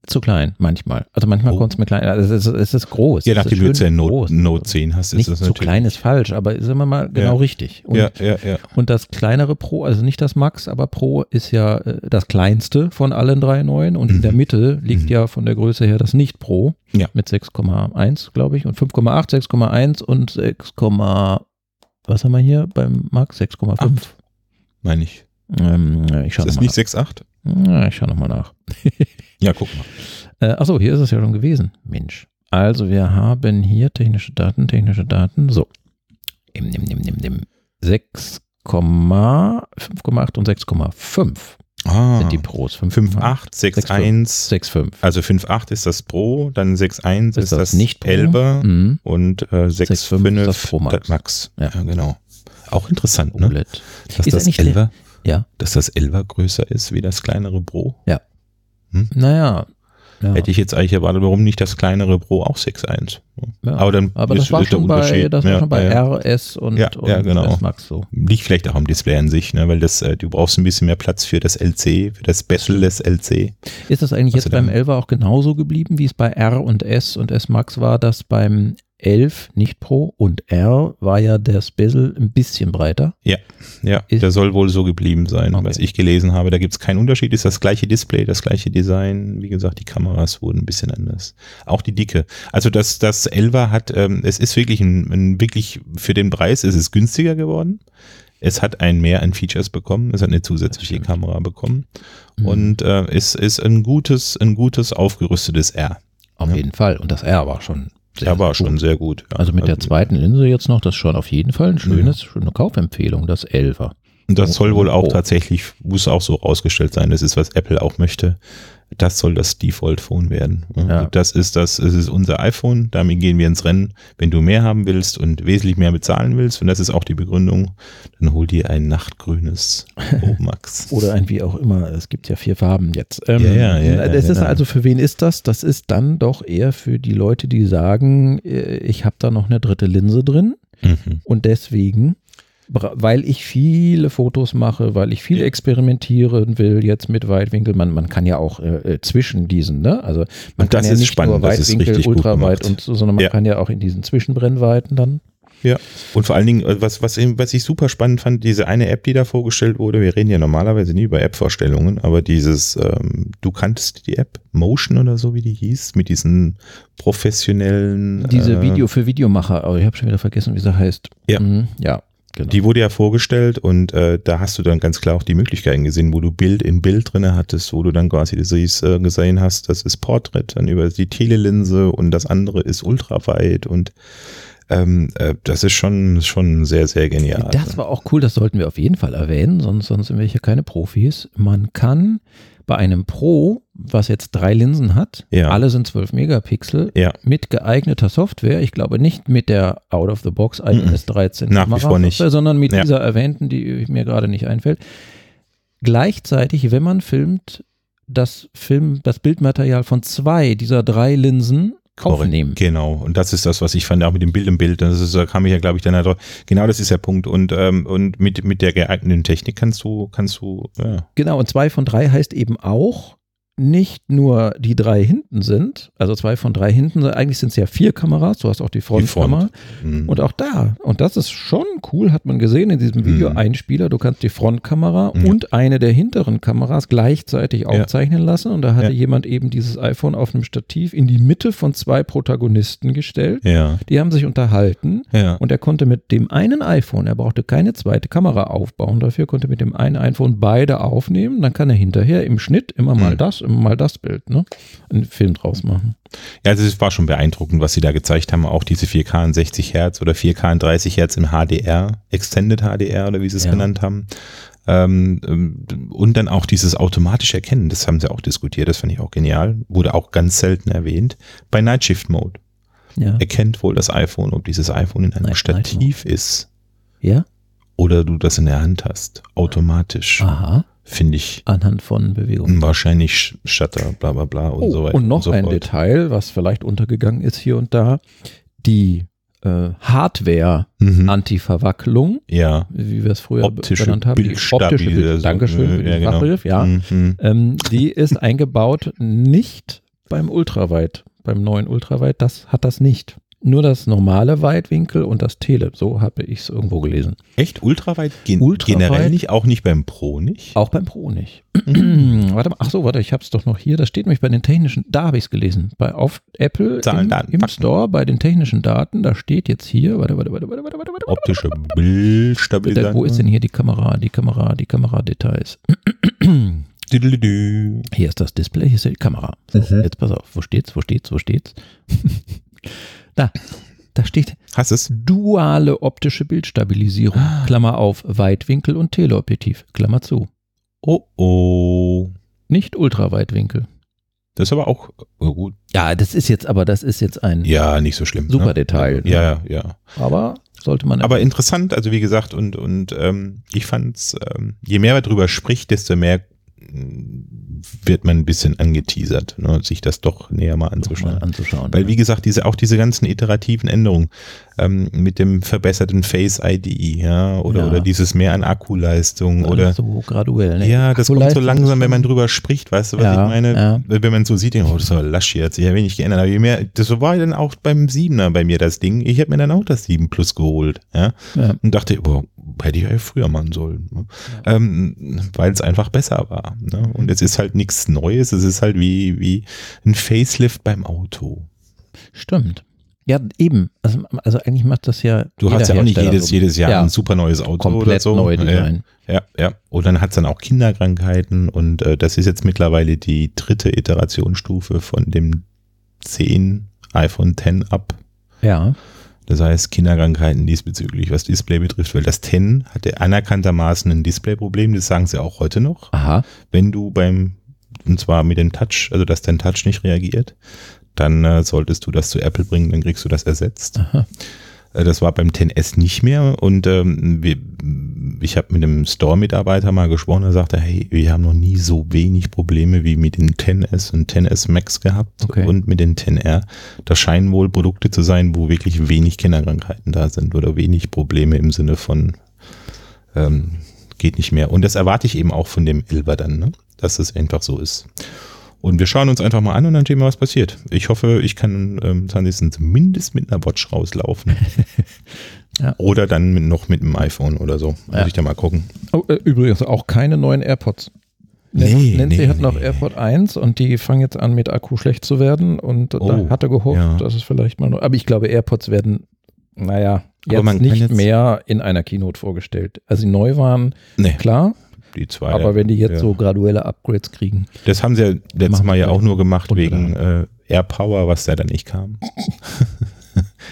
[SPEAKER 2] zu klein manchmal. Also manchmal
[SPEAKER 1] Oh.
[SPEAKER 2] kommt es mir klein. Also es ist, es ist groß.
[SPEAKER 1] ja,
[SPEAKER 2] Es ist
[SPEAKER 1] nachdem du
[SPEAKER 2] schön
[SPEAKER 1] jetzt ja
[SPEAKER 2] groß.
[SPEAKER 1] Note, Note 10 hast, ist
[SPEAKER 2] ne? Nicht
[SPEAKER 1] das
[SPEAKER 2] zu
[SPEAKER 1] natürlich.
[SPEAKER 2] klein ist falsch, aber sagen wir mal genau
[SPEAKER 1] Ja.
[SPEAKER 2] richtig. Und,
[SPEAKER 1] Ja, ja, ja.
[SPEAKER 2] und das kleinere Pro, also nicht das Max, aber Pro ist ja äh, das kleinste von allen drei neuen und in der Mitte liegt ja von der Größe her das Nicht-Pro
[SPEAKER 1] Mhm. Ja.
[SPEAKER 2] mit 6,1, glaube ich, und 5,8, 6,1 und 6, was haben wir hier beim Max? 6,5.
[SPEAKER 1] Meine ich.
[SPEAKER 2] Ähm, ja, ich
[SPEAKER 1] Ist
[SPEAKER 2] schaue
[SPEAKER 1] das
[SPEAKER 2] nochmal
[SPEAKER 1] nicht
[SPEAKER 2] nach.
[SPEAKER 1] 6,8?
[SPEAKER 2] Ja, ich schau noch mal nach.
[SPEAKER 1] Ja, guck mal.
[SPEAKER 2] Äh, achso, hier ist es ja schon gewesen. Mensch. Also wir haben hier technische Daten, technische Daten. So. Im, im, im, im, im. 6, 5,8 und 6,5
[SPEAKER 1] Ah,
[SPEAKER 2] sind die Pros.
[SPEAKER 1] 5,8, 6,1.
[SPEAKER 2] 6,5.
[SPEAKER 1] Also 5,8 ist das Pro, dann 6,1 ist,
[SPEAKER 2] Ist das
[SPEAKER 1] Also das,
[SPEAKER 2] nicht Pro?
[SPEAKER 1] Elber
[SPEAKER 2] Mhm.
[SPEAKER 1] und äh, 6,5
[SPEAKER 2] 6,5 das Pro Max.
[SPEAKER 1] das Max.
[SPEAKER 2] Ja.
[SPEAKER 1] genau. Auch interessant, ne?
[SPEAKER 2] OLED.
[SPEAKER 1] Dass
[SPEAKER 2] Ist
[SPEAKER 1] das,
[SPEAKER 2] eigentlich der-
[SPEAKER 1] Elber,
[SPEAKER 2] Ja.
[SPEAKER 1] dass das Elber größer ist wie das kleinere Pro.
[SPEAKER 2] Naja. Ja.
[SPEAKER 1] Hätte ich jetzt eigentlich erwartet, warum nicht das kleinere Pro auch 6,1?
[SPEAKER 2] Ja.
[SPEAKER 1] Aber dann
[SPEAKER 2] Aber
[SPEAKER 1] ist,
[SPEAKER 2] das war
[SPEAKER 1] ist der
[SPEAKER 2] schon bei,
[SPEAKER 1] Unterschied.
[SPEAKER 2] das war
[SPEAKER 1] ja,
[SPEAKER 2] schon bei
[SPEAKER 1] ja.
[SPEAKER 2] RS und,
[SPEAKER 1] Ja,
[SPEAKER 2] und
[SPEAKER 1] ja, genau.
[SPEAKER 2] S Max so.
[SPEAKER 1] Liegt vielleicht auch am Display an sich, ne? weil das, äh, du brauchst ein bisschen mehr Platz für das LC, für das Special des LC.
[SPEAKER 2] Ist das eigentlich
[SPEAKER 1] Also
[SPEAKER 2] jetzt beim
[SPEAKER 1] dann-
[SPEAKER 2] 11er auch genauso geblieben, wie es bei R und S und S Max war, dass beim 11 nicht Pro und R war ja der Bezel ein bisschen breiter?
[SPEAKER 1] Ja,
[SPEAKER 2] Ist-
[SPEAKER 1] der soll wohl so geblieben sein,
[SPEAKER 2] Okay.
[SPEAKER 1] was ich gelesen habe. Da gibt es keinen Unterschied, ist das gleiche Display, das gleiche Design. Wie gesagt, die Kameras wurden ein bisschen anders. Auch die Dicke. Also das, das 11er hat, ähm, es ist wirklich ein, ein, wirklich für den Preis ist es günstiger geworden. Es hat ein mehr an Features bekommen, es hat eine zusätzliche
[SPEAKER 2] stimmt.
[SPEAKER 1] Kamera bekommen
[SPEAKER 2] Mhm.
[SPEAKER 1] und äh, es ist ein gutes, ein gutes aufgerüstetes R.
[SPEAKER 2] Auf
[SPEAKER 1] Ja.
[SPEAKER 2] jeden Fall. Und das R war schon sehr
[SPEAKER 1] Der war
[SPEAKER 2] gut.
[SPEAKER 1] schon sehr gut. ja.
[SPEAKER 2] Also mit der zweiten Linse jetzt noch, das ist schon auf jeden Fall ein schönes, schöne Kaufempfehlung, das 11er.
[SPEAKER 1] Das soll wohl auch
[SPEAKER 2] Oh.
[SPEAKER 1] tatsächlich, muss auch so rausgestellt sein, das ist, was Apple auch möchte. Das soll das Default-Phone werden.
[SPEAKER 2] Ja.
[SPEAKER 1] Das ist das, es ist unser iPhone, damit gehen wir ins Rennen. Wenn du mehr haben willst und wesentlich mehr bezahlen willst, und das ist auch die Begründung, dann hol dir ein nachtgrünes Pro Max.
[SPEAKER 2] Oder ein wie auch immer. Es gibt ja vier Farben jetzt. Ähm,
[SPEAKER 1] Ja, ja, ja, ja, genau.
[SPEAKER 2] das ist
[SPEAKER 1] ja.
[SPEAKER 2] also für wen ist das? Das ist dann doch eher für die Leute, die sagen, äh, ich habe da noch eine dritte Linse drin
[SPEAKER 1] mhm.
[SPEAKER 2] und deswegen, bra- weil ich viele Fotos mache, weil ich viel
[SPEAKER 1] Ja.
[SPEAKER 2] experimentieren will jetzt mit Weitwinkel. Man, man kann ja auch äh, äh, zwischen diesen, ne? Also man
[SPEAKER 1] Und das
[SPEAKER 2] kann ja
[SPEAKER 1] ist
[SPEAKER 2] nicht
[SPEAKER 1] spannend,
[SPEAKER 2] nur
[SPEAKER 1] das ist
[SPEAKER 2] Weitwinkel,
[SPEAKER 1] richtig gut
[SPEAKER 2] Ultraweit
[SPEAKER 1] gemacht.
[SPEAKER 2] und so, sondern man
[SPEAKER 1] Ja.
[SPEAKER 2] kann ja auch in diesen Zwischenbrennweiten dann.
[SPEAKER 1] Ja, und vor allen Dingen, äh, was, was, eben- was ich super spannend fand, diese eine App, die da vorgestellt wurde, wir reden ja normalerweise nie über App-Vorstellungen, aber dieses, ähm, du kanntest die App, Motion oder so, wie die hieß, mit diesen professionellen.
[SPEAKER 2] Diese
[SPEAKER 1] äh,
[SPEAKER 2] Video für Videomacher, aber ich habe schon wieder vergessen, wie sie heißt.
[SPEAKER 1] Ja.
[SPEAKER 2] Mhm, ja, genau.
[SPEAKER 1] Die wurde ja vorgestellt und äh, da hast du dann ganz klar auch die Möglichkeiten gesehen, wo du Bild in Bild drinne hattest, wo du dann quasi siehst, äh, gesehen hast, das ist Portrait, dann über die Telelinse und das andere ist ultraweit und ähm, äh, das ist schon, schon sehr, sehr genial.
[SPEAKER 2] Das war auch cool, das sollten wir auf jeden Fall erwähnen, sonst, sonst sind wir hier keine Profis. Man kann bei einem Pro, was jetzt drei Linsen hat,
[SPEAKER 1] Ja.
[SPEAKER 2] alle sind 12 Megapixel,
[SPEAKER 1] ja.
[SPEAKER 2] mit geeigneter Software, ich glaube nicht mit der Out-of-the-Box iOS 13
[SPEAKER 1] Nach wie
[SPEAKER 2] Kamera-
[SPEAKER 1] vor nicht.
[SPEAKER 2] Software, sondern mit
[SPEAKER 1] Ja.
[SPEAKER 2] dieser erwähnten, die mir gerade nicht einfällt. Gleichzeitig, wenn man filmt, das Film, das Bildmaterial von zwei dieser drei Linsen aufnehmen.
[SPEAKER 1] Genau, und das ist das, was ich fand, auch mit dem Bild im Bild. Das ist, da kam ich ja, glaube ich, dann halt drauf. Genau, das ist der Punkt. Und, ähm, und mit, mit der geeigneten Technik kannst du, kannst du, ja.
[SPEAKER 2] Genau, und zwei von drei heißt eben auch, nicht nur die drei hinten sind, also zwei von drei hinten, sondern eigentlich sind es ja vier Kameras, du hast auch die
[SPEAKER 1] Front.
[SPEAKER 2] Frontkamera.
[SPEAKER 1] Mhm.
[SPEAKER 2] Und auch da, und das ist schon cool, hat man gesehen in diesem
[SPEAKER 1] Mhm.
[SPEAKER 2] Videoeinspieler, du kannst die Frontkamera
[SPEAKER 1] Ja.
[SPEAKER 2] und eine der hinteren Kameras gleichzeitig aufzeichnen lassen. Und da hatte
[SPEAKER 1] Ja.
[SPEAKER 2] jemand eben dieses iPhone auf einem Stativ in die Mitte von zwei Protagonisten gestellt.
[SPEAKER 1] ja,
[SPEAKER 2] Die haben sich unterhalten
[SPEAKER 1] ja.
[SPEAKER 2] und er konnte mit dem einen iPhone, er brauchte keine zweite Kamera aufbauen dafür, konnte mit dem einen iPhone beide aufnehmen. Dann kann er hinterher im Schnitt immer mal
[SPEAKER 1] Mhm.
[SPEAKER 2] das, immer mal das Bild, ne? Einen Film draus machen.
[SPEAKER 1] Ja, also es war schon beeindruckend, was sie da gezeigt haben. Auch diese 4K in 60 Hertz oder 4K in 30 Hertz im HDR, Extended HDR oder wie sie es
[SPEAKER 2] Ja.
[SPEAKER 1] genannt haben. Ähm, ähm, und dann auch dieses automatische Erkennen, das haben sie auch diskutiert, das fand ich auch genial. Wurde auch ganz selten erwähnt. Bei Night Shift Mode
[SPEAKER 2] Ja.
[SPEAKER 1] erkennt wohl das iPhone, ob dieses iPhone in einem
[SPEAKER 2] Night-
[SPEAKER 1] Stativ ist
[SPEAKER 2] Ja?
[SPEAKER 1] oder du das in der Hand hast. Automatisch.
[SPEAKER 2] Aha.
[SPEAKER 1] Finde ich
[SPEAKER 2] Anhand von Bewegungen.
[SPEAKER 1] wahrscheinlich Shutter, bla bla bla und
[SPEAKER 2] Oh,
[SPEAKER 1] so weiter.
[SPEAKER 2] und noch
[SPEAKER 1] so
[SPEAKER 2] ein
[SPEAKER 1] fort.
[SPEAKER 2] Detail, was vielleicht untergegangen ist hier und da, die äh,
[SPEAKER 1] Mhm.
[SPEAKER 2] Hardware-Anti-Verwacklung,
[SPEAKER 1] Ja.
[SPEAKER 2] wie wir es früher be-
[SPEAKER 1] Optische
[SPEAKER 2] genannt haben, die optische
[SPEAKER 1] Bildstabilisierung.
[SPEAKER 2] Bild, Dankeschön für
[SPEAKER 1] Ja,
[SPEAKER 2] den
[SPEAKER 1] genau.
[SPEAKER 2] Fachbegriff, ja,
[SPEAKER 1] Mhm.
[SPEAKER 2] ähm, die ist eingebaut nicht beim Ultraweit, beim neuen Ultraweit, das hat das nicht. Nur das normale Weitwinkel und das Tele, so habe ich es irgendwo gelesen.
[SPEAKER 1] Echt? Ultraweit gen
[SPEAKER 2] Ultraweit?
[SPEAKER 1] generell nicht? Auch nicht beim Pro nicht?
[SPEAKER 2] Auch beim Pro nicht.
[SPEAKER 1] Mhm.
[SPEAKER 2] warte mal, ach so, warte, ich habe es doch noch hier. Das steht nämlich bei den technischen, da habe ich es gelesen. Bei auf Apple
[SPEAKER 1] Zahlen,
[SPEAKER 2] im,
[SPEAKER 1] Daten,
[SPEAKER 2] im
[SPEAKER 1] Fakten.
[SPEAKER 2] Store bei den technischen Daten, da steht jetzt hier, warte, warte, warte, warte, warte, warte, warte.
[SPEAKER 1] Optische
[SPEAKER 2] warte,
[SPEAKER 1] Bildstabilisierung.
[SPEAKER 2] Wo ist denn hier die Kamera, die Kamera, die Kameradetails?
[SPEAKER 1] Diddle-dü.
[SPEAKER 2] Hier ist das Display, hier ist die Kamera. So, Jetzt pass auf, wo steht's, wo steht's, wo steht's? da, da steht
[SPEAKER 1] Hast es?
[SPEAKER 2] duale optische Bildstabilisierung, Klammer auf, Weitwinkel und Teleobjektiv, Klammer zu.
[SPEAKER 1] Oh oh.
[SPEAKER 2] Nicht Ultraweitwinkel.
[SPEAKER 1] Das ist aber auch oh, gut.
[SPEAKER 2] Ja, das ist jetzt aber, das ist jetzt ein
[SPEAKER 1] Ja, nicht so schlimm.
[SPEAKER 2] super
[SPEAKER 1] ne?
[SPEAKER 2] Detail. ne?
[SPEAKER 1] Ja, ja, ja.
[SPEAKER 2] Aber sollte man
[SPEAKER 1] Aber interessant, also wie gesagt, und, und ähm, ich fand's, ähm, je mehr man drüber spricht, desto mehr mm, wird man ein bisschen angeteasert, ne, sich das doch näher mal
[SPEAKER 2] doch mal
[SPEAKER 1] anzuschauen.
[SPEAKER 2] anzuschauen.
[SPEAKER 1] Weil,
[SPEAKER 2] ne?
[SPEAKER 1] wie gesagt, diese, auch diese ganzen iterativen Änderungen ähm, mit dem verbesserten Face ID, ja, oder,
[SPEAKER 2] Ja.
[SPEAKER 1] oder dieses mehr an Akkuleistung
[SPEAKER 2] Alles
[SPEAKER 1] oder.
[SPEAKER 2] so graduell. Ne?
[SPEAKER 1] Ja, das kommt so
[SPEAKER 2] Akkuleistung
[SPEAKER 1] langsam, wenn man
[SPEAKER 2] schon-
[SPEAKER 1] drüber spricht, weißt du, was
[SPEAKER 2] Ja,
[SPEAKER 1] ich meine?
[SPEAKER 2] ja.
[SPEAKER 1] Wenn man so sieht, denkt, man, oh, das war lasch hier, hat sich ja wenig geändert. Aber je mehr, das war dann auch beim 7er bei mir das Ding. Ich habe mir dann auch das 7 Plus geholt, ja.
[SPEAKER 2] Ja.
[SPEAKER 1] Und dachte, boah, hätte ich ja früher machen sollen. Ne? Ähm, Weil es einfach besser war. Ne? Und es ist halt nichts Neues, es ist halt wie, wie ein Facelift beim Auto.
[SPEAKER 2] Stimmt. Ja, eben. Also, also eigentlich macht das ja.
[SPEAKER 1] Du
[SPEAKER 2] jeder
[SPEAKER 1] hast ja auch nicht
[SPEAKER 2] Hersteller
[SPEAKER 1] jedes,
[SPEAKER 2] so.
[SPEAKER 1] jedes Jahr
[SPEAKER 2] ja,
[SPEAKER 1] ein super neues Auto oder
[SPEAKER 2] komplett
[SPEAKER 1] so.
[SPEAKER 2] neu
[SPEAKER 1] ja,
[SPEAKER 2] Design.
[SPEAKER 1] ja, ja. Und dann hat es dann auch Kinderkrankheiten und äh, das ist jetzt mittlerweile die dritte Iterationsstufe von dem 10 iPhone 10 ab.
[SPEAKER 2] Ja.
[SPEAKER 1] Das heißt Kinderkrankheiten diesbezüglich, was Display betrifft, weil das 10 hatte anerkanntermaßen ein Displayproblem, das sagen sie auch heute noch.
[SPEAKER 2] Aha.
[SPEAKER 1] Wenn du beim, und zwar mit dem Touch, also dass dein Touch nicht reagiert, dann äh, solltest du das zu Apple bringen, dann kriegst du das ersetzt.
[SPEAKER 2] Aha.
[SPEAKER 1] Äh, Das war beim 10S nicht mehr und ähm, wir, ich habe mit einem Store-Mitarbeiter mal gesprochen, er sagte, hey, wir haben noch nie so wenig Probleme wie mit den 10S und 10S Max gehabt
[SPEAKER 2] Okay.
[SPEAKER 1] und mit den 10R. Das scheinen wohl Produkte zu sein, wo wirklich wenig Kinderkrankheiten da sind oder wenig Probleme im Sinne von ähm, geht nicht mehr. Und das erwarte ich eben auch von dem Elber dann, ne? dass es einfach so ist. Und wir schauen uns einfach mal an und dann sehen wir, was passiert. Ich hoffe, ich kann ähm, 20. zumindest mit einer Watch rauslaufen.
[SPEAKER 2] Ja.
[SPEAKER 1] Oder dann mit, noch mit einem iPhone oder so. Muss
[SPEAKER 2] Ja.
[SPEAKER 1] ich da mal gucken.
[SPEAKER 2] Oh, äh, übrigens auch keine neuen AirPods. Nen-
[SPEAKER 1] Nee,
[SPEAKER 2] Nancy
[SPEAKER 1] nee,
[SPEAKER 2] hat noch
[SPEAKER 1] nee.
[SPEAKER 2] AirPod 1 und die fangen jetzt an, mit Akku schlecht zu werden. Und
[SPEAKER 1] Oh,
[SPEAKER 2] da hat er gehofft,
[SPEAKER 1] ja.
[SPEAKER 2] dass es vielleicht mal noch. Aber ich glaube, AirPods werden, naja,
[SPEAKER 1] Aber
[SPEAKER 2] jetzt
[SPEAKER 1] man kann
[SPEAKER 2] nicht
[SPEAKER 1] jetzt-
[SPEAKER 2] mehr in einer Keynote vorgestellt. Also die neu waren,
[SPEAKER 1] Nee,
[SPEAKER 2] klar,
[SPEAKER 1] die zwei.
[SPEAKER 2] aber wenn die jetzt
[SPEAKER 1] Ah, ja.
[SPEAKER 2] so graduelle Upgrades kriegen.
[SPEAKER 1] das haben sie ja letztes
[SPEAKER 2] Machen
[SPEAKER 1] Mal ja
[SPEAKER 2] wir
[SPEAKER 1] auch nur gemacht
[SPEAKER 2] unter
[SPEAKER 1] wegen äh, AirPower, was da dann nicht kam.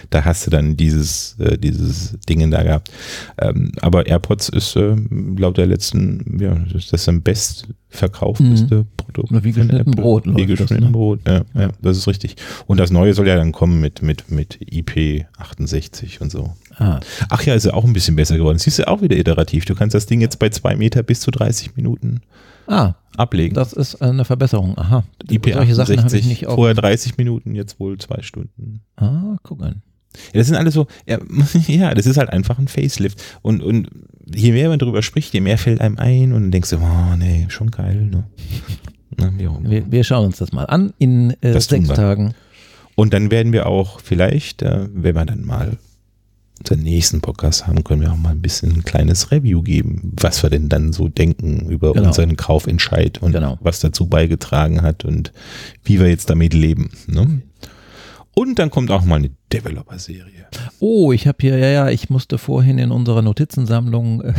[SPEAKER 1] da hast du dann dieses, äh, dieses Dingen da gehabt. Ähm, aber AirPods ist äh, laut der letzten, ja, das ist das am bestverkaufteste Produkt.
[SPEAKER 2] Wie
[SPEAKER 1] von
[SPEAKER 2] geschnitten
[SPEAKER 1] Apple.
[SPEAKER 2] Mhm. Brot
[SPEAKER 1] Wie
[SPEAKER 2] läuft das,
[SPEAKER 1] geschnitten
[SPEAKER 2] ne?
[SPEAKER 1] Brot, ja, ja, das ist richtig. Und das Neue soll ja dann kommen mit, mit, mit IP68 und so.
[SPEAKER 2] Ah,
[SPEAKER 1] Ach ja, ist ja auch ein bisschen besser geworden. Siehst du auch wieder iterativ. Du kannst das Ding jetzt bei zwei Meter bis zu 30 Minuten
[SPEAKER 2] ah
[SPEAKER 1] ablegen.
[SPEAKER 2] Das ist eine Verbesserung. Aha. Solche Sachen habe ich nicht
[SPEAKER 1] IP68,
[SPEAKER 2] auf.
[SPEAKER 1] vorher 30 Minuten, jetzt wohl zwei Stunden.
[SPEAKER 2] Ah, guck an.
[SPEAKER 1] Ja, das sind alles so, ja, ja, das ist halt einfach ein Facelift. Und, und je mehr man drüber spricht, je mehr fällt einem ein und dann denkst du, oh nee, schon geil. Ne? Na, wie auch immer.
[SPEAKER 2] Wir, wir schauen uns das mal an in äh,
[SPEAKER 1] Das tun
[SPEAKER 2] sechs
[SPEAKER 1] wir.
[SPEAKER 2] Tagen.
[SPEAKER 1] Und dann werden wir auch vielleicht, äh, wenn wir dann mal unseren nächsten Podcast haben, können wir auch mal ein bisschen ein kleines Review geben, was wir denn dann so denken über
[SPEAKER 2] Genau.
[SPEAKER 1] unseren Kaufentscheid und
[SPEAKER 2] Genau.
[SPEAKER 1] was dazu beigetragen hat und wie wir jetzt damit leben. Ne? Und dann kommt auch mal eine Developer-Serie.
[SPEAKER 2] Oh, ich habe hier, ja, ja, ich musste vorhin in unserer Notizensammlung äh,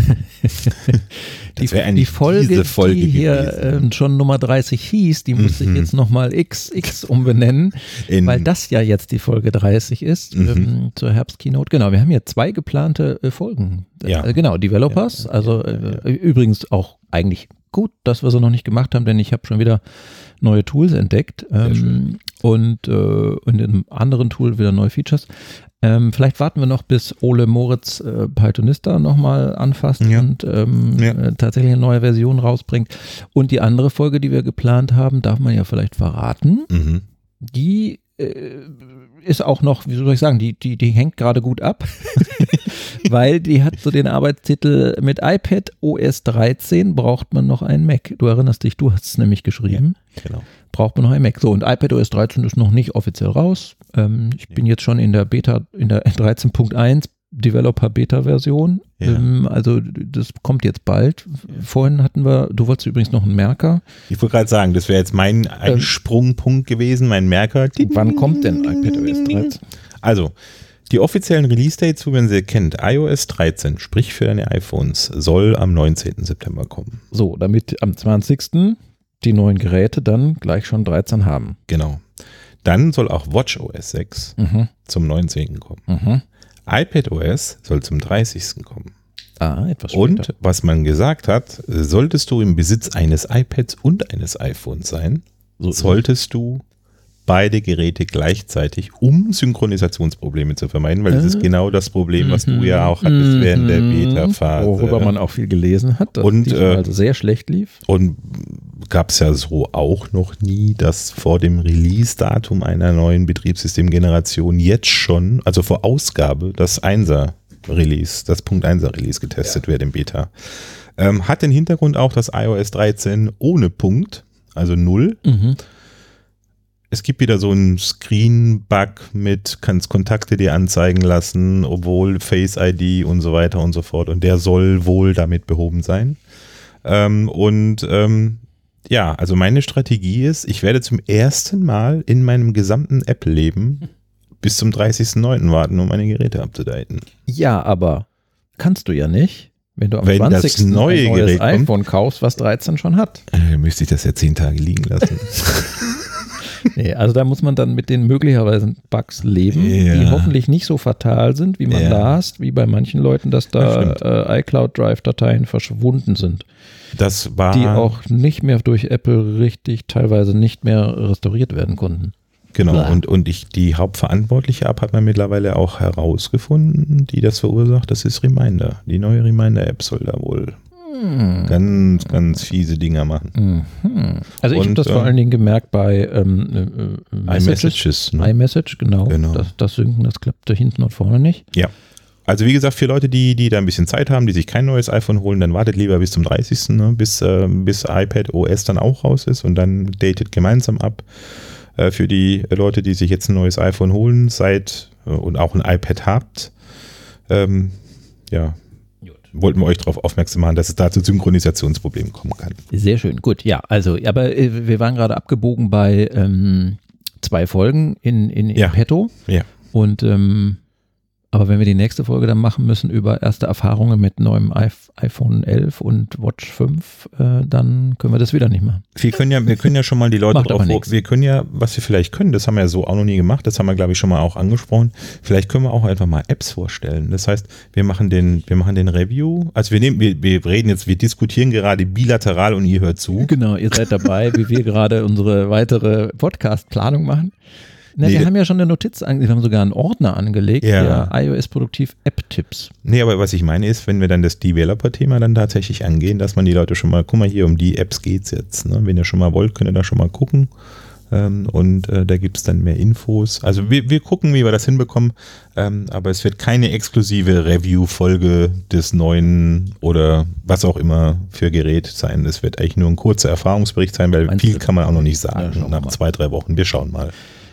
[SPEAKER 2] die,
[SPEAKER 1] Das wär
[SPEAKER 2] die
[SPEAKER 1] eigentlich
[SPEAKER 2] Folge,
[SPEAKER 1] diese Folge
[SPEAKER 2] die hier
[SPEAKER 1] gewesen. Mhm.
[SPEAKER 2] ähm, schon Nummer 30 hieß, die muss ich jetzt nochmal XX umbenennen,
[SPEAKER 1] In-
[SPEAKER 2] ähm,
[SPEAKER 1] Mhm.
[SPEAKER 2] weil das ja jetzt die Folge 30 ist ähm, zur Herbstkeynote. Genau, wir haben hier zwei geplante äh, Folgen.
[SPEAKER 1] Ja.
[SPEAKER 2] Äh, genau, Developers, also äh, übrigens auch eigentlich gut, dass wir sie noch nicht gemacht haben, denn ich habe schon wieder neue Tools entdeckt ähm, und äh, in einem anderen Tool wieder neue Features. Ähm, vielleicht warten wir noch, bis Ole Moritz äh, Pythonista nochmal anfasst
[SPEAKER 1] Ja.
[SPEAKER 2] und ähm,
[SPEAKER 1] Ja.
[SPEAKER 2] äh, tatsächlich eine neue Version rausbringt. Und die andere Folge, die wir geplant haben, darf man ja vielleicht verraten.
[SPEAKER 1] Mhm.
[SPEAKER 2] Die äh, ist auch noch, wie soll ich sagen, die, die, die hängt gerade gut ab, weil die hat so den Arbeitstitel mit iPad OS 13 braucht man noch einen Mac. Du erinnerst dich, du hast es nämlich geschrieben
[SPEAKER 1] Genau.
[SPEAKER 2] braucht man noch ein Mac. So, und iPadOS 13 ist noch nicht offiziell raus. Ähm, ich bin jetzt schon in der Beta, in der 13.1 Developer Beta Version.
[SPEAKER 1] Ja.
[SPEAKER 2] Ähm, also das kommt jetzt bald. Vorhin hatten wir, du wolltest übrigens noch einen Merker.
[SPEAKER 1] Ich wollte gerade sagen, das wäre jetzt mein ein
[SPEAKER 2] Ähm.
[SPEAKER 1] Sprungpunkt gewesen, mein Merker.
[SPEAKER 2] Wann kommt denn iPadOS 13?
[SPEAKER 1] Also, die offiziellen Release-Dates, wie man sie kennt, iOS 13, sprich für deine iPhones, soll am 19. September kommen.
[SPEAKER 2] So, damit am 20. die neuen Geräte dann gleich schon 13 haben.
[SPEAKER 1] Genau. Dann soll auch WatchOS 6
[SPEAKER 2] Mhm.
[SPEAKER 1] zum 19. kommen.
[SPEAKER 2] Mhm.
[SPEAKER 1] iPadOS soll zum 30. kommen.
[SPEAKER 2] Ah, etwas später.
[SPEAKER 1] Und was man gesagt hat, solltest du im Besitz eines iPads und eines iPhones sein,
[SPEAKER 2] So-
[SPEAKER 1] solltest du beide Geräte gleichzeitig, um Synchronisationsprobleme zu vermeiden, weil das
[SPEAKER 2] Äh?
[SPEAKER 1] ist genau das Problem, was du ja auch hattest während der Beta-Phase.
[SPEAKER 2] Worüber Mhm. Oh, man auch viel gelesen hat, dass
[SPEAKER 1] Und,
[SPEAKER 2] die
[SPEAKER 1] äh,
[SPEAKER 2] also sehr schlecht lief.
[SPEAKER 1] Und gab es ja so auch noch nie, dass vor dem Release-Datum einer neuen Betriebssystemgeneration jetzt schon, also vor Ausgabe, das 1er Release, das Punkt 1er Release getestet wird im Beta. Ähm, hat den Hintergrund auch, dass iOS 13 ohne Punkt, also 0, es gibt wieder so einen Screen-Bug mit, kannst Kontakte dir anzeigen lassen, obwohl Face ID und so weiter und so fort. Und der soll wohl damit behoben sein. Ähm, und ähm, ja, also meine Strategie ist, ich werde zum ersten Mal in meinem gesamten Apple-Leben bis zum 30.09. warten, um meine Geräte abzudaten.
[SPEAKER 2] Ja, aber kannst du ja nicht, wenn du am
[SPEAKER 1] Wenn das
[SPEAKER 2] 20.
[SPEAKER 1] neue
[SPEAKER 2] ein neues
[SPEAKER 1] Gerät kommt.
[SPEAKER 2] iPhone kaufst, was 13 schon hat.
[SPEAKER 1] Äh, müsste ich das ja zehn Tage liegen lassen.
[SPEAKER 2] Nee, also da muss man dann mit den möglicherweise Bugs leben, die
[SPEAKER 1] Ja.
[SPEAKER 2] hoffentlich nicht so fatal sind, wie man
[SPEAKER 1] Ja.
[SPEAKER 2] las, wie bei manchen Leuten, dass da
[SPEAKER 1] Das
[SPEAKER 2] äh, iCloud Drive-Dateien verschwunden sind,
[SPEAKER 1] Das war
[SPEAKER 2] die auch nicht mehr durch Apple richtig, teilweise nicht mehr restauriert werden konnten.
[SPEAKER 1] Genau,
[SPEAKER 2] Blah.
[SPEAKER 1] und, und ich, die hauptverantwortliche App hat man mittlerweile auch herausgefunden, die das verursacht. Das ist Reminder. Die neue Reminder-App soll da wohl
[SPEAKER 2] Hm.
[SPEAKER 1] ganz, ganz fiese Dinger machen.
[SPEAKER 2] Also ich habe
[SPEAKER 1] Und,
[SPEAKER 2] das vor
[SPEAKER 1] ähm,
[SPEAKER 2] allen Dingen gemerkt bei ähm, äh, äh,
[SPEAKER 1] iMessages.
[SPEAKER 2] Messages.
[SPEAKER 1] Ne?
[SPEAKER 2] iMessage, genau.
[SPEAKER 1] Genau.
[SPEAKER 2] Das, das Synken, das klappte hinten und vorne nicht.
[SPEAKER 1] Ja. Also wie gesagt, für Leute, die, die da ein bisschen Zeit haben, die sich kein neues iPhone holen, dann wartet lieber bis zum 30. Ne? Bis, äh, bis iPad OS dann auch raus ist und dann datet gemeinsam ab. Äh, für die Leute, die sich jetzt ein neues iPhone holen, seid äh, und auch ein iPad habt, ähm, ja, wollten wir euch darauf aufmerksam machen, dass es da zu Synchronisationsproblemen kommen kann.
[SPEAKER 2] Sehr schön, gut, ja, also, aber äh, wir waren gerade abgebogen bei ähm, zwei Folgen in, in, in
[SPEAKER 1] Ja.
[SPEAKER 2] petto
[SPEAKER 1] Ja.
[SPEAKER 2] und ähm, aber wenn wir die nächste Folge dann machen müssen über erste Erfahrungen mit neuem iP- iPhone 11 und Watch 5, äh, dann können wir das wieder nicht machen.
[SPEAKER 1] Wir können ja, wir können ja schon mal die Leute
[SPEAKER 2] Macht
[SPEAKER 1] drauf,
[SPEAKER 2] aber nichts.
[SPEAKER 1] wir können ja, was wir vielleicht können, das haben wir ja so auch noch nie gemacht, das haben wir glaube ich schon mal auch angesprochen. Vielleicht können wir auch einfach mal Apps vorstellen. Das heißt, wir machen den, wir machen den Review. Also wir nehmen, wir, wir reden jetzt, wir diskutieren gerade bilateral und ihr hört zu.
[SPEAKER 2] Genau, ihr seid dabei, wie wir gerade unsere weitere Podcast-Planung machen. Na,
[SPEAKER 1] Nee,
[SPEAKER 2] wir
[SPEAKER 1] da-
[SPEAKER 2] haben ja schon eine Notiz angelegt, wir haben sogar einen Ordner angelegt,
[SPEAKER 1] Ja.
[SPEAKER 2] der iOS-Produktiv-App-Tipps.
[SPEAKER 1] Nee, aber was ich meine ist, wenn wir dann das Developer-Thema dann tatsächlich angehen, dass man die Leute schon mal, guck mal hier, um die Apps geht's jetzt. Ne? Wenn ihr schon mal wollt, könnt ihr da schon mal gucken. Ähm, und äh, da gibt's dann mehr Infos. Also wir, wir gucken, wie wir das hinbekommen. Ähm, aber es wird keine exklusive Review-Folge des neuen oder was auch immer für Gerät sein. Es wird eigentlich nur ein kurzer Erfahrungsbericht sein, weil
[SPEAKER 2] Meinst
[SPEAKER 1] viel
[SPEAKER 2] du?
[SPEAKER 1] kann man auch noch nicht
[SPEAKER 2] Ja,
[SPEAKER 1] sagen.
[SPEAKER 2] schauen wir
[SPEAKER 1] Nach
[SPEAKER 2] mal.
[SPEAKER 1] zwei, drei Wochen. Wir schauen mal.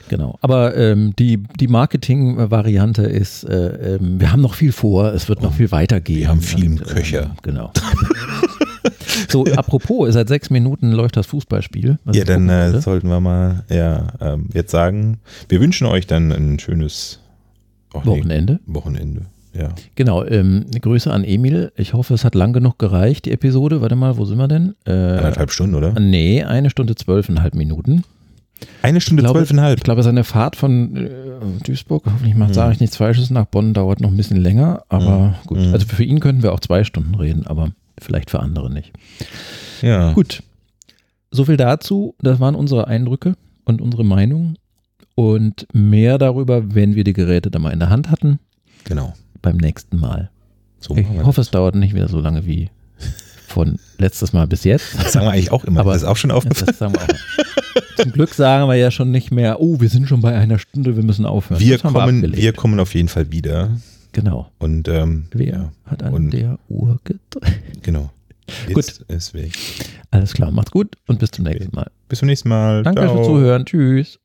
[SPEAKER 2] Genau, aber ähm, die, die Marketing-Variante ist, äh, ähm, wir haben noch viel vor, es wird noch viel weitergehen.
[SPEAKER 1] Oh, Wir haben viel im
[SPEAKER 2] Und, ähm,
[SPEAKER 1] Köcher.
[SPEAKER 2] Genau. so, apropos, seit sechs Minuten läuft das Fußballspiel. was
[SPEAKER 1] Ja,
[SPEAKER 2] ich
[SPEAKER 1] dann
[SPEAKER 2] gucken
[SPEAKER 1] äh,
[SPEAKER 2] wollte.
[SPEAKER 1] sollten wir mal ja, ähm, jetzt sagen, wir wünschen euch dann ein schönes ach nee,
[SPEAKER 2] Wochenende.
[SPEAKER 1] Wochenende. Ja.
[SPEAKER 2] Genau, ähm, Grüße an Emil. Ich hoffe, es hat lang genug gereicht, die Episode. Warte mal, wo sind wir denn? Äh,
[SPEAKER 1] Anderthalb Stunden, oder?
[SPEAKER 2] nee, eine Stunde zwölfeinhalb Minuten.
[SPEAKER 1] Eine Stunde
[SPEAKER 2] glaube-
[SPEAKER 1] zwölfeinhalb.
[SPEAKER 2] Ich glaube, seine Fahrt von äh, Duisburg, hoffentlich macht, sage ich nichts Falsches, nach Bonn dauert noch ein bisschen länger, aber gut.
[SPEAKER 1] Mhm. Mhm.
[SPEAKER 2] Also für ihn könnten wir auch zwei Stunden reden, aber vielleicht für andere nicht.
[SPEAKER 1] ja.
[SPEAKER 2] Gut. So viel dazu. Das waren unsere Eindrücke und unsere Meinungen. Und mehr darüber, wenn wir die Geräte dann mal in der Hand hatten,
[SPEAKER 1] Genau.
[SPEAKER 2] beim nächsten Mal.
[SPEAKER 1] So
[SPEAKER 2] Ich
[SPEAKER 1] machen wir
[SPEAKER 2] hoffe, es dauert nicht wieder so lange wie von letztes Mal bis jetzt.
[SPEAKER 1] das. Das sagen wir eigentlich auch immer.
[SPEAKER 2] Aber-
[SPEAKER 1] das ist auch schon
[SPEAKER 2] Ja,
[SPEAKER 1] aufgefallen.
[SPEAKER 2] Das sagen wir auch. Zum Glück sagen wir ja schon nicht mehr, oh, wir sind schon bei einer Stunde, wir müssen aufhören.
[SPEAKER 1] Wir
[SPEAKER 2] Das haben
[SPEAKER 1] kommen, wir,
[SPEAKER 2] abgelegt.
[SPEAKER 1] kommen auf jeden Fall wieder.
[SPEAKER 2] Genau.
[SPEAKER 1] Und ähm,
[SPEAKER 2] Wer
[SPEAKER 1] ja,
[SPEAKER 2] hat an
[SPEAKER 1] Und-
[SPEAKER 2] der Uhr gedreht?
[SPEAKER 1] genau.
[SPEAKER 2] Gut.
[SPEAKER 1] Jetzt Deswegen.
[SPEAKER 2] Alles klar, macht's gut und bis zum nächsten Mal.
[SPEAKER 1] Bis zum nächsten Mal.
[SPEAKER 2] Danke fürs Zuhören. Tschüss.